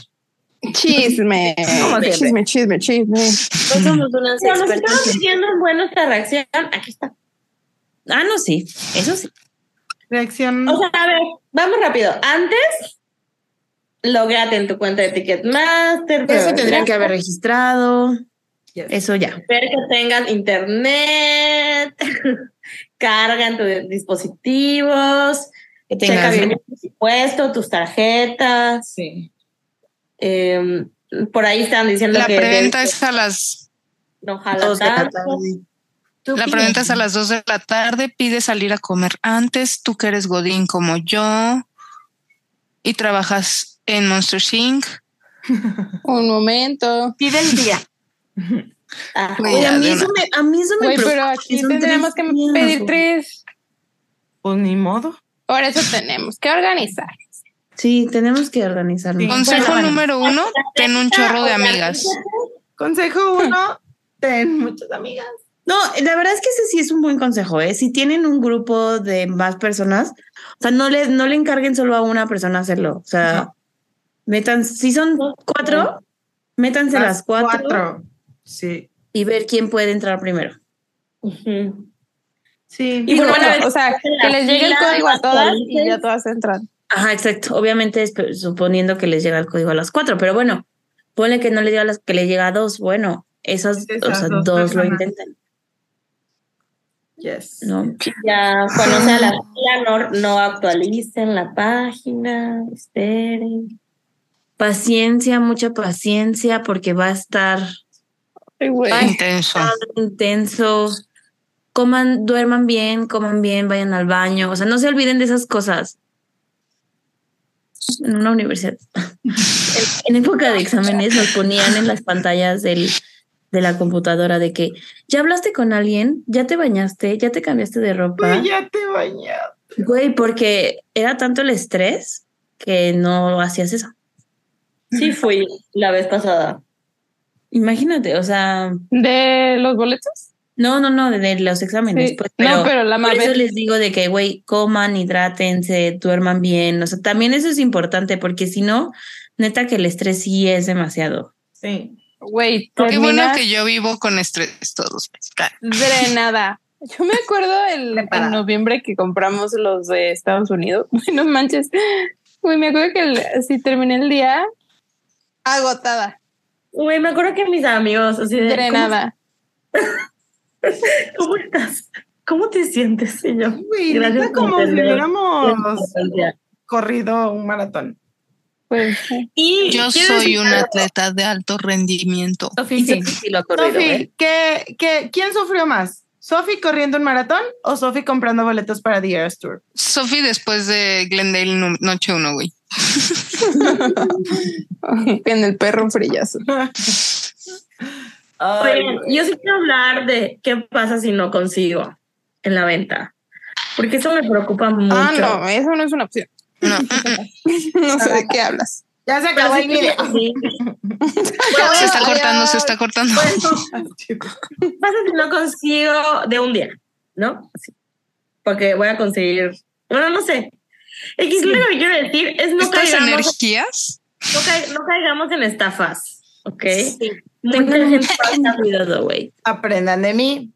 Speaker 6: Chisme.
Speaker 4: Como siempre.
Speaker 6: Chisme, chisme,
Speaker 1: No
Speaker 6: chisme.
Speaker 1: somos unas
Speaker 8: Pero nos estamos
Speaker 1: expertas.
Speaker 8: siguiendo en buena esta reacción. Aquí está.
Speaker 1: Ah, no, sí, eso sí.
Speaker 4: Reacción.
Speaker 8: O sea, a ver, vamos rápido. Antes, logate en tu cuenta de Ticketmaster.
Speaker 1: Eso
Speaker 8: pero-
Speaker 1: tendrían que haber registrado. Eso ya.
Speaker 8: Ver que tengas internet, carga en tus dispositivos,
Speaker 1: Que
Speaker 8: checa
Speaker 1: tengas.
Speaker 8: bien tu presupuesto, tus tarjetas.
Speaker 4: Sí.
Speaker 8: eh, por ahí están diciendo
Speaker 5: La
Speaker 8: que
Speaker 5: preventa
Speaker 8: debes-
Speaker 5: es a las
Speaker 8: no jala
Speaker 1: Dos de la
Speaker 8: tanto.
Speaker 1: tarde.
Speaker 5: la preventa es a las 2 de la tarde, pide salir a comer antes, tú que eres godín como yo y trabajas en Monster Inc.
Speaker 6: Un momento.
Speaker 4: Pide el día.
Speaker 8: Ah,
Speaker 5: Güey,
Speaker 1: Oye, a
Speaker 5: ya
Speaker 1: mí
Speaker 5: de
Speaker 1: eso
Speaker 5: una-
Speaker 1: me, a mí eso me
Speaker 6: Güey, pero
Speaker 1: preocupa,
Speaker 6: aquí
Speaker 1: son
Speaker 6: tendríamos que
Speaker 1: tres días,
Speaker 6: pedir
Speaker 1: güey.
Speaker 6: tres.
Speaker 4: Pues ni modo.
Speaker 6: Por eso tenemos que organizar.
Speaker 1: Sí, tenemos que organizarnos.
Speaker 4: Sí.
Speaker 5: Consejo
Speaker 1: Bueno,
Speaker 5: número uno, ten un chorro de amigas.
Speaker 4: Consejo uno, ten muchas amigas.
Speaker 1: No, la verdad es que ese sí es un buen consejo, ¿eh? Si tienen un grupo de más personas, o sea, no le, no le encarguen solo a una persona hacerlo. O sea, metan, si son cuatro, métanse las cuatro,
Speaker 4: Sí.
Speaker 1: y ver quién puede entrar primero.
Speaker 8: Ujú.
Speaker 4: Sí.
Speaker 6: Y
Speaker 8: bueno,
Speaker 6: bueno,
Speaker 8: a ver,
Speaker 6: o sea,
Speaker 8: en
Speaker 6: que
Speaker 8: la
Speaker 6: les llegue el
Speaker 8: fila,
Speaker 6: código a
Speaker 8: las
Speaker 6: todas
Speaker 8: felices.
Speaker 6: y ya todas entran.
Speaker 1: Ajá, exacto. Obviamente espe- suponiendo que les llega el código a las cuatro, pero bueno, ponle que no le llega a las que le llega a dos, bueno, esas,
Speaker 4: Esas
Speaker 1: o sea,
Speaker 4: dos
Speaker 1: dos lo
Speaker 4: personas.
Speaker 1: intentan.
Speaker 4: Yes.
Speaker 1: ¿no?
Speaker 8: Ya conocen a la fila, no, no actualicen la página, Este, esperen.
Speaker 1: Paciencia, mucha paciencia, porque va a estar
Speaker 6: Ay, güey.
Speaker 5: Intenso.
Speaker 1: Ah, intenso. Coman, duerman bien, coman bien, vayan al baño. O sea, no se olviden de esas cosas. En una universidad. En, en época de exámenes nos ponían en las pantallas del, de la computadora de que ya hablaste con alguien, ya te bañaste, ya te cambiaste de ropa.
Speaker 4: Uy, ya te bañaste.
Speaker 1: Güey, porque era tanto el estrés que no hacías eso.
Speaker 8: Sí fui la vez pasada.
Speaker 1: Imagínate, o sea,
Speaker 6: ¿De los boletos?
Speaker 1: no, no, no, de, de los exámenes.
Speaker 6: Sí.
Speaker 1: pues, pero
Speaker 6: no, pero la
Speaker 1: por eso
Speaker 6: Mabel.
Speaker 1: les digo de que, güey, coman, hidrátense, duerman bien. O sea, también eso es importante porque si no, neta que el estrés sí es demasiado.
Speaker 4: Sí.
Speaker 6: Güey,
Speaker 5: Qué bueno
Speaker 6: terminas
Speaker 5: que yo vivo con estrés todos.
Speaker 6: drenada. Yo me acuerdo el en noviembre que compramos los de Estados Unidos. Ay, No manches. Güey, me acuerdo que el- si terminé el día agotada,
Speaker 8: Güey, me acuerdo que mis amigos, así de,
Speaker 6: drenada.
Speaker 8: ¿cómo, cómo estás? ¿Cómo te sientes? Y yo, "Pues,
Speaker 4: Uy,
Speaker 8: Gracias
Speaker 4: neta,
Speaker 8: por
Speaker 4: como si
Speaker 8: entender.
Speaker 4: hubiéramos
Speaker 8: "Importancia".
Speaker 4: corrido un maratón.
Speaker 6: Pues,
Speaker 8: y
Speaker 5: Yo
Speaker 8: quiero
Speaker 5: soy
Speaker 8: decir
Speaker 5: un
Speaker 8: algo.
Speaker 5: atleta de alto rendimiento.
Speaker 1: Sofi, sí. lo ha corrido, ¿eh?
Speaker 4: Sofi, ¿qué, qué, quién sufrió más? ¿Sofi corriendo un maratón o Sofi comprando boletos para The Eras Tour?
Speaker 5: Sophie después de Glendale no- Noche 1, güey.
Speaker 6: en el perro frillazo.
Speaker 8: Oigan, yo sí quiero hablar de qué pasa si no consigo en la venta. Porque eso me preocupa mucho.
Speaker 6: Ah, no, eso no es una opción.
Speaker 5: No,
Speaker 6: No sé de qué hablas.
Speaker 4: Ya se
Speaker 8: Pero
Speaker 4: acabó el
Speaker 8: sí
Speaker 4: video.
Speaker 8: quiero decir-
Speaker 5: se está cortando, se está cortando.
Speaker 8: pasa si no consigo de un día, ¿no? Así. Porque voy a conseguir, bueno, no sé. X, lo que quiero decir es no
Speaker 5: Estas
Speaker 8: caigamos,
Speaker 5: energías,
Speaker 8: no, cai- no caigamos en estafas, ¿ok?
Speaker 1: Sí.
Speaker 8: Mucha
Speaker 1: Tengan
Speaker 8: gente
Speaker 1: mucho cuidado, güey.
Speaker 4: Aprendan de mí.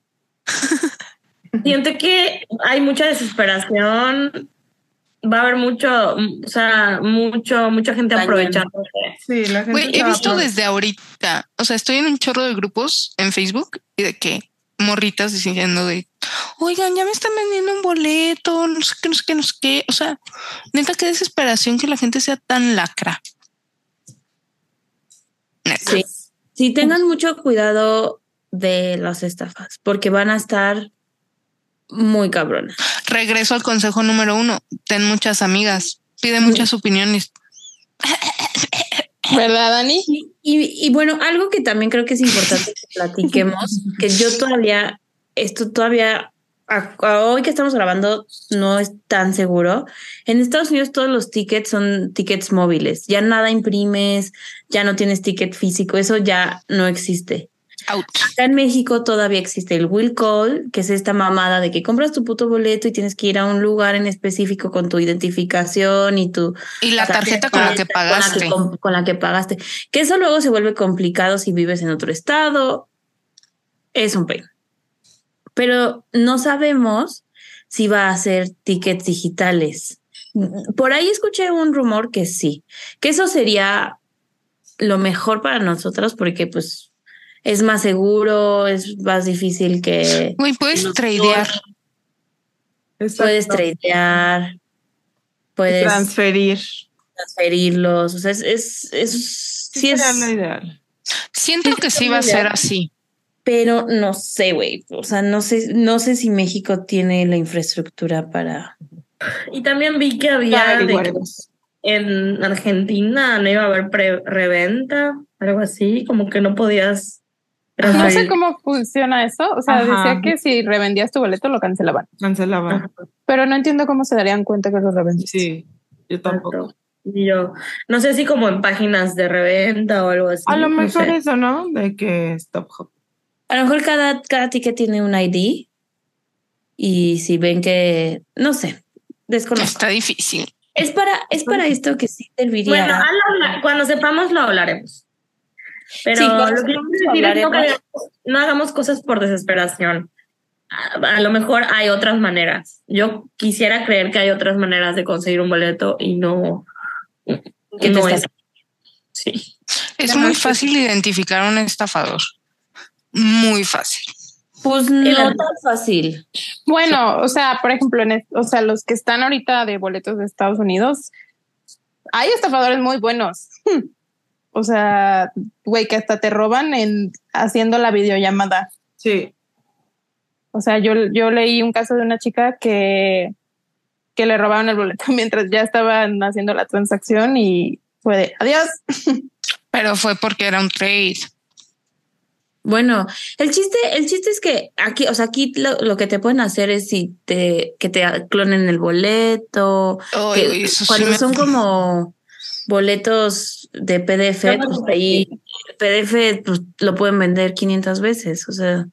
Speaker 8: siento que hay mucha desesperación, va a haber mucho, mm, o sea, mucho, mucha gente
Speaker 1: Cañón.
Speaker 8: aprovechando.
Speaker 4: Sí, la gente.
Speaker 5: güey,
Speaker 4: se
Speaker 5: he
Speaker 4: va
Speaker 5: visto
Speaker 4: por-
Speaker 5: desde ahorita. O sea, estoy en un chorro de grupos en Facebook y de que morritas diciendo de, oigan, ya me están vendiendo un boleto, no sé qué, no sé qué, no sé qué. O sea, neta, qué desesperación que la gente sea tan lacra. Neta.
Speaker 1: Sí. Sí, tengan mucho cuidado de las estafas porque van a estar muy cabronas.
Speaker 5: Regreso al consejo número uno. Ten muchas amigas, pide muchas opiniones.
Speaker 6: ¿Verdad, Dani?
Speaker 1: Y, y bueno, algo que también creo que es importante que platiquemos, que yo todavía, esto todavía, a- a hoy que estamos grabando, no es tan seguro. En Estados Unidos todos los tickets son tickets móviles, ya nada imprimes, ya no tienes ticket físico, eso ya no existe.
Speaker 5: Out.
Speaker 1: Acá en México todavía existe el will call, que es esta mamada de que compras tu puto boleto y tienes que ir a un lugar en específico con tu identificación y tu
Speaker 5: Y la tarjeta con la que
Speaker 1: con la que
Speaker 5: pagaste.
Speaker 1: com- con la que pagaste. Que eso luego se vuelve complicado si vives en otro estado. Es un pain. Pero no sabemos si va a ser tickets digitales. Por ahí escuché un rumor que sí, que eso sería lo mejor para nosotros porque pues es más seguro, es más difícil que
Speaker 5: Güey, puedes tradear.
Speaker 4: Exacto.
Speaker 1: puedes tradear,
Speaker 5: Pues,
Speaker 1: puedes
Speaker 4: transferir.
Speaker 1: transferirlos. O sea, es, es, es- sí es-
Speaker 4: Sería lo ideal.
Speaker 5: Siento que sí va a ser así.
Speaker 1: pero no sé, güey. O sea, no sé, no sé si México tiene la infraestructura para.
Speaker 8: Y también vi que había de que
Speaker 4: Averiguaremos.
Speaker 8: en Argentina no iba a haber pre- reventa, algo así, como que no podías.
Speaker 6: No sé
Speaker 8: transferir.
Speaker 6: cómo funciona eso. O sea,
Speaker 4: Ajá.
Speaker 6: decía que si revendías tu boleto lo cancelaban.
Speaker 4: Cancelaban.
Speaker 6: Pero no entiendo cómo se darían cuenta que lo revendiste.
Speaker 4: Sí, yo tampoco.
Speaker 8: Exacto. Y yo, no sé si como en páginas de reventa o algo así.
Speaker 4: A lo
Speaker 8: no
Speaker 4: mejor
Speaker 8: sé.
Speaker 4: eso, ¿no? De que Stop Hop.
Speaker 1: A lo mejor cada, cada ticket tiene un ID y si ven que no sé, desconozco.
Speaker 5: Está difícil.
Speaker 1: Es para, es para esto que sí serviría.
Speaker 8: Bueno, ah, al hablar- cuando sepamos lo hablaremos. Pero
Speaker 1: Sí, cuando
Speaker 8: lo que
Speaker 1: sepamos
Speaker 8: quiero
Speaker 1: lo
Speaker 8: decir es no,
Speaker 1: hablaremos.
Speaker 8: hagamos- no hagamos cosas por desesperación. A, a lo mejor hay otras maneras. Yo quisiera creer que hay otras maneras de conseguir un boleto y no.
Speaker 1: Que te
Speaker 8: no
Speaker 1: estás-
Speaker 8: es. Sí.
Speaker 5: Es muy fácil identificar a un estafador. Muy fácil.
Speaker 1: Pues no tan fácil.
Speaker 6: Bueno, o sea, por ejemplo, en es- o sea, los que están ahorita de boletos de Estados Unidos, hay estafadores muy buenos. O sea, güey, que hasta te roban en haciendo la videollamada.
Speaker 4: Sí.
Speaker 6: O sea, yo, yo leí un caso de una chica que, que le robaron el boleto mientras ya estaban haciendo la transacción y fue de adiós.
Speaker 5: Pero fue porque era un trade.
Speaker 1: Bueno, el chiste, el chiste es que aquí, o sea, aquí lo, lo que te pueden hacer es si te, que te clonen el boleto.
Speaker 5: Ay,
Speaker 1: que
Speaker 5: güey, eso sí
Speaker 1: cuando
Speaker 5: me-
Speaker 1: son como boletos de PDF,
Speaker 8: No,
Speaker 1: pues
Speaker 8: no,
Speaker 1: ahí PDF pues, lo pueden vender 500 veces. O sea,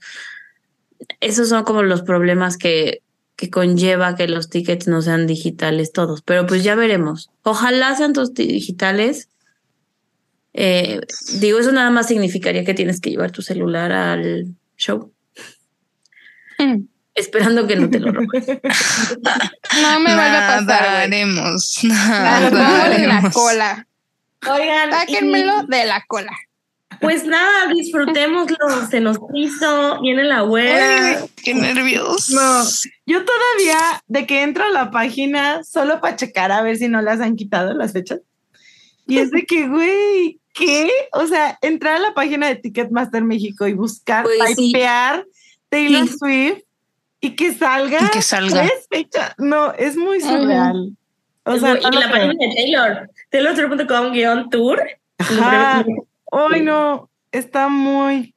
Speaker 1: esos son como los problemas que, que conlleva que los tickets no sean digitales todos. Pero pues ya veremos. Ojalá sean todos di- digitales. Eh, digo, eso nada más significaría que tienes que llevar tu celular al show.
Speaker 6: Mm.
Speaker 1: Esperando que no te lo roben.
Speaker 6: No me vuelve a pasar, güey.
Speaker 5: Nadaremos,
Speaker 6: Lo pongo de la
Speaker 5: nadaremos.
Speaker 6: cola.
Speaker 8: Oigan,
Speaker 6: Sáquenmelo de la cola.
Speaker 8: y pues nada, disfrutémoslo. Se nos hizo, viene la abuela.
Speaker 5: Ay, qué nervios.
Speaker 4: No. Yo todavía, de que entro a la página, solo para checar a ver si no las han quitado las fechas. Y es de que, güey, ¿qué? O sea, entrar a la página de Ticketmaster México y buscar,
Speaker 5: Pues
Speaker 1: Güey, sí.
Speaker 4: typear Taylor
Speaker 1: Sí.
Speaker 4: Swift y que salga
Speaker 5: Y que salga.
Speaker 4: tres fechas. No, es muy surreal. O sea,
Speaker 8: Güey,
Speaker 4: no
Speaker 8: y
Speaker 4: lo
Speaker 8: la
Speaker 4: creo.
Speaker 8: página de Taylor, taylor.com guión tour.
Speaker 4: Ajá. Ay, no, está muy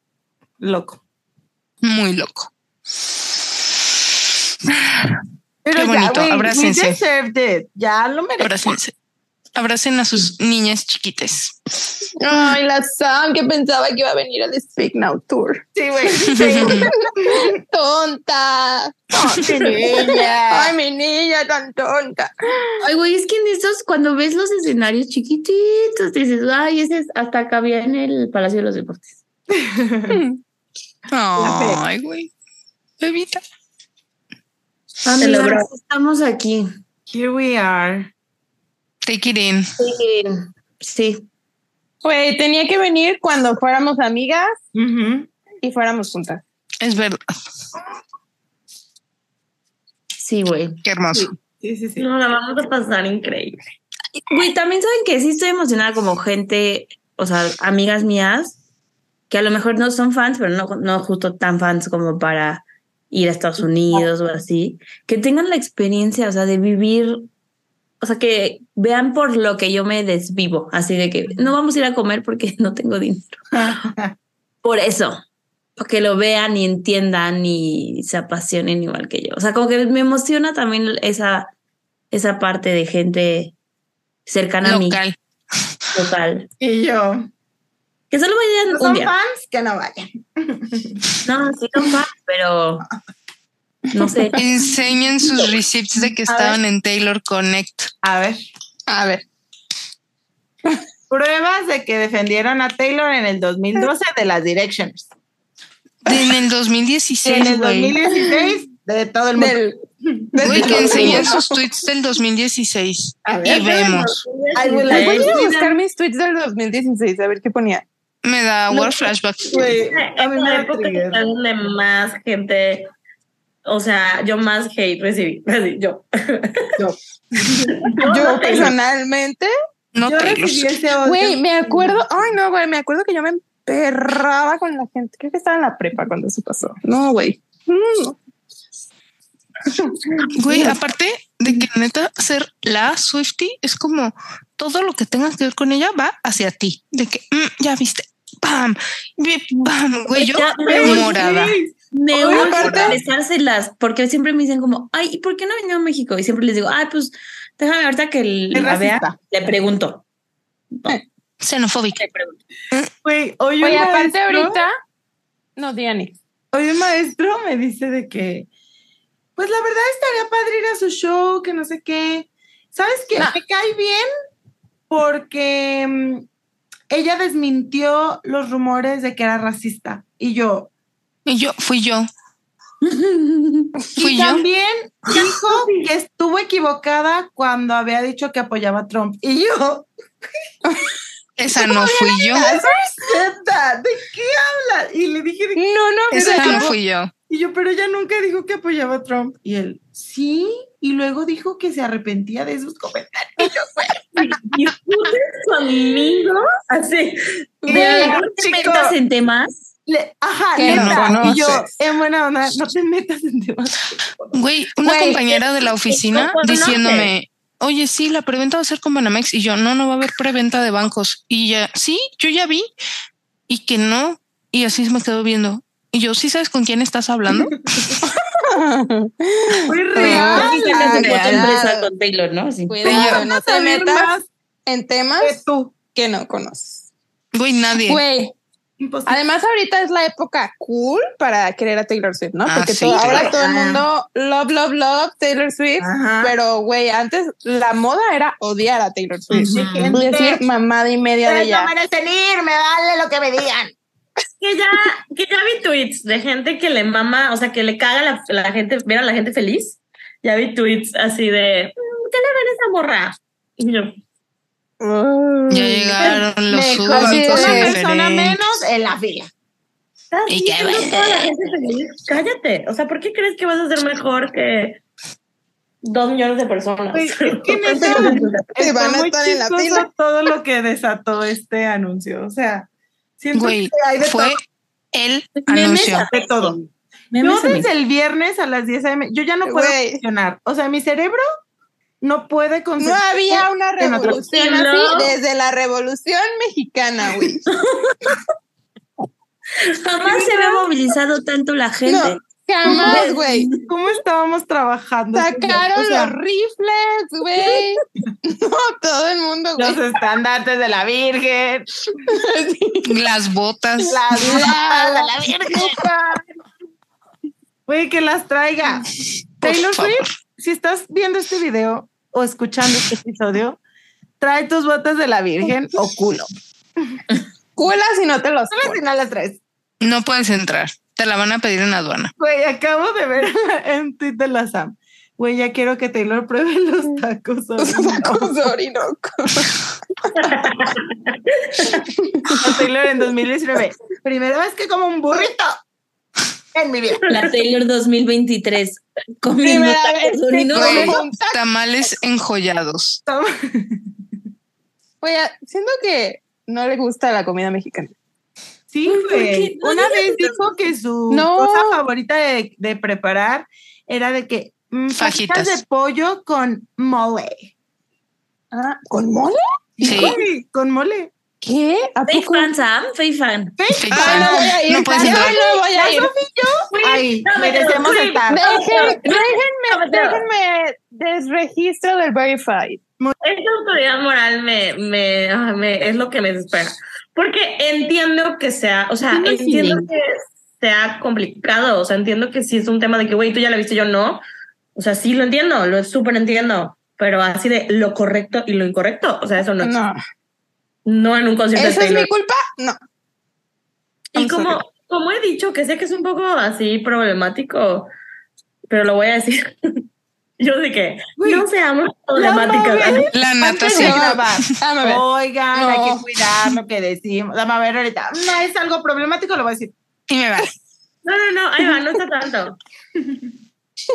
Speaker 4: loco.
Speaker 5: Muy loco.
Speaker 4: Pero
Speaker 5: Qué bonito,
Speaker 4: ya, güey, we
Speaker 5: abrácense.
Speaker 4: deserved it. Ya lo merece.
Speaker 5: Abrácense. Abracen a sus niñas chiquitas.
Speaker 6: Ay, la Sam que pensaba que iba a venir al Speak Now Tour.
Speaker 4: Sí, güey. sí.
Speaker 6: Tonta.
Speaker 4: Sí, niña.
Speaker 6: Ay, mi niña tan tonta.
Speaker 1: Ay, güey, es que en esos, cuando ves los escenarios chiquititos, dices, ay, ese es- hasta acá había en el Palacio de los Deportes.
Speaker 5: Ay, güey. Bebita.
Speaker 1: Amigas,
Speaker 8: logró.
Speaker 1: estamos aquí.
Speaker 4: Here we are.
Speaker 5: Take it in.
Speaker 1: Sí.
Speaker 6: Güey, tenía que venir cuando fuéramos amigas
Speaker 4: Ujú.
Speaker 6: y fuéramos juntas.
Speaker 5: Es verdad.
Speaker 1: Sí, güey.
Speaker 5: Qué hermoso.
Speaker 4: Sí, sí, sí.
Speaker 8: No, la vamos a pasar increíble.
Speaker 1: Güey, también saben que sí estoy emocionada como gente, o sea, amigas mías, que a lo mejor no son fans, pero no, no justo tan fans como para ir a Estados Unidos o así, que tengan la experiencia, o sea, de vivir, o sea, que vean por lo que yo me desvivo, así de que no vamos a ir a comer porque no tengo dinero. por eso, para que lo vean y entiendan y se apasionen igual que yo. O sea, como que me emociona también esa, esa parte de gente cercana a
Speaker 5: Local.
Speaker 1: mí, local.
Speaker 4: Y yo.
Speaker 1: Que solo vayan
Speaker 4: ¿No
Speaker 1: un
Speaker 4: Pues son
Speaker 1: día.
Speaker 4: fans? Que no vayan.
Speaker 1: No, sí son fans, pero no sé.
Speaker 5: Enseñen sus receipts de que estaban en Taylor Connect.
Speaker 4: A ver.
Speaker 5: A ver.
Speaker 4: Pruebas de que defendieron a Taylor en el 2012 de las Directioners.
Speaker 5: En el
Speaker 4: en el
Speaker 5: 2016, güey.
Speaker 4: 2016 de todo el mundo.
Speaker 6: Del,
Speaker 5: Güey, que enseñen sus tweets del 2016.
Speaker 4: A ver.
Speaker 5: Y vemos.
Speaker 4: I would like
Speaker 6: Ay, voy
Speaker 4: to
Speaker 6: a
Speaker 4: see
Speaker 6: buscar mis tweets del 2016 a ver qué ponía.
Speaker 5: Me da war flashback.
Speaker 4: them. Güey, a mí me
Speaker 8: Es Eh, la
Speaker 4: da
Speaker 8: época que
Speaker 4: trigger.
Speaker 8: fue donde más gente, o sea, yo más hate recibí. Así, yo.
Speaker 6: Yo personalmente,
Speaker 5: No
Speaker 4: Yo
Speaker 5: Taylor.
Speaker 4: recibí ese odio.
Speaker 6: güey, me acuerdo, ay no, güey, me acuerdo que yo me emperraba con la gente. Creo que estaba en la prepa cuando eso pasó. No, güey. Mm.
Speaker 5: Güey, aparte de que neta ser la Swifty es como todo lo que tengas que ver con ella va hacia ti. De que mm, ya viste, pam, vi- pam, güey, yo
Speaker 1: Ya,
Speaker 4: Güey,
Speaker 5: morada.
Speaker 4: sí.
Speaker 1: Me
Speaker 4: Oye,
Speaker 1: urge
Speaker 4: aparte-
Speaker 1: regresárselas, porque siempre me dicen como, ay, ¿y por qué no vino a México? Y siempre les digo, ay, pues déjame ahorita que
Speaker 4: Es
Speaker 1: la vea.
Speaker 4: racista.
Speaker 1: Le pregunto.
Speaker 5: Xenofóbica.
Speaker 1: Le pregunto.
Speaker 4: Güey, hoy
Speaker 6: Oye,
Speaker 4: un
Speaker 6: aparte
Speaker 4: maestro-
Speaker 6: ahorita, no, Diani.
Speaker 4: Hoy un maestro me dice de que, pues la verdad estaría padre ir a su show, que no sé qué. ¿Sabes qué?
Speaker 6: No.
Speaker 4: Me cae bien porque mm, ella desmintió los rumores de que era racista. Y yo,
Speaker 5: Y yo, fui yo, fui
Speaker 4: y
Speaker 5: yo.
Speaker 4: también dijo que estuvo equivocada cuando había dicho que apoyaba a Trump. Y yo,
Speaker 5: Esa no fui yo.
Speaker 4: "That's racista, ¿de qué hablas? Y le dije, de que-
Speaker 6: No, no, pero
Speaker 5: Esa no
Speaker 6: yo-
Speaker 5: fui yo.
Speaker 4: Y yo, pero ella nunca dijo que apoyaba a Trump. Y él, sí. Y luego dijo que se arrepentía de sus comentarios.
Speaker 8: ¿Discutes conmigo? Así.
Speaker 4: Güey,
Speaker 8: ¿De algo te
Speaker 4: chico.
Speaker 8: metas en temas?
Speaker 4: Le- ajá,
Speaker 5: Que no
Speaker 4: neta. y yo,
Speaker 5: conoces.
Speaker 4: en buena onda, no te metas en temas.
Speaker 5: Güey, una
Speaker 6: Güey,
Speaker 5: compañera de la oficina
Speaker 8: conoces?
Speaker 5: diciéndome, oye, sí, la preventa va a ser con Banamex. Y yo, no, no va a haber preventa de bancos. Y ya, sí, yo ya vi. Y que no. Y así se me quedó viendo. Y yo, ¿sí sabes con quién estás hablando?
Speaker 4: Fue real.
Speaker 8: Aquí sacas tu foto
Speaker 6: claro.
Speaker 8: empresa con Taylor, ¿no? Sí.
Speaker 6: Cuidado, no te
Speaker 4: Saber
Speaker 6: metas
Speaker 4: más
Speaker 6: en
Speaker 4: que
Speaker 6: temas
Speaker 4: tú.
Speaker 6: que no conoces.
Speaker 5: Güey, nadie.
Speaker 6: Güey,
Speaker 4: Imposible.
Speaker 6: además ahorita es la época cool para querer a Taylor Swift, ¿no?
Speaker 5: Ah,
Speaker 6: Porque
Speaker 5: sí,
Speaker 6: todo-
Speaker 5: claro.
Speaker 6: ahora todo el mundo love, love, love Taylor Swift.
Speaker 4: Ajá.
Speaker 6: Pero, güey, antes la moda era odiar a Taylor Swift.
Speaker 4: Sí, gente.
Speaker 6: Decir mamada y media de ella.
Speaker 2: merecen ir, me vale lo que me digan.
Speaker 8: Que ya, que ya vi tweets de gente que le mama, o sea, que le caga la, la gente, ver a la gente feliz. Ya vi tweets así de, "Mm, ¿qué le ven a esa morra? Y yo,
Speaker 5: Ya llegaron los
Speaker 6: Me
Speaker 5: únicos
Speaker 6: considero una
Speaker 5: indiferentes.
Speaker 2: en la fila.
Speaker 8: ¿estás
Speaker 5: Y que
Speaker 8: viendo
Speaker 5: vaya.
Speaker 8: toda la gente feliz? Cállate. O sea, ¿por qué crees que vas a ser mejor que dos millones de personas?
Speaker 4: Güey, es que neta,
Speaker 6: Sí,
Speaker 4: está
Speaker 6: van a
Speaker 4: muy
Speaker 6: estar en la
Speaker 4: chistoso
Speaker 6: fila.
Speaker 4: todo lo que desató este anuncio. O sea, siento
Speaker 5: Güey,
Speaker 4: que hay de
Speaker 5: fue
Speaker 4: todo.
Speaker 5: el
Speaker 8: Memes
Speaker 5: anuncio.
Speaker 8: a-
Speaker 4: De todo.
Speaker 8: Memes
Speaker 4: yo
Speaker 8: en
Speaker 4: desde el viernes a las 10 a.m. Yo ya no puedo
Speaker 6: Güey.
Speaker 4: funcionar. O sea, mi cerebro no puede
Speaker 6: No
Speaker 4: concentrarse.
Speaker 6: había una
Speaker 4: en otro-
Speaker 6: revolución
Speaker 8: Sí,
Speaker 6: así
Speaker 8: ¿no?
Speaker 6: desde la revolución mexicana, güey.
Speaker 1: Jamás se había movilizado tanto la gente.
Speaker 6: No, jamás, güey.
Speaker 4: ¿Cómo estábamos trabajando?
Speaker 6: Sacaron
Speaker 4: O sea,
Speaker 6: los rifles, güey. No, todo el mundo, güey.
Speaker 4: los estandartes de la Virgen,
Speaker 5: Las botas.
Speaker 4: las
Speaker 6: La-
Speaker 4: botas de la Virgen. Güey, que las traiga.
Speaker 5: Por
Speaker 4: Taylor
Speaker 5: favor.
Speaker 4: Swift, si estás viendo este video o escuchando este episodio, trae tus botas de la Virgen o culo.
Speaker 6: Cuela si no te los
Speaker 4: Al final las traes.
Speaker 5: No puedes entrar. Te la van a pedir en aduana.
Speaker 4: Güey, acabo de ver en tweet de la Sam. Güey, ya quiero que Taylor pruebe los tacos. ahorita.
Speaker 6: sacos de Orinoco.
Speaker 4: A Taylor en 2019. Primera vez que como un burrito en mi vida.
Speaker 1: La Taylor 2023 comiendo
Speaker 6: Primera vez
Speaker 1: tacos de
Speaker 6: que
Speaker 1: orinoco.
Speaker 5: Güey,
Speaker 6: como un taco.
Speaker 5: tamales enjollados.
Speaker 6: Güey, siento que no le gusta la comida mexicana.
Speaker 4: Sí, güey. Una vez dijo que su
Speaker 6: No.
Speaker 4: cosa favorita de, de preparar era de que mm, fajitas.
Speaker 5: Fajitas.
Speaker 4: de pollo con mole.
Speaker 6: Ah, ¿con mole?
Speaker 5: Sí.
Speaker 4: Güey, con mole.
Speaker 6: ¿Qué? ¿A
Speaker 1: Fake
Speaker 6: poco?
Speaker 1: fan, Sam, fake fan.
Speaker 5: Fake
Speaker 6: Ay, no
Speaker 5: fan.
Speaker 6: voy a ir.
Speaker 5: No puedes
Speaker 6: Ay,
Speaker 5: entrar.
Speaker 6: no voy a ir.
Speaker 4: Ay,
Speaker 8: no,
Speaker 4: merecemos
Speaker 8: no, no,
Speaker 4: estar.
Speaker 6: Dejen- déjenme,
Speaker 8: no, no.
Speaker 6: déjenme desregistro del Verify.
Speaker 8: Esta autoridad moral me, me, ah, me- es lo que me desespera. Porque entiendo que sea, o sea, entiendo que sea complicado, o sea, entiendo que sí es un tema de que, güey, tú ya la viste, yo no. O sea, sí lo entiendo, lo súper entiendo, pero así de lo correcto y lo incorrecto, o sea, eso no, no.
Speaker 6: No.
Speaker 8: en un concierto de
Speaker 6: ¿Eso es
Speaker 8: Taylor.
Speaker 6: mi culpa? No.
Speaker 8: Y como, como he dicho, que sé que es un poco así problemático, pero lo voy a decir. yo de que
Speaker 4: Güey,
Speaker 8: no seamos problemáticas.
Speaker 4: mames.
Speaker 5: La
Speaker 4: Antes de
Speaker 5: natación.
Speaker 4: grabar.
Speaker 6: Ah, me ve.
Speaker 4: Oigan,
Speaker 6: No.
Speaker 4: hay que cuidar lo que decimos. Dame a ver ahorita. No es algo problemático, lo voy a decir.
Speaker 5: Y me vale.
Speaker 8: No, no, no, ahí va, no está tanto. Sí,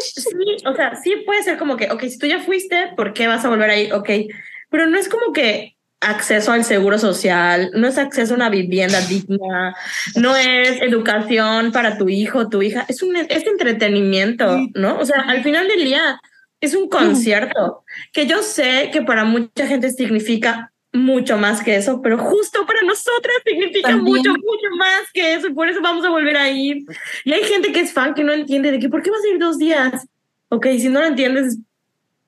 Speaker 8: o sea, sí puede ser como que, ok, si tú ya fuiste, ¿por qué vas a volver ahí? Ok, pero no es como que acceso al seguro social, no es acceso a una vivienda digna, no es educación para tu hijo, tu hija, es un es entretenimiento, ¿no? O sea, al final del día es un concierto que yo sé que para mucha gente significa mucho más que eso, pero justo para nosotras significa
Speaker 1: También.
Speaker 8: mucho, mucho más que eso, y por eso vamos a volver a ir. Y hay gente que es fan que no entiende de que, ¿por qué vas a ir dos días? Ok, si no lo entiendes,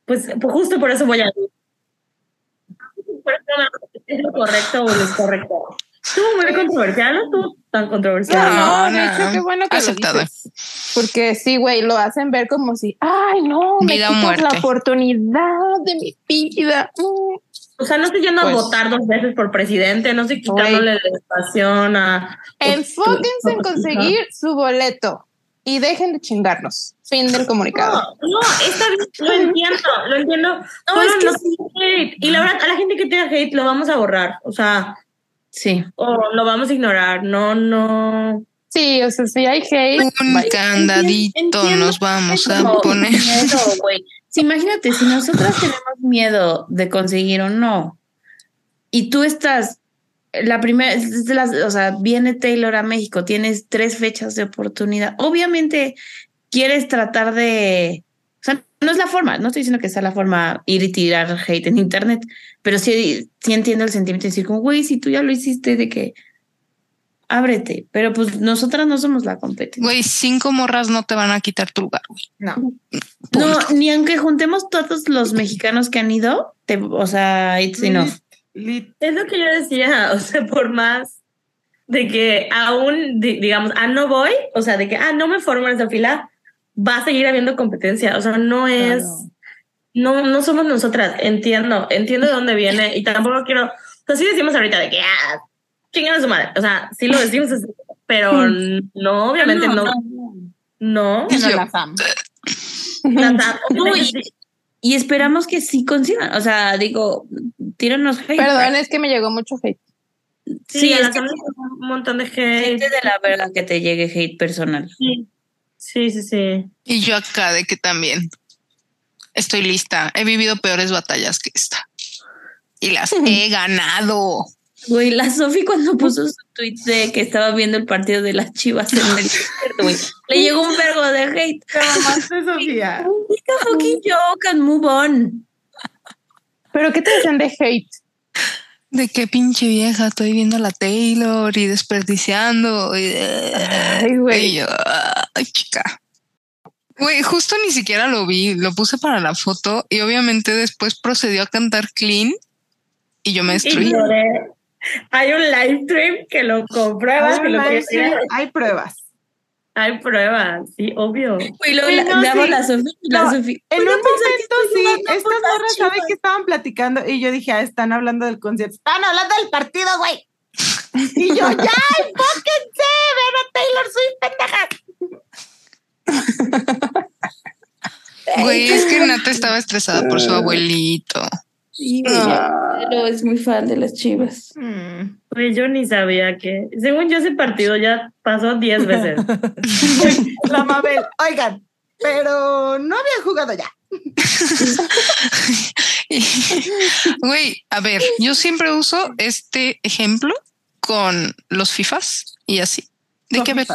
Speaker 8: pues, pues justo por eso voy a ir. Por eso no es lo correcto o lo incorrecto. Estuvo muy controversial, no estuvo tan controversial.
Speaker 5: No,
Speaker 6: No, de hecho,
Speaker 5: no.
Speaker 6: qué bueno que lo
Speaker 5: Aceptado.
Speaker 6: dices. Porque sí, güey, lo hacen ver como si, ay, no, me
Speaker 5: Vida o
Speaker 6: quitas
Speaker 5: muerte.
Speaker 6: la oportunidad de mi vida. Mm.
Speaker 8: O sea, no estoy yendo
Speaker 6: Pues-
Speaker 8: a votar dos veces por presidente, no estoy quitándole la estación a...
Speaker 6: Enfóquense en conseguir su boleto y dejen de chingarnos. Fin del comunicado.
Speaker 8: No, está bien, lo entiendo, lo entiendo. No,
Speaker 1: es que
Speaker 8: hate. Y la verdad, a la gente que tenga hate lo vamos a borrar, o sea,
Speaker 1: Sí.
Speaker 8: o lo vamos a ignorar. No, no.
Speaker 6: Sí, o sea, si hay hate.
Speaker 5: Un
Speaker 6: bye.
Speaker 5: candadito
Speaker 1: entiendo
Speaker 5: nos vamos a
Speaker 1: como
Speaker 5: poner.
Speaker 1: miedo, güey. Sí, imagínate, si nosotras tenemos miedo de conseguir o no, y tú estás la primera, es de las- o sea, viene Taylor a México, tienes tres fechas de oportunidad. Obviamente quieres tratar de. O sea, no es la forma, no estoy diciendo que sea la forma ir y tirar hate en internet, pero sí, sí entiendo el sentimiento de decir, como, güey, si tú ya lo hiciste, de que ábrete, pero pues nosotras no somos la competencia.
Speaker 5: Güey, cinco morras no te van a quitar tu lugar, güey.
Speaker 2: No.
Speaker 5: Punto.
Speaker 1: No, ni aunque juntemos todos los mexicanos que han ido, te- o sea, it's enough.
Speaker 4: Lit-
Speaker 8: Es lo que yo decía, o sea, por más de que aún, di- digamos, ah, no voy, o sea, de que, ah, no me formo en esa fila, va a seguir habiendo competencia, o sea, no es, no, no somos nosotras, entiendo, entiendo de dónde viene y tampoco quiero, o sea, sí decimos ahorita de que, ah, chingan a su madre, o sea, sí lo decimos, así, pero no, obviamente Ah, no, no,
Speaker 5: Sí,
Speaker 6: No,
Speaker 5: yo-
Speaker 6: la fam.
Speaker 8: Nata,
Speaker 1: No, y, y esperamos que sí consigan, o sea, digo, tíranos hate.
Speaker 6: Perdón, es que me llegó mucho hate.
Speaker 8: sí,
Speaker 1: Sí,
Speaker 8: a
Speaker 1: es
Speaker 8: la
Speaker 1: que
Speaker 8: Sam le llegó un montón de
Speaker 1: gente
Speaker 8: gente,
Speaker 1: de la verga que te llegue hate personal.
Speaker 8: sí, sí, sí.
Speaker 5: Y yo acá de que también estoy lista. He vivido peores batallas que esta. Y las he ganado.
Speaker 1: Güey, la Sofi cuando puso su tweet de que estaba viendo el partido de las chivas en el desierto, güey, le llegó un vergo de hate.
Speaker 4: Te mamaste, Sofía.
Speaker 1: Make a fucking joke and move on.
Speaker 6: ¿Pero qué te dicen de hate?
Speaker 5: De qué pinche vieja estoy viendo a la Taylor y desperdiciando. Y,
Speaker 6: Ay,
Speaker 5: y
Speaker 6: güey.
Speaker 5: yo, ay, chica. Güey, justo ni siquiera lo vi, lo puse para la foto y obviamente después procedió a cantar clean y yo me
Speaker 8: Y
Speaker 5: destruí.
Speaker 8: lloré. Hay un live stream que lo comprueba.
Speaker 4: Hay
Speaker 8: que
Speaker 4: un
Speaker 8: lo
Speaker 4: Ah, live
Speaker 8: comprueba.
Speaker 4: stream, Hay pruebas.
Speaker 8: Hay pruebas, sí, obvio.
Speaker 1: Güey, luego
Speaker 4: Sí,
Speaker 1: la-
Speaker 4: no,
Speaker 1: le hago
Speaker 4: sí.
Speaker 1: la Sofi y la
Speaker 4: No,
Speaker 1: Sofi.
Speaker 4: En un
Speaker 1: "Oiga, pues,
Speaker 4: momento
Speaker 1: estoy
Speaker 4: sí,
Speaker 1: llorando
Speaker 4: estas
Speaker 1: por las
Speaker 4: morras saben
Speaker 1: chivas".
Speaker 4: que estaban platicando y yo dije, ah, están hablando del concierto.
Speaker 2: Están hablando del partido, güey.
Speaker 4: Y yo ya.
Speaker 2: ¡Enfóquense! ¡Vean a Taylor Swift, pendeja!
Speaker 5: Güey, es que Nata estaba estresada por su abuelito.
Speaker 1: Sí, güey, ya, pero es muy fan de las chivas.
Speaker 4: Mm.
Speaker 8: Güey, Pues yo ni sabía que. Según yo, ese partido ya pasó 10 veces.
Speaker 4: La Mabel.
Speaker 2: Oigan, pero no habían jugado ya.
Speaker 5: Güey, a ver, yo siempre uso este ejemplo con los FIFAs y así. De que a ver,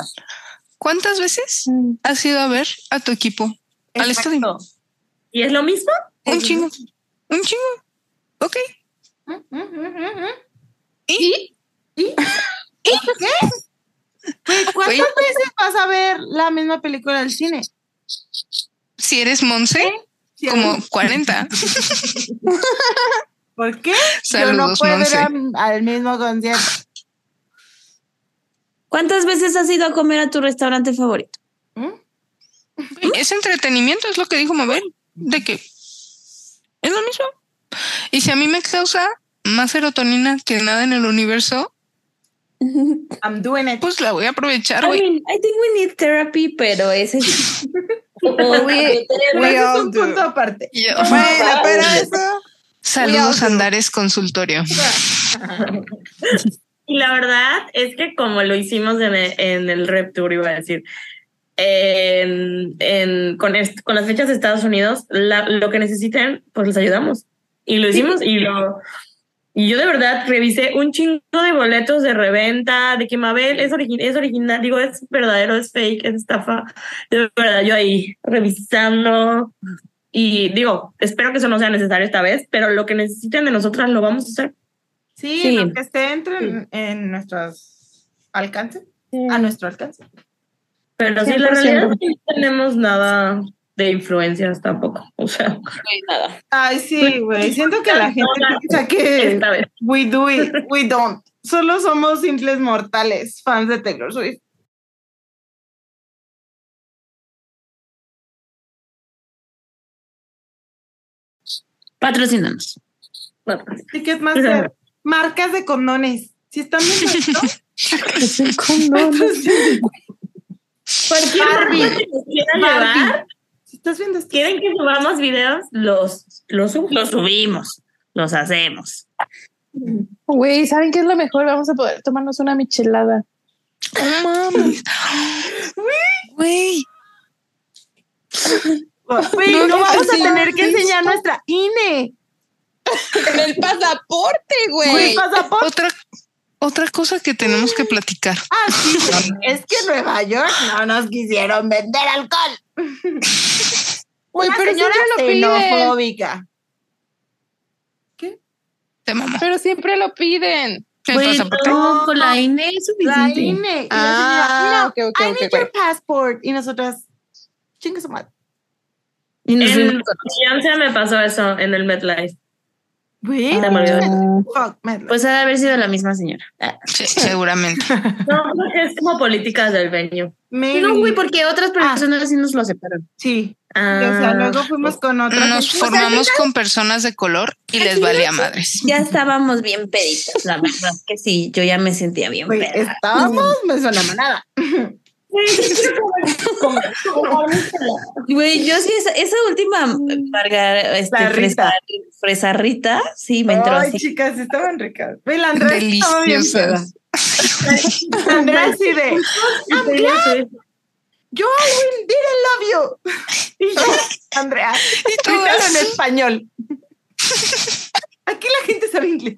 Speaker 5: ¿cuántas veces has ido a ver a tu equipo al estadio?
Speaker 8: ¿Y es lo mismo?
Speaker 5: Un chingo, un chingo. Ok. ¿Y?
Speaker 4: ¿Cuántas
Speaker 5: Oye.
Speaker 4: veces vas a ver la misma película del cine?
Speaker 5: Si eres Monse,
Speaker 4: Si
Speaker 5: como 40.
Speaker 4: ¿Por qué? yo no
Speaker 5: Saludos,
Speaker 4: puedo
Speaker 5: Monse.
Speaker 4: ir a- al mismo concierto.
Speaker 1: ¿Cuántas veces has ido a comer a tu restaurante favorito?
Speaker 5: Es entretenimiento, es lo que dijo Mabel, de que es lo mismo. Y si a mí me causa más serotonina que nada en el universo,
Speaker 4: I'm doing it.
Speaker 5: pues la voy a aprovechar,
Speaker 1: I
Speaker 5: güey.
Speaker 1: mean, I think we need therapy, pero ese es. Oye,
Speaker 4: Pero
Speaker 1: güey,
Speaker 4: eso es
Speaker 10: all
Speaker 4: un
Speaker 10: do.
Speaker 4: punto aparte.
Speaker 5: Y yo,
Speaker 10: Bueno, pero eso.
Speaker 5: Saludos, Andares Consultorio.
Speaker 8: Y la verdad es que como lo hicimos en el, en el Rep Tour, iba a decir, en- en- con, est- con las fechas de Estados Unidos, la- lo que necesiten, pues les ayudamos. Y lo hicimos y lo... Y yo de verdad revisé un chingo de boletos de reventa, de que Mabel es, origi- es original, digo, es verdadero, es fake, es estafa. De verdad, yo ahí revisando. Y digo, espero que eso no sea necesario esta vez, pero lo que necesiten de nosotras lo vamos a hacer.
Speaker 4: Sí,
Speaker 1: Sí.
Speaker 4: lo que esté entre en, en nuestros alcances. A nuestro alcance.
Speaker 8: Pero sí,
Speaker 6: 100%.
Speaker 8: la realidad es que no tenemos nada de influencias tampoco. O sea,
Speaker 4: Ay, sí, güey. Pues, Siento que la gente
Speaker 8: no, no.
Speaker 4: piensa que
Speaker 8: esta vez.
Speaker 4: we do it, we don't. Solo somos simples mortales, fans de Taylor Swift.
Speaker 1: patrocínanos.
Speaker 8: no.
Speaker 4: Ticketmaster, marcas de condones. Si están viendo esto,
Speaker 8: Cualquier
Speaker 4: Barbie.
Speaker 8: marca que nos quiera
Speaker 4: Barbie.
Speaker 8: llevar,
Speaker 4: si estás viendo esto,
Speaker 8: quieren que subamos videos, los, los, sub- los subimos, los hacemos.
Speaker 6: Güey, ¿saben qué es lo mejor? Vamos a poder tomarnos una michelada.
Speaker 5: No mames. Güey.
Speaker 4: Güey, no, vamos a tener que enseñar nuestra INE.
Speaker 6: El pasaporte,
Speaker 4: Güey,
Speaker 6: güey.
Speaker 4: pasaporte.
Speaker 5: Otra, otra cosa que tenemos que platicar.
Speaker 4: Ah, sí, güey. es que en Nueva York no nos quisieron vender alcohol.
Speaker 6: Güey,
Speaker 4: Una
Speaker 6: pero
Speaker 4: señora
Speaker 6: siempre lo piden.
Speaker 4: xenofóbica.
Speaker 5: Te mamó.
Speaker 6: Pero siempre lo piden.
Speaker 5: El
Speaker 3: Güey,
Speaker 5: pasaporte.
Speaker 3: no, con la INE es
Speaker 4: La
Speaker 3: suficiente.
Speaker 4: INE. Y la
Speaker 6: Ah,
Speaker 4: señora,
Speaker 6: ok, ok,
Speaker 4: "No, I
Speaker 6: ok,
Speaker 4: need
Speaker 6: güey.
Speaker 4: your passport. Y nosotras, chingue su madre.
Speaker 3: Y nos
Speaker 8: En
Speaker 3: vemos con-
Speaker 8: Beyoncé me pasó eso en el MetLife.
Speaker 4: Güey,
Speaker 8: me olvidó.
Speaker 4: fuck, man.
Speaker 3: "Ah, Pues ha de haber sido la misma señora. Ah,
Speaker 5: Sí, seguramente.
Speaker 8: No, porque es como políticas del venue.
Speaker 4: Maybe. Ah.
Speaker 3: No, güey, porque otras personas sí nos lo separan.
Speaker 4: Sí.
Speaker 8: Ah,
Speaker 4: Y, o sea, luego fuimos con otra.
Speaker 5: Nos
Speaker 4: gente.
Speaker 5: formamos con personas de color y les valía madres.
Speaker 1: Ya estábamos bien peditas, la verdad que sí, yo ya me sentía bien
Speaker 4: Güey,
Speaker 1: peda.
Speaker 4: estábamos, me suena manada.
Speaker 1: Güey, yo sí, esa, esa última margar, este,
Speaker 4: La
Speaker 1: fresa,
Speaker 4: Rita.
Speaker 1: fresa Rita, sí, me entró
Speaker 4: Ay,
Speaker 1: así.
Speaker 4: chicas, estaban ricas. Güey, la Andrea estaba bien peda.
Speaker 5: Deliciosas.
Speaker 4: La Andrea así de,
Speaker 8: Ah,
Speaker 4: yo I will didn't love you. Y yo, Andrea,
Speaker 5: Y
Speaker 4: grítalo en
Speaker 5: todas.
Speaker 4: español. Aquí la gente sabe inglés.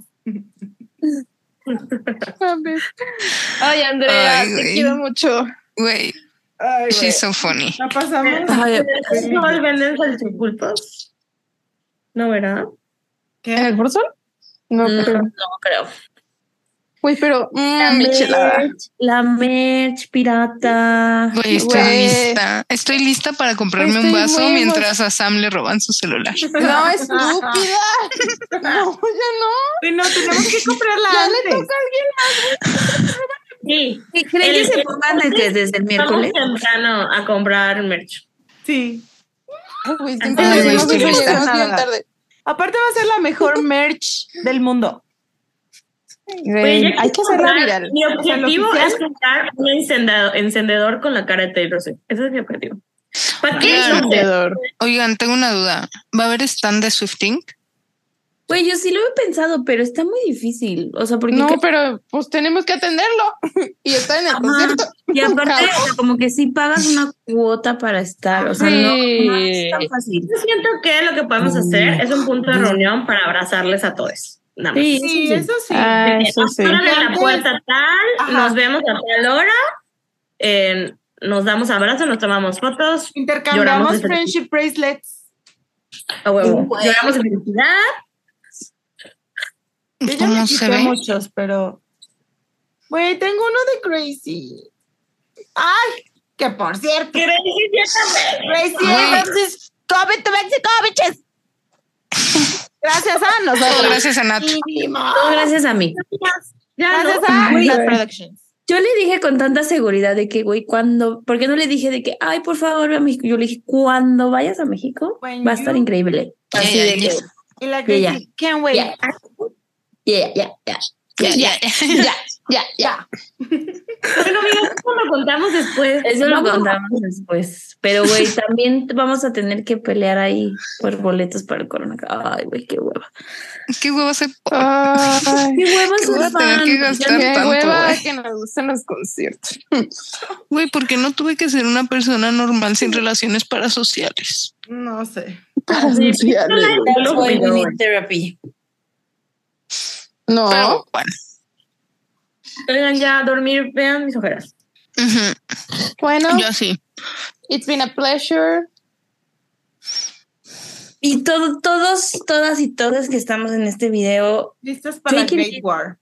Speaker 6: Mames. Ay, Andrea,
Speaker 5: Ay,
Speaker 6: te
Speaker 5: güey.
Speaker 6: quiero mucho.
Speaker 5: Güey,
Speaker 4: Ay, güey.
Speaker 5: she's so funny.
Speaker 4: La pasamos.
Speaker 8: ¿No venden salchipulpos? No, ¿verdad?
Speaker 6: ¿En
Speaker 4: ¿Qué?
Speaker 6: el Forzol? No,
Speaker 1: Mm,
Speaker 6: creo.
Speaker 1: no creo.
Speaker 6: Güey, pero. Mmm, michelada.
Speaker 1: merch, la merch pirata.
Speaker 5: Güey, estoy
Speaker 6: Güey.
Speaker 5: lista. Estoy lista para comprarme un
Speaker 6: Estoy
Speaker 5: vaso
Speaker 6: muy
Speaker 5: mientras a Sam le roban su celular.
Speaker 6: No, estúpida. No, ya no.
Speaker 4: Güey, no, tenemos que comprarla
Speaker 6: Ya le
Speaker 4: antes.
Speaker 6: toca a alguien
Speaker 8: Sí.
Speaker 1: ¿Y ¿Creen que
Speaker 8: El-
Speaker 1: se pongan desde, desde el
Speaker 8: Vamos
Speaker 1: miércoles?
Speaker 8: temprano a comprar merch.
Speaker 4: Sí.
Speaker 6: más. Güey, siempre
Speaker 5: Ay,
Speaker 6: decimos
Speaker 5: güey,
Speaker 6: eso y
Speaker 5: estoy
Speaker 6: llegamos
Speaker 4: lista.
Speaker 6: bien tarde.
Speaker 4: Aparte va a ser la mejor merch del mundo.
Speaker 8: Oye, yo
Speaker 6: hay que
Speaker 8: quiero
Speaker 6: hacerla
Speaker 8: comprar-
Speaker 6: viral.
Speaker 8: Mi objetivo
Speaker 4: oficial.
Speaker 8: es comprar un encendado- encendedor con la cara de Taylor Swift. Ese es mi objetivo. ¿Para qué?
Speaker 5: Claro.
Speaker 8: No sé.
Speaker 5: Oigan, tengo una duda. ¿Va a haber stand de Swifting?
Speaker 1: Güey, yo sí lo he pensado, pero está muy difícil. O sea, porque.
Speaker 6: No,
Speaker 1: creo-
Speaker 6: pero pues tenemos que atenderlo y está en el
Speaker 8: Ah,
Speaker 1: Ajá.
Speaker 6: concierto.
Speaker 1: Y aparte,
Speaker 6: Cabrón.
Speaker 1: o sea, como que sí pagas una cuota para estar. O sea, no, no es tan fácil.
Speaker 8: Yo siento que lo que podemos hacer es un punto de reunión para abrazarles a todos. Nada más.
Speaker 1: Sí,
Speaker 4: Sí, eso sí.
Speaker 6: Ah,
Speaker 8: Porque
Speaker 6: eso sí.
Speaker 8: abran en la puerta tal,
Speaker 4: Ajá.
Speaker 8: nos vemos a tal hora, eh, nos damos abrazos, nos tomamos fotos, Lloramos
Speaker 4: Intercambiamos
Speaker 8: de felicidad.
Speaker 4: friendship bracelets.
Speaker 8: a huevo. Lloramos de felicidad.
Speaker 4: Pues Yo ya me
Speaker 5: ¿Cómo Pues
Speaker 4: quité
Speaker 5: se ve?
Speaker 4: muchos, pero. Güey, tengo uno de Crazy. Ay, que por cierto,
Speaker 5: Güey.
Speaker 4: Crazy Evans COVID to Mexico, bitches. Gracias a
Speaker 5: Todo
Speaker 4: nosotros.
Speaker 5: gracias a Nat.
Speaker 4: Mínimo.
Speaker 1: Todo gracias a mí.
Speaker 4: Gracias a
Speaker 1: Güey.
Speaker 4: las productions.
Speaker 1: Yo le dije con tanta seguridad de que, güey, cuando. Porque no le dije de que, ay, por favor, ve a México. Yo le dije, cuando vayas a México,
Speaker 4: When
Speaker 1: va a estar
Speaker 4: you-
Speaker 1: increíble.
Speaker 5: Ya,
Speaker 1: Así
Speaker 5: ya,
Speaker 1: de
Speaker 5: ya.
Speaker 1: que.
Speaker 4: Y la
Speaker 1: Ya,
Speaker 4: Crazy, can't wait.
Speaker 1: Ya. Ya, ya, ya.
Speaker 5: Ya, ya, ya.
Speaker 6: Ya, ya.
Speaker 8: Bueno, amigos, eso lo contamos después.
Speaker 1: Eso lo
Speaker 8: Vamos a-
Speaker 1: contamos después. Pero, güey, también vamos a tener que pelear ahí por boletos para el coronavirus. Ay, güey, qué hueva.
Speaker 5: ¿Qué huevo se
Speaker 6: Ay,
Speaker 1: Qué hueva
Speaker 5: ¿Qué
Speaker 1: ser
Speaker 5: voy a tener
Speaker 1: fan.
Speaker 5: que gastar
Speaker 6: qué
Speaker 5: tanto?
Speaker 6: hueva
Speaker 5: güey?
Speaker 6: que nos gustan los conciertos.
Speaker 5: Güey, ¿por qué no tuve que ser una persona normal sin relaciones parasociales?
Speaker 4: No sé.
Speaker 6: Para
Speaker 8: Sí,
Speaker 6: sociales.
Speaker 8: Yo
Speaker 1: That's
Speaker 8: lo
Speaker 1: why we
Speaker 8: opino,
Speaker 1: need therapy.
Speaker 6: No,
Speaker 5: Pero bueno.
Speaker 8: Oigan, ya a dormir, vean mis ojeras.
Speaker 5: Ujú,
Speaker 6: bueno,
Speaker 5: Yo sí.
Speaker 6: it's been a pleasure.
Speaker 1: Y todo, todos, todas y todas que estamos en este video,
Speaker 4: Listos para
Speaker 1: Take it
Speaker 4: Great War.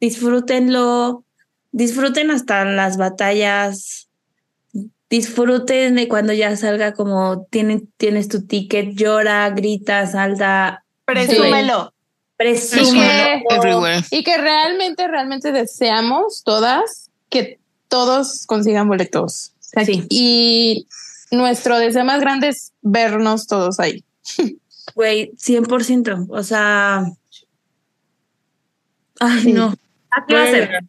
Speaker 1: disfrútenlo, disfruten hasta las batallas, disfruten de cuando ya salga como tienen, tienes tu ticket, llora, grita, salta,
Speaker 4: Presúmelo.
Speaker 1: presume.
Speaker 5: Presúmelo everywhere.
Speaker 6: Y que realmente, realmente deseamos todas que todos consigan boletos. O sea,
Speaker 1: Sí.
Speaker 6: Y nuestro deseo más grande es vernos todos ahí.
Speaker 1: Güey, 100%. O sea. Ay,
Speaker 6: Sí.
Speaker 1: no.
Speaker 8: Así va a ser. Así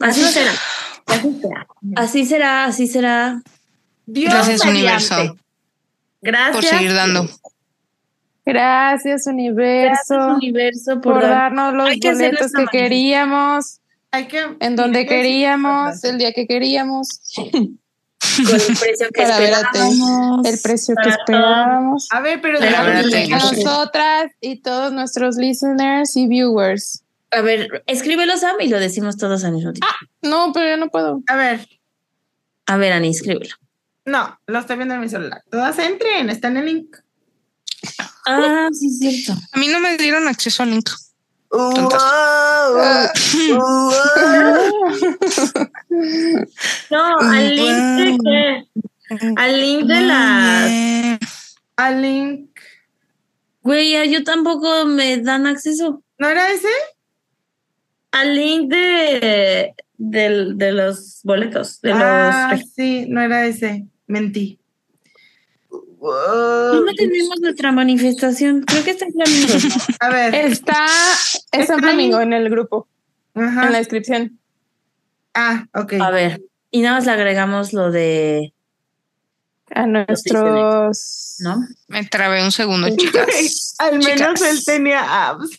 Speaker 1: Así
Speaker 8: va a
Speaker 1: será.
Speaker 8: ser. Así será.
Speaker 1: Así será, así será.
Speaker 4: Dios
Speaker 5: Gracias,
Speaker 4: mediante.
Speaker 5: universo.
Speaker 8: Gracias.
Speaker 5: Por seguir dando.
Speaker 6: Gracias, universo,
Speaker 1: Gracias, universo,
Speaker 6: por
Speaker 1: por dar.
Speaker 6: darnos los
Speaker 1: Hay que hacer
Speaker 6: boletos
Speaker 1: nuestra
Speaker 6: que
Speaker 1: manifestación.
Speaker 6: queríamos.
Speaker 4: Hay que.
Speaker 6: En donde queríamos, el día que queríamos,
Speaker 11: Con el precio que
Speaker 6: para ver a Taylor,
Speaker 1: Vamos.
Speaker 6: el precio que
Speaker 8: Para
Speaker 6: esperábamos.
Speaker 4: A ver, pero.
Speaker 5: Pero
Speaker 4: digamos
Speaker 5: ahora
Speaker 4: que-
Speaker 5: tengo-
Speaker 6: Nosotras y todos nuestros listeners y viewers.
Speaker 1: A ver, escríbelo, Sam, y lo decimos todos al mismo tiempo.
Speaker 6: No, pero yo no puedo.
Speaker 4: A ver,
Speaker 1: A ver, Ani, escríbelo.
Speaker 4: no, lo estoy viendo en mi celular. Todas entren, está en el link.
Speaker 1: Ah, sí, es cierto.
Speaker 5: A mí no me dieron acceso al link.
Speaker 8: No, al link de qué? Al link de las.
Speaker 5: Eh,
Speaker 4: Al link.
Speaker 1: Güey, ah, yo tampoco me dan acceso.
Speaker 4: ¿No era ese?
Speaker 8: Al link de. del- de los boletos. De
Speaker 4: ah,
Speaker 8: los.
Speaker 4: sí, no era ese. Mentí.
Speaker 1: No me tenemos nuestra manifestación. Creo que está en Flamingo.
Speaker 4: A ver.
Speaker 6: Está, está
Speaker 4: Está
Speaker 6: en Flamingo en el grupo, en la
Speaker 4: Ajá.
Speaker 6: descripción.
Speaker 4: Ah, ok.
Speaker 1: A ver. Y nada más le agregamos lo de.
Speaker 6: A nuestros.
Speaker 1: ¿No?
Speaker 5: me trabé un segundo, chicas.
Speaker 4: Al menos
Speaker 5: Chicas.
Speaker 4: él tenía abs.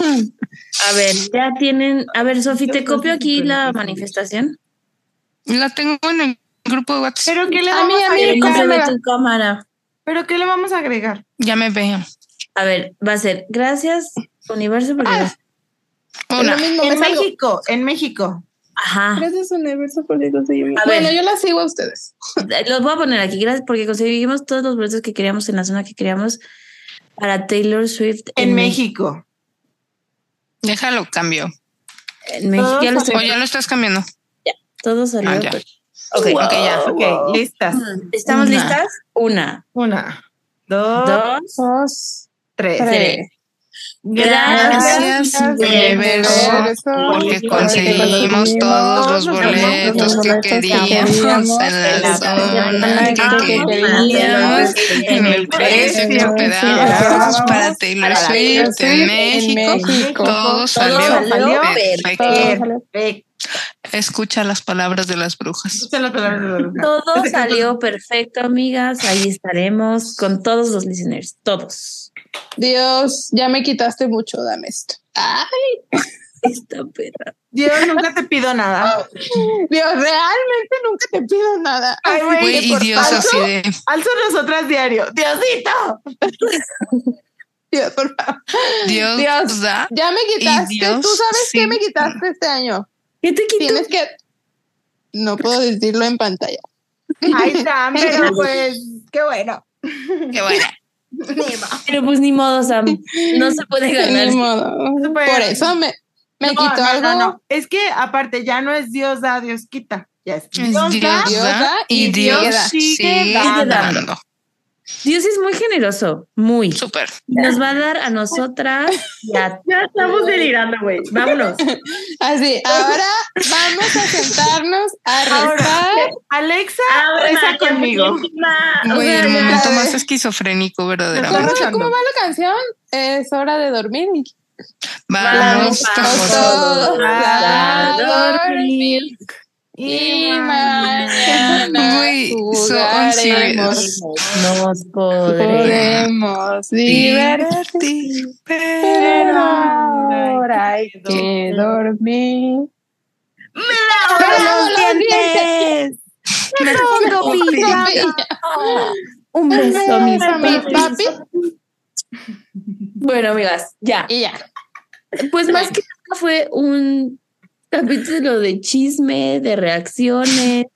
Speaker 1: A ver, ya tienen. A ver, Sofi, te copio aquí la manifestación.
Speaker 5: La tengo en el grupo de WhatsApp.
Speaker 4: Pero ¿qué le
Speaker 6: A
Speaker 4: vamos
Speaker 6: mí,
Speaker 4: a,
Speaker 6: a mí,
Speaker 1: Pero no se ve
Speaker 6: cámara.
Speaker 1: tu cámara.
Speaker 4: ¿Pero qué le vamos a agregar?
Speaker 5: Ya me veo.
Speaker 1: A ver, va a ser. Gracias, universo. Porque...
Speaker 6: Es lo
Speaker 5: Una.
Speaker 6: mismo, me
Speaker 4: En
Speaker 6: salgo.
Speaker 4: México, en México.
Speaker 1: Ajá.
Speaker 6: Gracias, Universo, por conseguirme.
Speaker 1: A ver.
Speaker 6: Bueno, yo la sigo a ustedes.
Speaker 1: Los voy a poner aquí, gracias, porque conseguimos todos los boletos que queríamos en la zona que queríamos para Taylor Swift
Speaker 4: En México.
Speaker 5: Déjalo, cambio.
Speaker 1: En México. Ya lo estoy-
Speaker 5: O ya lo estás cambiando.
Speaker 1: todo salió.
Speaker 5: Ah, ya.
Speaker 1: pero-
Speaker 5: Ok, ok, ya.
Speaker 4: Ok, listas.
Speaker 1: ¿Estamos
Speaker 5: Una.
Speaker 1: listas? Oh, Una,
Speaker 4: Una, dos,
Speaker 1: dos,
Speaker 6: Dos,
Speaker 4: tres.
Speaker 1: tres.
Speaker 6: tres.
Speaker 5: Gracias,
Speaker 6: Gracias,
Speaker 5: universo, porque conseguimos todos los boletos que queríamos en la zona que queríamos en el precio que esperábamos para Taylor Swift en México. Todo salió
Speaker 4: salió
Speaker 5: perfecto. Escucha las palabras de las brujas.
Speaker 4: Escucha las palabras de la bruja.
Speaker 1: Todo salió perfecto, amigas. Ahí estaremos con todos los listeners, todos.
Speaker 6: Dios, ya me quitaste mucho, dame esto.
Speaker 1: Esta perra.
Speaker 4: Yo nunca te pido nada.
Speaker 6: Dios, realmente nunca te pido nada.
Speaker 4: Ay, güey,
Speaker 5: Güey, y
Speaker 4: por
Speaker 5: Dios
Speaker 4: tanto,
Speaker 5: así de.
Speaker 4: Alzo nosotras diario. Diosito.
Speaker 6: Dios, por favor.
Speaker 5: Dios,
Speaker 6: Dios.
Speaker 5: da.
Speaker 6: Ya me quitaste.
Speaker 5: Y Dios,
Speaker 6: Tú sabes
Speaker 5: sí.
Speaker 6: qué me quitaste este año.
Speaker 1: ¿Qué te quito?
Speaker 6: Tienes que. No puedo decirlo en pantalla.
Speaker 4: Ay, Sam, pero pues, qué bueno.
Speaker 5: Qué bueno.
Speaker 1: Pero pues ni modo, Sam. No se puede ganar.
Speaker 6: Ni modo.
Speaker 4: Súper.
Speaker 6: Por eso me, me
Speaker 4: No,
Speaker 6: quitó
Speaker 4: no,
Speaker 6: algo.
Speaker 4: no, no. Es que aparte ya no es Dios da, Dios quita. Ya es
Speaker 5: Es
Speaker 4: Dios, da.
Speaker 5: Dios da y Dios sigue dando.
Speaker 1: Dios es muy generoso, muy.
Speaker 5: Súper.
Speaker 1: Nos va a dar a nosotras y a
Speaker 8: Ya estamos delirando, güey. Vámonos.
Speaker 6: Así, ahora vamos a sentarnos a
Speaker 4: Ahora,
Speaker 6: rezar.
Speaker 4: Alexa,
Speaker 8: Ahora
Speaker 4: reza conmigo.
Speaker 5: Güey, el
Speaker 6: ya,
Speaker 5: momento
Speaker 6: ya.
Speaker 5: más esquizofrénico, verdaderamente.
Speaker 6: ¿Cómo,
Speaker 4: rezando.
Speaker 6: cómo va la canción? Es hora de dormir.
Speaker 5: Vamos,
Speaker 6: Todos
Speaker 5: todos.
Speaker 6: a dormir.
Speaker 4: Y
Speaker 6: Y mañana
Speaker 5: Güey, so oh,
Speaker 6: jugaremos.
Speaker 5: unserious.
Speaker 1: nos podremos.
Speaker 6: Podemos liberar,
Speaker 5: Divertir,
Speaker 6: pero
Speaker 5: pero
Speaker 6: ahora hay que dormir. ¡Me lavo los dientes!
Speaker 1: Un beso, mis
Speaker 6: mi
Speaker 1: papis.
Speaker 6: papi.
Speaker 1: Bueno, amigas, ya.
Speaker 6: Y ya.
Speaker 1: Pues más que nada fue un capítulo de chisme, de reacciones.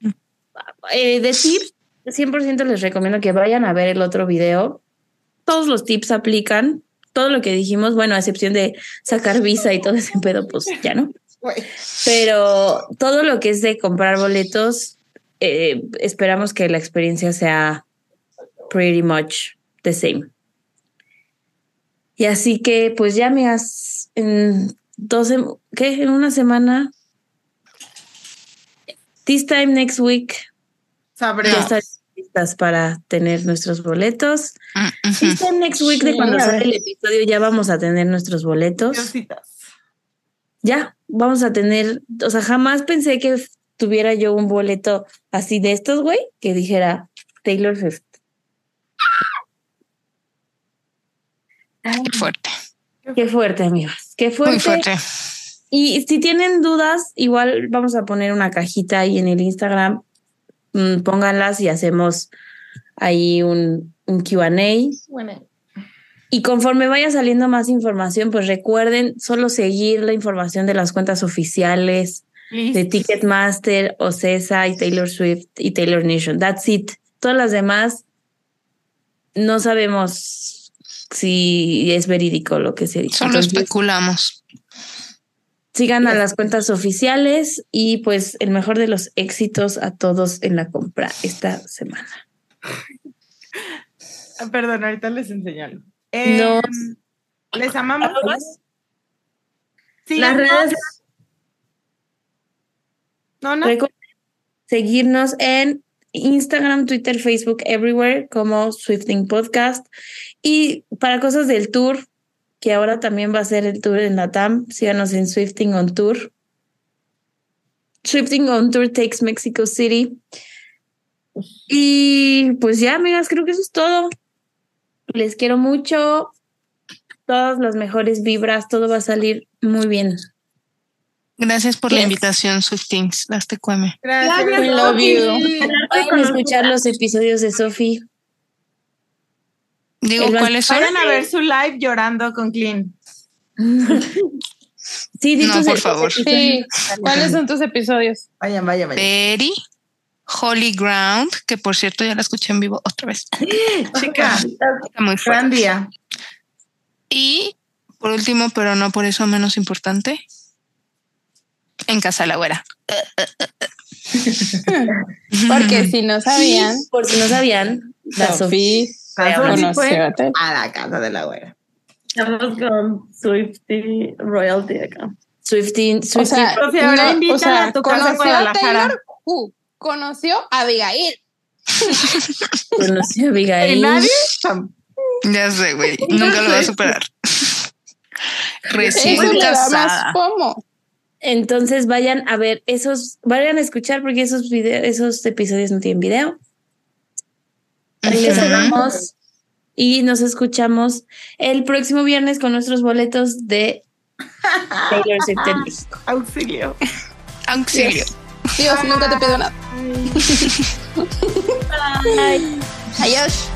Speaker 1: Eh, de tips, 100% les recomiendo que vayan a ver el otro video. Todos los tips aplican. Todo lo que dijimos, bueno, a excepción de sacar visa y todo ese pedo, pues ya no. Pero todo lo que es de comprar boletos, eh, esperamos que la experiencia sea pretty much the same. Y así que, pues ya me has en dos, sem- ¿qué? En una semana. This time next week
Speaker 4: Sabré.
Speaker 1: ya estaremos listas para tener nuestros boletos.
Speaker 5: Mm, ujú.
Speaker 1: This time next week de cuando
Speaker 6: a
Speaker 1: sale el episodio ya vamos a tener nuestros boletos
Speaker 4: Diositas.
Speaker 1: ya vamos a tener, o sea, jamás pensé que f- tuviera yo un boleto así de estos, güey, que dijera Taylor Swift.
Speaker 5: Qué fuerte.
Speaker 1: Qué fuerte, amigos. Qué fuerte.
Speaker 5: Muy fuerte.
Speaker 1: Y si tienen dudas, igual vamos a poner una cajita ahí en el Instagram. Mm, Pónganlas y hacemos ahí un, un QA. Y conforme vaya saliendo más información, pues recuerden solo seguir la información de las cuentas oficiales de Ticketmaster, Ocesa y Taylor Swift y Taylor Nation. That's it. Todas las demás no sabemos si es verídico lo que se dice.
Speaker 5: Solo
Speaker 1: Entonces,
Speaker 5: especulamos.
Speaker 1: sigan a las cuentas oficiales y pues el mejor de los éxitos a todos en la compra esta semana.
Speaker 4: Ah, Perdón, ahorita les enseño algo.
Speaker 6: Em.
Speaker 4: Eh, Les amamos.
Speaker 8: Las
Speaker 4: Síganos.
Speaker 8: redes
Speaker 4: No, no.
Speaker 1: Recuerden seguirnos en Instagram, Twitter, Facebook, everywhere como Swifting Podcast. Y para cosas del tour, que ahora también va a ser el tour en la TAM, síganos en Swifting on Tour. Swifting on Tour takes Mexico City. Y pues ya, amigas, creo que eso es todo. Les quiero mucho. Todas las mejores vibras, todo va a salir muy bien.
Speaker 5: Gracias por la
Speaker 1: Yes.
Speaker 5: invitación, Swiftings. Las te cueme.
Speaker 4: Gracias.
Speaker 6: We love you.
Speaker 1: Pueden escuchar los episodios de Sophie.
Speaker 5: Digo,
Speaker 1: El vas-
Speaker 5: ¿cuáles son?
Speaker 4: Vayan a ver su live llorando con Clean.
Speaker 1: Sí, di
Speaker 5: No,
Speaker 1: tus-
Speaker 5: por
Speaker 1: tus
Speaker 5: favor.
Speaker 1: episodios.
Speaker 6: Sí. ¿Cuáles son tus episodios?
Speaker 4: Vayan, vayan, vayan.
Speaker 5: Perry, Holy Ground, que por cierto ya la escuché en vivo otra vez.
Speaker 4: Chica,
Speaker 5: Está muy fuerte.
Speaker 4: gran día.
Speaker 5: Y por último, pero no por eso menos importante, en Casa de la Güera.
Speaker 6: Porque si no sabían,
Speaker 1: Por si no sabían, la Sofi.
Speaker 6: Sofía
Speaker 4: Tan solo fue
Speaker 6: conoció. te-
Speaker 4: a la casa de la güera.
Speaker 8: estamos con Swifty Royalty acá.
Speaker 1: Swifting,
Speaker 6: O
Speaker 1: Swifting.
Speaker 6: sea,
Speaker 4: Sofía, ahora
Speaker 6: no,
Speaker 4: invítala
Speaker 6: o sea,
Speaker 4: a tu casa en
Speaker 6: conoció a
Speaker 4: Guadalajara.
Speaker 6: Taylor Who conoció a Abigail.
Speaker 1: conoció a Abigail.
Speaker 4: ¿Y nadie? Tam-
Speaker 5: Ya sé, güey. Nunca lo voy a superar. Recién
Speaker 6: Eso le da
Speaker 5: casada.
Speaker 6: más pomo.
Speaker 1: Entonces vayan a ver esos, vayan a escuchar porque esos video- esos episodios no tienen video. Les
Speaker 5: Ujú.
Speaker 1: amamos y nos escuchamos el próximo viernes con nuestros boletos de Taylor Swift en México.
Speaker 4: Auxilio.
Speaker 5: Auxilio.
Speaker 6: Dios, nunca te pido nada. Adiós.